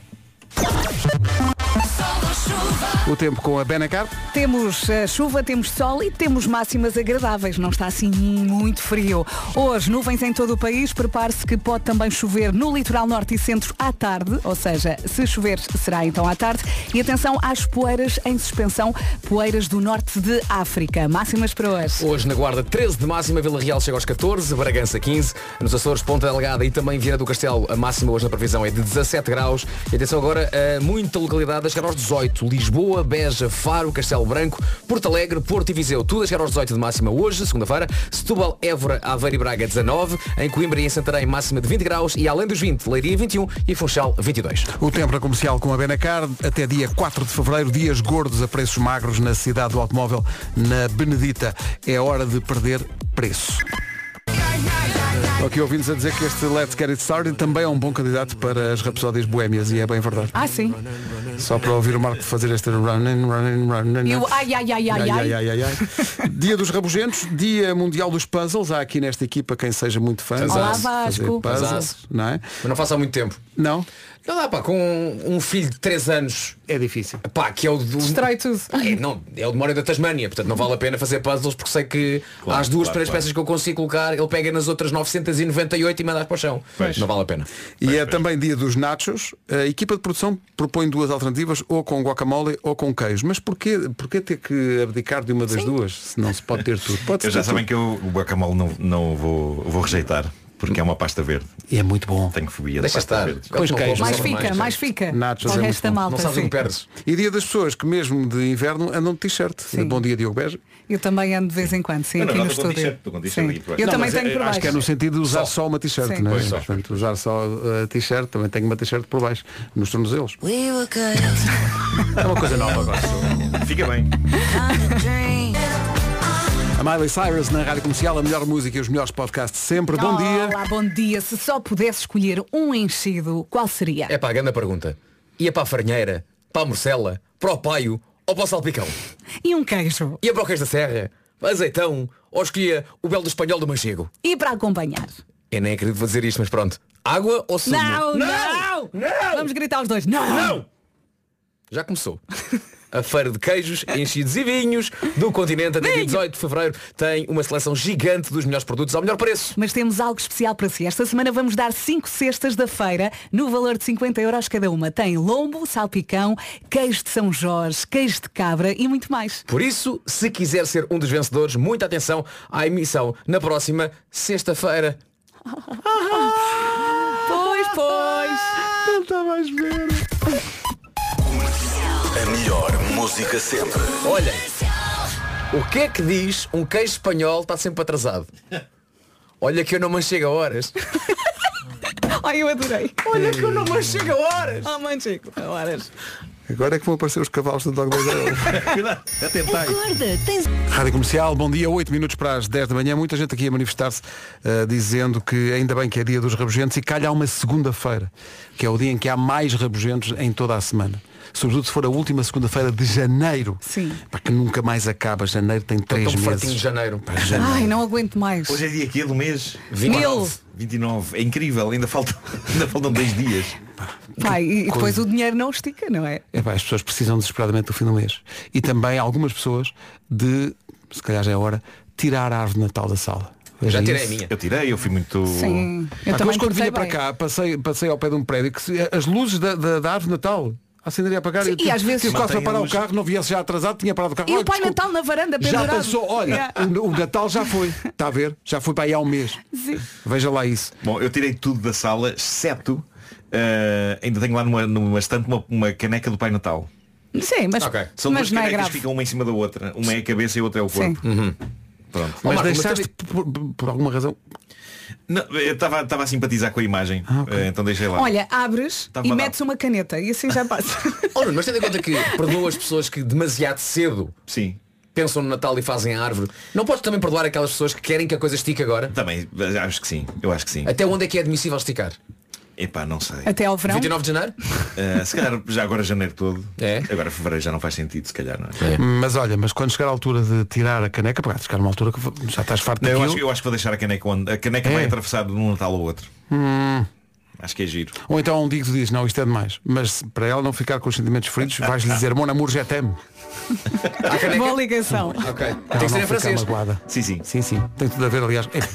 Speaker 9: o tempo com a Benacar.
Speaker 2: Temos eh, chuva, temos sol e temos máximas agradáveis. Não está assim muito frio. Hoje, nuvens em todo o país. Prepare-se que pode também chover no litoral norte e centro à tarde. Ou seja, se chover, será então à tarde. E atenção às poeiras em suspensão. Poeiras do norte de África. Máximas para hoje.
Speaker 12: Hoje na Guarda 13 de máxima, Vila Real chega aos 14, Bragança 15, nos Açores Ponta Delgada e também Vieira do Castelo, a máxima hoje na previsão é de 17 graus. E atenção agora, a muita localidade a chegar aos 18, Porto, Lisboa, Beja, Faro, Castelo Branco, Porto Alegre, Porto e Viseu. Tudo a chegar aos 18 de máxima hoje, segunda-feira. Setúbal, Évora, Aveiro e Braga, 19. Em Coimbra e em Santarém, máxima de 20 graus. E além dos 20, Leiria, 21 e Funchal, 22.
Speaker 9: O tempo na comercial com a Benacar até dia 4 de fevereiro, dias gordos a preços magros na cidade do automóvel, na Benedita. É hora de perder preço. Aqui ouvintes a dizer que este Let's Get It Started também é um bom candidato para as rapsódias boémias e é bem verdade.
Speaker 2: Ah, sim.
Speaker 9: Só para ouvir o Marco fazer este running, running, running.
Speaker 2: E o ai, ai, ai, ai, ai.
Speaker 9: ai. Dia dos rabugentos, dia mundial dos puzzles. Há aqui nesta equipa quem seja muito fã.
Speaker 2: Olá,
Speaker 9: Fazer
Speaker 2: Vasco.
Speaker 9: Puzzles, não é?
Speaker 12: Mas não faço há muito tempo.
Speaker 9: Não?
Speaker 12: Não dá, pá, com um filho de 3 anos.
Speaker 9: É difícil.
Speaker 12: Pá, que é o do.
Speaker 2: Destrói tudo.
Speaker 12: É, não, é o demónio da Tasmânia, portanto não vale a pena fazer puzzles porque sei que
Speaker 15: Claro,
Speaker 12: às duas primeiras
Speaker 15: claro, claro.
Speaker 12: peças que eu consigo colocar, ele pega nas outras 998 e manda para o chão. Não vale a pena.
Speaker 9: E é também dia dos nachos. A equipa de produção propõe duas alternativas, ou com guacamole ou com queijo. Mas porquê, porquê ter que abdicar de uma das duas? Se não se pode ter tudo. Pode
Speaker 15: Eu
Speaker 9: ser
Speaker 15: já
Speaker 9: tudo.
Speaker 15: sabem que eu o guacamole não, não vou, vou rejeitar, porque é uma pasta verde.
Speaker 9: E é muito bom.
Speaker 15: Tenho fobia
Speaker 12: Deixa
Speaker 15: de pasta
Speaker 12: estar.
Speaker 15: verde.
Speaker 12: Pois queijo,
Speaker 2: Mais fica, mais fica.
Speaker 9: Nachos
Speaker 2: Para
Speaker 9: é
Speaker 2: o
Speaker 9: muito
Speaker 2: resto da
Speaker 9: bom.
Speaker 2: malta.
Speaker 12: Não sabes o
Speaker 2: sim.
Speaker 12: que perdes.
Speaker 9: E dia das pessoas que mesmo de inverno andam de t-shirt. Bom dia, Diogo Beja.
Speaker 2: Eu também ando de vez em quando, sim,
Speaker 15: Não, não,
Speaker 2: aqui
Speaker 15: não,
Speaker 2: no
Speaker 15: estou com
Speaker 2: estúdio.
Speaker 15: t-shirt, estou com
Speaker 2: Sim.
Speaker 15: t-shirt ali por baixo.
Speaker 2: Eu
Speaker 15: Não,
Speaker 2: também
Speaker 15: mas
Speaker 2: tenho
Speaker 15: é-
Speaker 2: por
Speaker 15: acho
Speaker 2: baixo.
Speaker 9: Acho que é no sentido de usar só, uma t-shirt,
Speaker 2: Sim.
Speaker 9: não é?
Speaker 2: Pois, só.
Speaker 9: Portanto, usar só a t-shirt, também tenho uma t-shirt por baixo, nos tornozelos.
Speaker 10: We were good.
Speaker 9: É uma coisa nova agora.
Speaker 15: Fica bem.
Speaker 9: A Miley Cyrus na Rádio Comercial, a melhor música e os melhores podcasts de sempre. Bom dia.
Speaker 2: Olá, bom dia. Se só pudesse escolher um enchido, qual seria?
Speaker 12: É para a grande pergunta. Ia para a farinheira, para a morcela, para o paio ou para o salpicão?
Speaker 2: E um queijo.
Speaker 12: Ia para o queijo da serra, azeitão ou escolhia o belo do espanhol do manchego?
Speaker 2: E para acompanhar?
Speaker 12: Eu nem acredito vou dizer isto, mas pronto. Água ou sumo?
Speaker 2: Não, não, Vamos gritar os dois. Não!
Speaker 12: Já começou. A feira de queijos, enchidos e vinhos do continente até dia 18 de fevereiro tem uma seleção gigante dos melhores produtos ao melhor preço.
Speaker 2: Mas temos algo especial para si. Esta semana vamos dar 5 cestas da feira no valor de 50 euros cada uma. Tem lombo, salpicão, queijo de São Jorge, queijo de cabra e muito mais.
Speaker 12: Por isso, se quiser ser um dos vencedores, muita atenção à emissão na próxima sexta-feira.
Speaker 2: Pois, pois.
Speaker 9: Não está mais ver.
Speaker 7: A melhor música sempre.
Speaker 12: Olha, o que é que diz um queijo espanhol está sempre atrasado? Olha que eu não manchego a horas.
Speaker 2: Ai, eu adorei.
Speaker 12: Olha que eu não manchego a horas.
Speaker 2: Oh, manchego a horas.
Speaker 9: Agora é que vão aparecer os cavalos do Dog Days
Speaker 15: Já tentei.
Speaker 10: Acorda, tens.
Speaker 9: Rádio Comercial, bom dia, 8 minutos para as 10 da manhã. Muita gente aqui a manifestar-se eh, dizendo que ainda bem que é dia dos rabugentos e calha uma segunda-feira, que é o dia em que há mais rabugentos em toda a semana. Sobretudo se for a última segunda-feira de janeiro.
Speaker 2: Sim.
Speaker 9: Pá, que nunca mais acaba. Janeiro tem três
Speaker 12: Estou fartinho de
Speaker 9: meses.
Speaker 12: janeiro.
Speaker 9: Pá, janeiro.
Speaker 2: Ai, não aguento mais.
Speaker 15: Hoje é dia aqui do mês.
Speaker 2: Mil.
Speaker 15: 29. É incrível, ainda faltam, ainda faltam dois dias.
Speaker 2: Pai, e depois o dinheiro não estica, não é?
Speaker 9: É pá, as pessoas precisam desesperadamente do fim do mês. E também algumas pessoas de, se calhar já é hora, tirar a árvore de Natal da sala.
Speaker 12: Eu já
Speaker 9: Veja
Speaker 12: tirei
Speaker 9: isso.
Speaker 12: a minha.
Speaker 15: Eu tirei, eu fui muito.
Speaker 2: Sim. Eu
Speaker 9: Pá,
Speaker 2: também
Speaker 9: hoje quando
Speaker 2: cortei
Speaker 9: vinha para
Speaker 2: bem.
Speaker 9: cá, passei, passei ao pé de um prédio que se- as luzes da, da, da árvore de Natal acenderia a apagar.
Speaker 2: Sim,
Speaker 9: eu
Speaker 2: e
Speaker 9: tive-
Speaker 2: às vezes-
Speaker 9: tive quase para
Speaker 2: Mantém a
Speaker 9: parar o
Speaker 2: luz.
Speaker 9: carro, não viesse já atrasado, tinha parado o carro.
Speaker 2: E
Speaker 9: Olha,
Speaker 2: o Pai
Speaker 9: desculpe,
Speaker 2: Natal na varanda
Speaker 9: Tá já
Speaker 2: pendurado.
Speaker 9: passou, olha,
Speaker 2: Yeah.
Speaker 9: o, o Natal já foi, está a ver? Já foi para aí há um mês.
Speaker 2: Sim.
Speaker 9: Veja lá isso.
Speaker 15: Bom, eu tirei tudo da sala, exceto. eh, ainda tenho lá numa, numa estante uma, uma caneca do Pai Natal.
Speaker 2: Sim, mas,
Speaker 15: Ok. São
Speaker 2: mas
Speaker 15: duas
Speaker 2: não é
Speaker 15: canecas que
Speaker 2: grave.
Speaker 15: ficam uma em cima da outra. Uma é a cabeça e a outra é o corpo. Pronto.
Speaker 9: Mas
Speaker 12: Uhum. Marco, mas
Speaker 9: deixaste por, por alguma razão.
Speaker 15: Não, eu estava estava a simpatizar com a imagem, eh, então deixei lá.
Speaker 2: Ah, Olha, abres
Speaker 9: Tá
Speaker 15: Tava
Speaker 2: e
Speaker 15: lá.
Speaker 2: metes uma caneta e assim já passa.
Speaker 12: Oh, Nuno, mas tendo em conta que perdoa as pessoas que demasiado cedo
Speaker 15: Sim.
Speaker 12: pensam no Natal e fazem a árvore, não podes também perdoar aquelas pessoas que querem que a coisa estique agora?
Speaker 15: Também, mas acho que sim. Eu acho que sim.
Speaker 12: Até onde é que é admissível esticar?
Speaker 15: Epá, não sei.
Speaker 2: Até ao verão.
Speaker 12: 29 de janeiro? É.
Speaker 15: Eh, se calhar já agora janeiro todo. Agora fevereiro já não faz sentido, se calhar, não é?
Speaker 9: Mas olha, mas quando chegar a altura de tirar a caneca, porque há de chegar uma altura que já estás farto
Speaker 15: Não, eu,
Speaker 9: daquilo.
Speaker 15: acho, eu acho que vou deixar a caneca onde. A caneca
Speaker 9: É.
Speaker 15: vai atravessar de um Natal ao outro.
Speaker 9: Hum.
Speaker 15: Acho que é giro.
Speaker 9: Ou então um dia que tu dizes, não, isto é demais. Mas se- para ela não ficar com os sentimentos feridos, vais-lhe dizer, mon amour, já t'aime.
Speaker 12: Ah,
Speaker 2: Boa ligação.
Speaker 12: Ok. Tem
Speaker 9: Ela
Speaker 12: que ser
Speaker 9: não
Speaker 12: em
Speaker 9: fica
Speaker 12: francês.
Speaker 9: magoada.
Speaker 15: Sim, sim.
Speaker 9: Sim, sim. Tem tudo a ver, aliás. Enfim.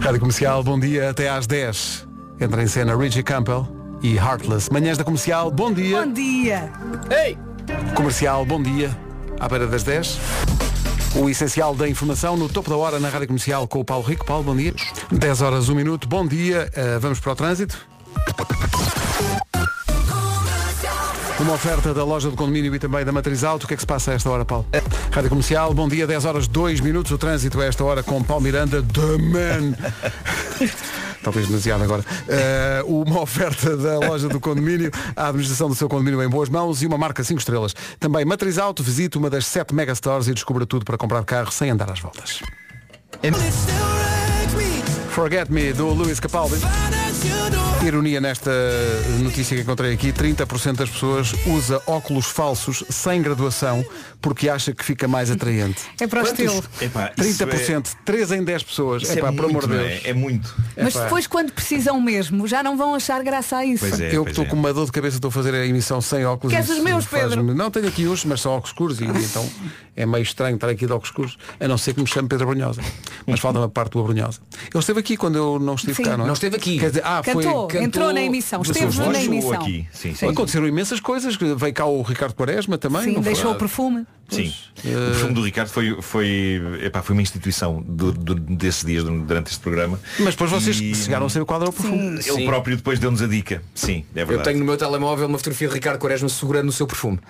Speaker 9: Rádio Comercial, bom dia, até às 10. Entra em cena Richie Campbell e Heartless. Manhãs da Comercial, bom dia.
Speaker 2: Bom dia.
Speaker 12: Ei!
Speaker 9: Comercial, bom dia. À beira das 10. O essencial da informação no topo da hora na Rádio Comercial com o Paulo Rico. Paulo, bom dia. 10 horas, 1 minuto, Eh, bom dia. Ah, vamos para o trânsito. Uma oferta da loja do condomínio e também da Matriz Auto. O que é que se passa a esta hora, Paulo? Rádio Comercial, bom dia, 10 horas 2 minutos. O trânsito a esta hora com Paulo Miranda, The Man. Talvez demasiado agora. Eh, uma oferta da loja do condomínio, a administração do seu condomínio em boas mãos e uma marca 5 estrelas. Também Matriz Auto, visite uma das 7 megastores e descubra tudo para comprar carro sem andar às voltas. Forget Me, do Luís Capaldi. Ironia nesta notícia que encontrei aqui, 30% das pessoas usa óculos falsos sem graduação porque acha que fica mais atraente.
Speaker 2: É para o estilo.
Speaker 15: Epá, isso é-
Speaker 9: 30%, 3 em 10 pessoas.
Speaker 15: Isso
Speaker 9: Epá,
Speaker 15: é
Speaker 9: por amor
Speaker 15: muito,
Speaker 9: de
Speaker 15: não
Speaker 9: Deus.
Speaker 15: é? É muito.
Speaker 2: Mas
Speaker 9: Epá.
Speaker 2: depois quando precisam mesmo, já não vão achar graça a isso.
Speaker 12: é,
Speaker 9: é. eu que estou com uma dor de cabeça, estou a fazer a emissão sem óculos.
Speaker 2: Queres
Speaker 9: Isso
Speaker 2: os meus,
Speaker 9: faz-me-
Speaker 2: Pedro?
Speaker 9: Não, tenho aqui uns, mas são óculos escuros e então é meio estranho estar aqui de óculos escuros, a não ser que me chame Pedro Brunhosa. Mas falta uma parte do Brunhosa. Ele esteve aqui quando eu não estive
Speaker 2: Sim.
Speaker 9: cá, não é?
Speaker 2: Não esteve aqui.
Speaker 9: Quer dizer, ah, foi-
Speaker 2: Cantou, entrou na emissão,
Speaker 9: das
Speaker 2: esteve
Speaker 9: suas
Speaker 2: na
Speaker 9: vozes.
Speaker 2: emissão. Aqui,
Speaker 15: sim,
Speaker 2: sim.
Speaker 9: Aconteceram imensas coisas, que veio cá o Ricardo Quaresma também.
Speaker 2: Sim,
Speaker 9: não foi?
Speaker 2: deixou o perfume.
Speaker 15: Sim.
Speaker 9: eh,
Speaker 15: O filme do Ricardo foi, foi, epá, foi uma instituição do- do- desses dias durante este programa.
Speaker 9: Mas depois vocês
Speaker 15: E-
Speaker 9: chegaram a saber qual era o perfume.
Speaker 15: Ele próprio depois deu-nos a dica. Sim, é
Speaker 12: Eu
Speaker 15: verdade.
Speaker 12: tenho no meu telemóvel uma fotografia de Ricardo Quaresma segurando o seu perfume.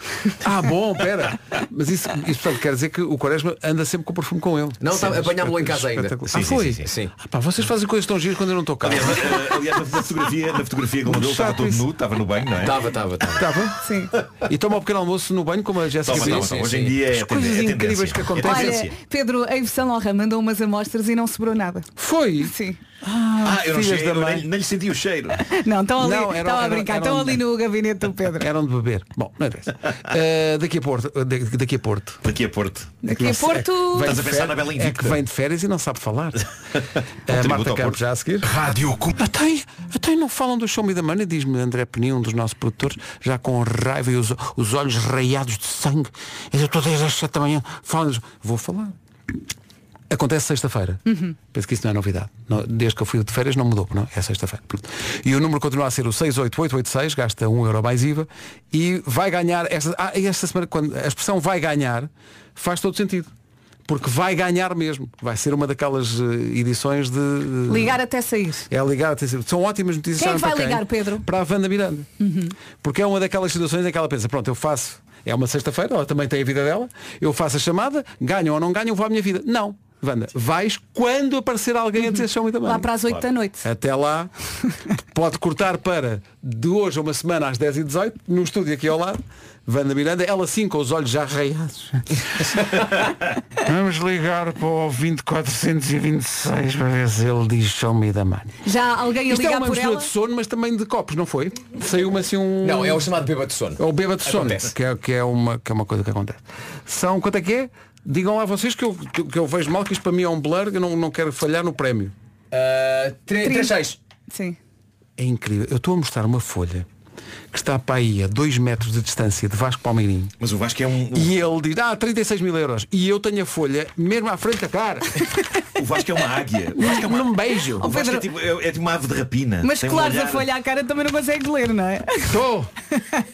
Speaker 9: Ah, bom, pera. Mas isso, isso portanto, quer dizer que o Quaresma anda sempre com o perfume com ele.
Speaker 12: Não, tá-
Speaker 9: Sim,
Speaker 12: apanhámos-lo em casa ainda.
Speaker 9: espetacular.
Speaker 12: Sim,
Speaker 9: ah,
Speaker 12: sim,
Speaker 9: foi?
Speaker 12: sim, sim.
Speaker 9: Ah, pá, vocês fazem coisas tão giras quando eu não estou cá.
Speaker 15: Aliás, eh, aliás, na fotografia, na fotografia que ele mandou, ele estava
Speaker 9: Chato
Speaker 15: todo
Speaker 9: isso.
Speaker 15: nu, estava no banho, não é?
Speaker 12: Estava, estava, estava.
Speaker 9: Estava?
Speaker 2: Sim.
Speaker 9: Tá E toma o pequeno almoço no banho como a Jéssica
Speaker 15: Toma,
Speaker 9: Biel?
Speaker 15: toma, toma. Hoje em dia é
Speaker 9: As coisas
Speaker 15: tendência, é
Speaker 9: incríveis
Speaker 15: tendência.
Speaker 9: que
Speaker 15: É
Speaker 9: acontecem.
Speaker 2: Olha, Pedro, a Yves Saint Laurent mandou umas amostras e não sobrou nada.
Speaker 9: Foi?
Speaker 2: Sim.
Speaker 15: Ah, eu não,
Speaker 9: filhas
Speaker 15: cheguei,
Speaker 9: da
Speaker 15: eu
Speaker 9: mãe.
Speaker 15: nem, nem lhe senti o cheiro.
Speaker 2: Não, estão ali,
Speaker 9: Não, era-
Speaker 2: estão a
Speaker 9: era-
Speaker 2: brincar,
Speaker 9: era
Speaker 2: estão
Speaker 9: um-
Speaker 2: ali no gabinete do Pedro.
Speaker 9: Eram de beber. Bom, não interessa. Ah, daqui a Porto. da- Daqui a Porto.
Speaker 15: Daqui a Porto.
Speaker 2: Daqui a
Speaker 9: Nossa,
Speaker 2: Porto.
Speaker 9: vem
Speaker 15: Estás
Speaker 9: de
Speaker 15: a pensar
Speaker 9: férias-
Speaker 15: na Bela
Speaker 9: É que
Speaker 15: Invicta.
Speaker 9: vem de férias e não sabe falar.
Speaker 15: Um
Speaker 9: Ah,
Speaker 15: tributo
Speaker 9: Marta
Speaker 15: ao
Speaker 9: Campos
Speaker 15: Porto.
Speaker 9: já a seguir.
Speaker 19: Rádio Com-
Speaker 9: Até, até não falam do show me da mana, diz-me André Peni, um dos nossos produtores, já com raiva e os, os olhos raiados de sangue. Eu estou desde as 7 da manhã. falam Vou falar. Acontece sexta-feira. Penso que isso não é novidade. Não- desde que eu fui de férias não mudou, não? É sexta-feira. Pronto. E o número continua a ser o 68886, gasta 1 euro mais IVA e vai ganhar esta, ah, e esta semana quando a expressão vai ganhar faz todo sentido. Porque vai ganhar mesmo. Vai ser uma daquelas eh, edições de
Speaker 2: Ligar até sair.
Speaker 9: é ligar, até sempre. são ótimas notícias.
Speaker 2: Quem é vai
Speaker 9: sabem para
Speaker 2: ligar, Pedro? Uhum.
Speaker 9: Para a Wanda Miranda. Porque é uma daquelas situações em que ela pensa, pronto, eu faço, é uma sexta-feira, ela também tem a vida dela, eu faço a chamada, ganho ou não ganho, eu vou à minha vida. Não, Wanda, vais quando aparecer alguém a dizer show me também.
Speaker 2: Lá para as oito da noite.
Speaker 9: Até lá, pode cortar para de hoje a uma semana às 10h18, no estúdio aqui ao lado, Wanda Miranda, ela sim com os olhos já arraiados. Vamos ligar para o 20426 para ver se ele diz show me da mãe.
Speaker 2: Já alguém a
Speaker 9: Isto é
Speaker 2: ligar
Speaker 9: uma
Speaker 2: por
Speaker 9: mistura
Speaker 2: ela?
Speaker 9: de sono, mas também de copos, não é? foi? Saiu-me assim um.
Speaker 12: Não, é o chamado bêbado de sono.
Speaker 9: É o bêbado de sono,
Speaker 12: Acontece.
Speaker 9: que é, que, é uma, que é uma coisa que acontece. São, quanto é que é? Digam lá vocês que eu, que, que eu vejo mal, que isto para mim é um blur, que eu não, não quero falhar no prémio.
Speaker 12: Ah,
Speaker 2: Trinta.
Speaker 12: 36.
Speaker 2: Sim.
Speaker 9: É incrível. Eu estou a mostrar uma folha que está para aí a 2 metros de distância de Vasco Palmeirinho.
Speaker 15: Mas o Vasco é um.
Speaker 9: E ele diz, ah, 36 mil euros. E eu tenho a folha mesmo à frente da cara.
Speaker 15: O Vasco é uma águia. O Vasco é uma...
Speaker 9: Num beijo.
Speaker 15: O Vasco é, tipo, é, é tipo uma ave de rapina.
Speaker 2: Mas
Speaker 15: Tem um
Speaker 2: claro, a
Speaker 15: olhar-
Speaker 2: folha à cara também não consegues ler, não é?
Speaker 9: Estou!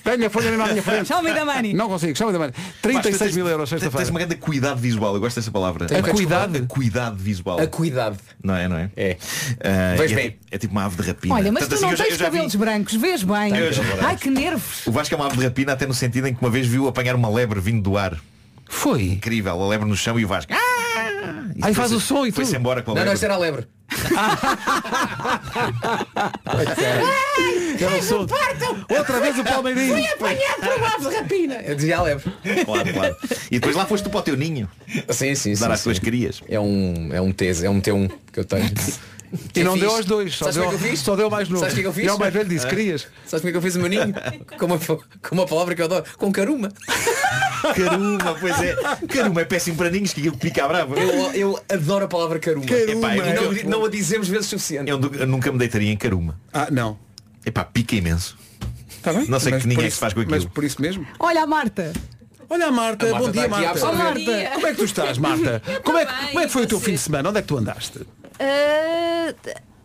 Speaker 9: Tenho a folha mesmo à minha frente.
Speaker 2: Chama-me da Mani.
Speaker 9: Não consigo, chama da mãe.
Speaker 15: Vasco,
Speaker 9: 36
Speaker 15: tens-
Speaker 9: mil euros
Speaker 15: tens- Tens
Speaker 9: sexta-feira.
Speaker 15: uma grande cuidado visual, eu gosto dessa palavra.
Speaker 9: Tem uma acuidade?
Speaker 15: cuidado visual.
Speaker 12: A cuidado.
Speaker 15: Não é, não é? É.
Speaker 12: Vês
Speaker 15: é,
Speaker 12: bem.
Speaker 15: é tipo uma ave de rapina.
Speaker 2: Olha, mas
Speaker 15: Tanto
Speaker 2: tu
Speaker 15: assim
Speaker 2: não
Speaker 15: que eu já-
Speaker 2: tens
Speaker 15: eu já vi-
Speaker 2: cabelos brancos, vês bem.
Speaker 15: Tenho cabelos brancos.
Speaker 2: Ai que nervos.
Speaker 15: O Vasco é uma ave de rapina até no sentido em que uma vez viu apanhar uma lebre vindo do ar.
Speaker 9: Foi.
Speaker 15: Incrível, a lebre no chão e o Vasco. "Ah!" E
Speaker 9: Aí faz
Speaker 15: foi-se-
Speaker 9: o som e tudo.
Speaker 15: Foi-se embora com a
Speaker 12: Não, não,
Speaker 15: lebre.
Speaker 12: isto era a lebre.
Speaker 15: Ah,
Speaker 12: é.
Speaker 9: Era o som. Outra vez o Palmeirinho.
Speaker 12: apanhado por uma ave de rapina. Eu dizia a lebre.
Speaker 15: Claro, claro. E depois lá foste tu para o teu ninho.
Speaker 12: Sim, sim, sim.
Speaker 15: Dar às
Speaker 12: sim.
Speaker 15: tuas crias.
Speaker 12: É um, é um T, é um T1 que eu tenho.
Speaker 9: E não
Speaker 12: Eu
Speaker 9: deu
Speaker 12: fiz.
Speaker 9: aos dois, só
Speaker 12: Sabes
Speaker 9: deu-
Speaker 12: como é que eu fiz?
Speaker 9: só deu ao mais novo.
Speaker 12: Sabes o que é que eu fiz?
Speaker 9: E ao mais velho disse,
Speaker 12: Ah.
Speaker 9: "Querias?"
Speaker 12: Sabes como é que eu fiz o meu ninho? Com uma, com uma palavra que eu adoro. Com caruma.
Speaker 15: Caruma, pois é. Caruma é péssimo para ninhos, que aquilo pica à brava.
Speaker 12: Eu, eu adoro a palavra caruma.
Speaker 15: Epá, eu
Speaker 12: E não,
Speaker 15: nunca-
Speaker 12: não a dizemos vezes suficiente.
Speaker 15: Eu, nu- eu nunca me deitaria em caruma.
Speaker 9: Ah, não.
Speaker 15: Epá, pica imenso.
Speaker 9: Tá bem?
Speaker 15: Não sei
Speaker 9: Mas
Speaker 15: que ninguém
Speaker 9: por
Speaker 15: é que se faz com aquilo.
Speaker 9: Mas por isso mesmo.
Speaker 2: Olha a Marta.
Speaker 9: Olha a Marta,
Speaker 12: A Marta
Speaker 9: bom dia
Speaker 12: está aqui a
Speaker 9: Marta.
Speaker 12: absorver.
Speaker 2: Bom dia.
Speaker 9: Como é que tu estás, Marta? Como é, que, como é que foi o teu fim de semana? Onde é que tu andaste?
Speaker 20: Ah,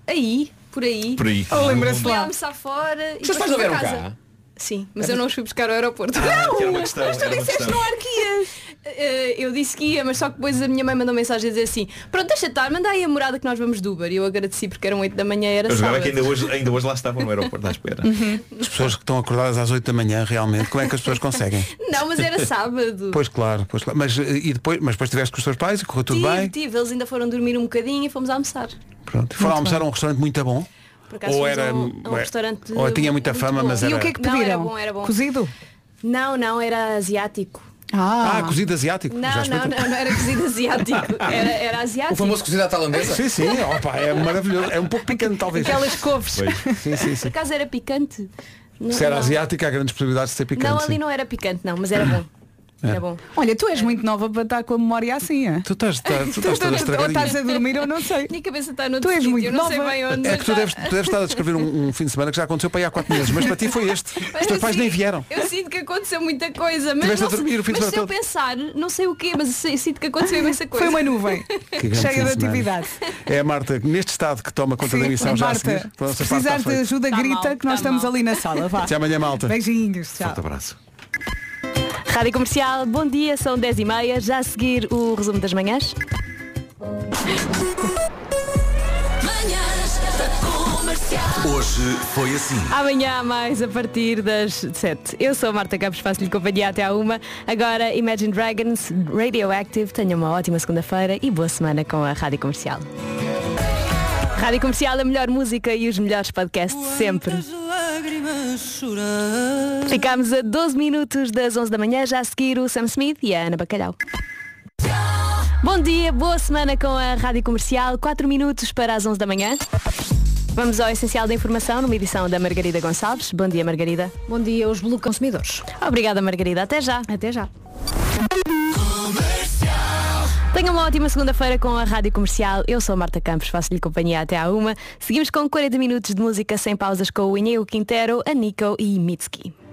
Speaker 20: aí, por aí.
Speaker 15: Por aí.
Speaker 2: Oh, lembra-se
Speaker 20: Fui
Speaker 2: lá.
Speaker 20: almoçar fora e
Speaker 12: Os
Speaker 20: depois
Speaker 12: teus
Speaker 20: fui
Speaker 12: pais não
Speaker 20: para
Speaker 2: é
Speaker 12: vieram
Speaker 20: casa.
Speaker 12: cá?
Speaker 20: Sim, mas eu não os fui buscar ao aeroporto.
Speaker 15: Ah, que era uma
Speaker 20: mas
Speaker 15: questão,
Speaker 20: tu
Speaker 15: era uma
Speaker 20: disseste
Speaker 15: questão.
Speaker 20: não há arquias. eh, eu disse que ia, mas só que depois a minha mãe mandou mensagem a dizer assim, pronto, deixa estar, manda aí a morada que nós vamos do Uber. E eu agradeci porque eram 8 da manhã, era
Speaker 15: Eu jogava
Speaker 20: sábado.
Speaker 15: que ainda hoje, ainda hoje lá estavam no aeroporto à espera.
Speaker 20: Uhum.
Speaker 9: As pessoas que estão acordadas às 8 da manhã, realmente, como é que as pessoas conseguem?
Speaker 20: Não, mas era sábado.
Speaker 9: Pois claro, pois claro. Mas, eh, e depois, mas depois estiveste com os teus pais e correu tudo
Speaker 20: tive,
Speaker 9: bem?
Speaker 20: tive, eles ainda foram dormir um bocadinho e fomos almoçar.
Speaker 9: Pronto. Foram
Speaker 20: Muito
Speaker 9: almoçar
Speaker 20: bem.
Speaker 9: a um restaurante muito bom.
Speaker 20: Por acaso
Speaker 9: ou
Speaker 20: fomos
Speaker 9: era
Speaker 20: a um- a um
Speaker 9: ou-
Speaker 20: restaurante
Speaker 9: ou tinha muita
Speaker 20: muito
Speaker 9: fama,
Speaker 20: bom.
Speaker 9: mas
Speaker 20: E
Speaker 9: era.
Speaker 20: o que é que
Speaker 2: pediram?
Speaker 20: Não, era bom, era bom.
Speaker 2: Cozido?
Speaker 20: Não, não, era asiático.
Speaker 9: Ah, cozido asiático.
Speaker 20: Não,
Speaker 9: Já
Speaker 20: não,
Speaker 9: experimentei.
Speaker 20: não, não era cozido asiático. Era, era asiático.
Speaker 9: cozido tailandesa? Sim, sim, opa, é maravilhoso. É um pouco picante talvez.
Speaker 20: Aquelas couves.
Speaker 9: Pois. Sim, sim,
Speaker 20: Por
Speaker 9: sim.
Speaker 20: acaso era picante. Não-
Speaker 9: Se era
Speaker 20: não.
Speaker 9: asiática, há grandes possibilidades de ser picante.
Speaker 20: não,
Speaker 9: sim. É.
Speaker 20: ali não era picante, não, mas era bom. Era bom. É.
Speaker 2: Olha, tu és muito nova para estar com a memória assim, é?
Speaker 9: Tu estás, tá- tu estás toda
Speaker 2: ou
Speaker 9: estragadinha.
Speaker 2: estás a dormir, eu não sei.
Speaker 20: Minha cabeça está no
Speaker 2: Tu és muito
Speaker 20: eu não
Speaker 2: nova.
Speaker 20: sei bem onde.
Speaker 9: É
Speaker 20: mas
Speaker 9: que tu
Speaker 20: está.
Speaker 9: deves, tu deves estar a descrever um, um fim de semana que já aconteceu para aí há quatro meses, mas para ti foi este.
Speaker 20: Mas
Speaker 9: Os teus pais
Speaker 20: assim,
Speaker 9: nem vieram.
Speaker 20: Eu sinto que aconteceu muita coisa, mas,
Speaker 9: Tiveste
Speaker 20: não
Speaker 9: a dormir o fim de
Speaker 20: mas
Speaker 9: semana
Speaker 20: se eu
Speaker 9: todo.
Speaker 20: pensar, não sei o quê, mas eu sei- sinto que aconteceu imensa coisa.
Speaker 2: Foi uma nuvem.
Speaker 9: Que grande fim semana. É a Marta, neste estado, que toma conta
Speaker 2: Sim,
Speaker 9: da emissão já a seguir.
Speaker 2: Marta,
Speaker 9: Pela
Speaker 2: se
Speaker 9: nossa parte, está
Speaker 2: precisar de
Speaker 9: feito.
Speaker 2: ajuda, grita que nós estamos ali na sala. Vá.
Speaker 9: Até amanhã, malta.
Speaker 2: Beijinhos, tchau.
Speaker 9: abraço.
Speaker 20: Rádio Comercial, bom dia, são 10 e meia, já a seguir o resumo das manhãs.
Speaker 18: Hoje foi assim.
Speaker 20: Amanhã há mais a partir das 7. Eu sou a Marta Campos, faço-lhe companhia até à uma. Agora Imagine Dragons, Radioactive. Tenha uma ótima segunda-feira e boa semana com a Rádio Comercial. Rádio Comercial, a melhor música e os melhores podcasts de sempre. Ficámos a 12 minutos das 11 da manhã, já a seguir o Sam Smith e a Ana Bacalhau. Bom dia, boa semana com a Rádio Comercial, 4 minutos para as 11 da manhã. Vamos ao essencial da informação numa edição da Margarida Gonçalves. Bom dia, Margarida. Bom dia aos blue consumidores. Obrigada, Margarida. Até já. Até já. Tenha uma ótima segunda-feira com a Rádio Comercial. Eu sou a Marta Campos, faço-lhe companhia até à uma. Seguimos com 40 minutos de música sem pausas com o Ineu Quintero, a Nico e Mitski.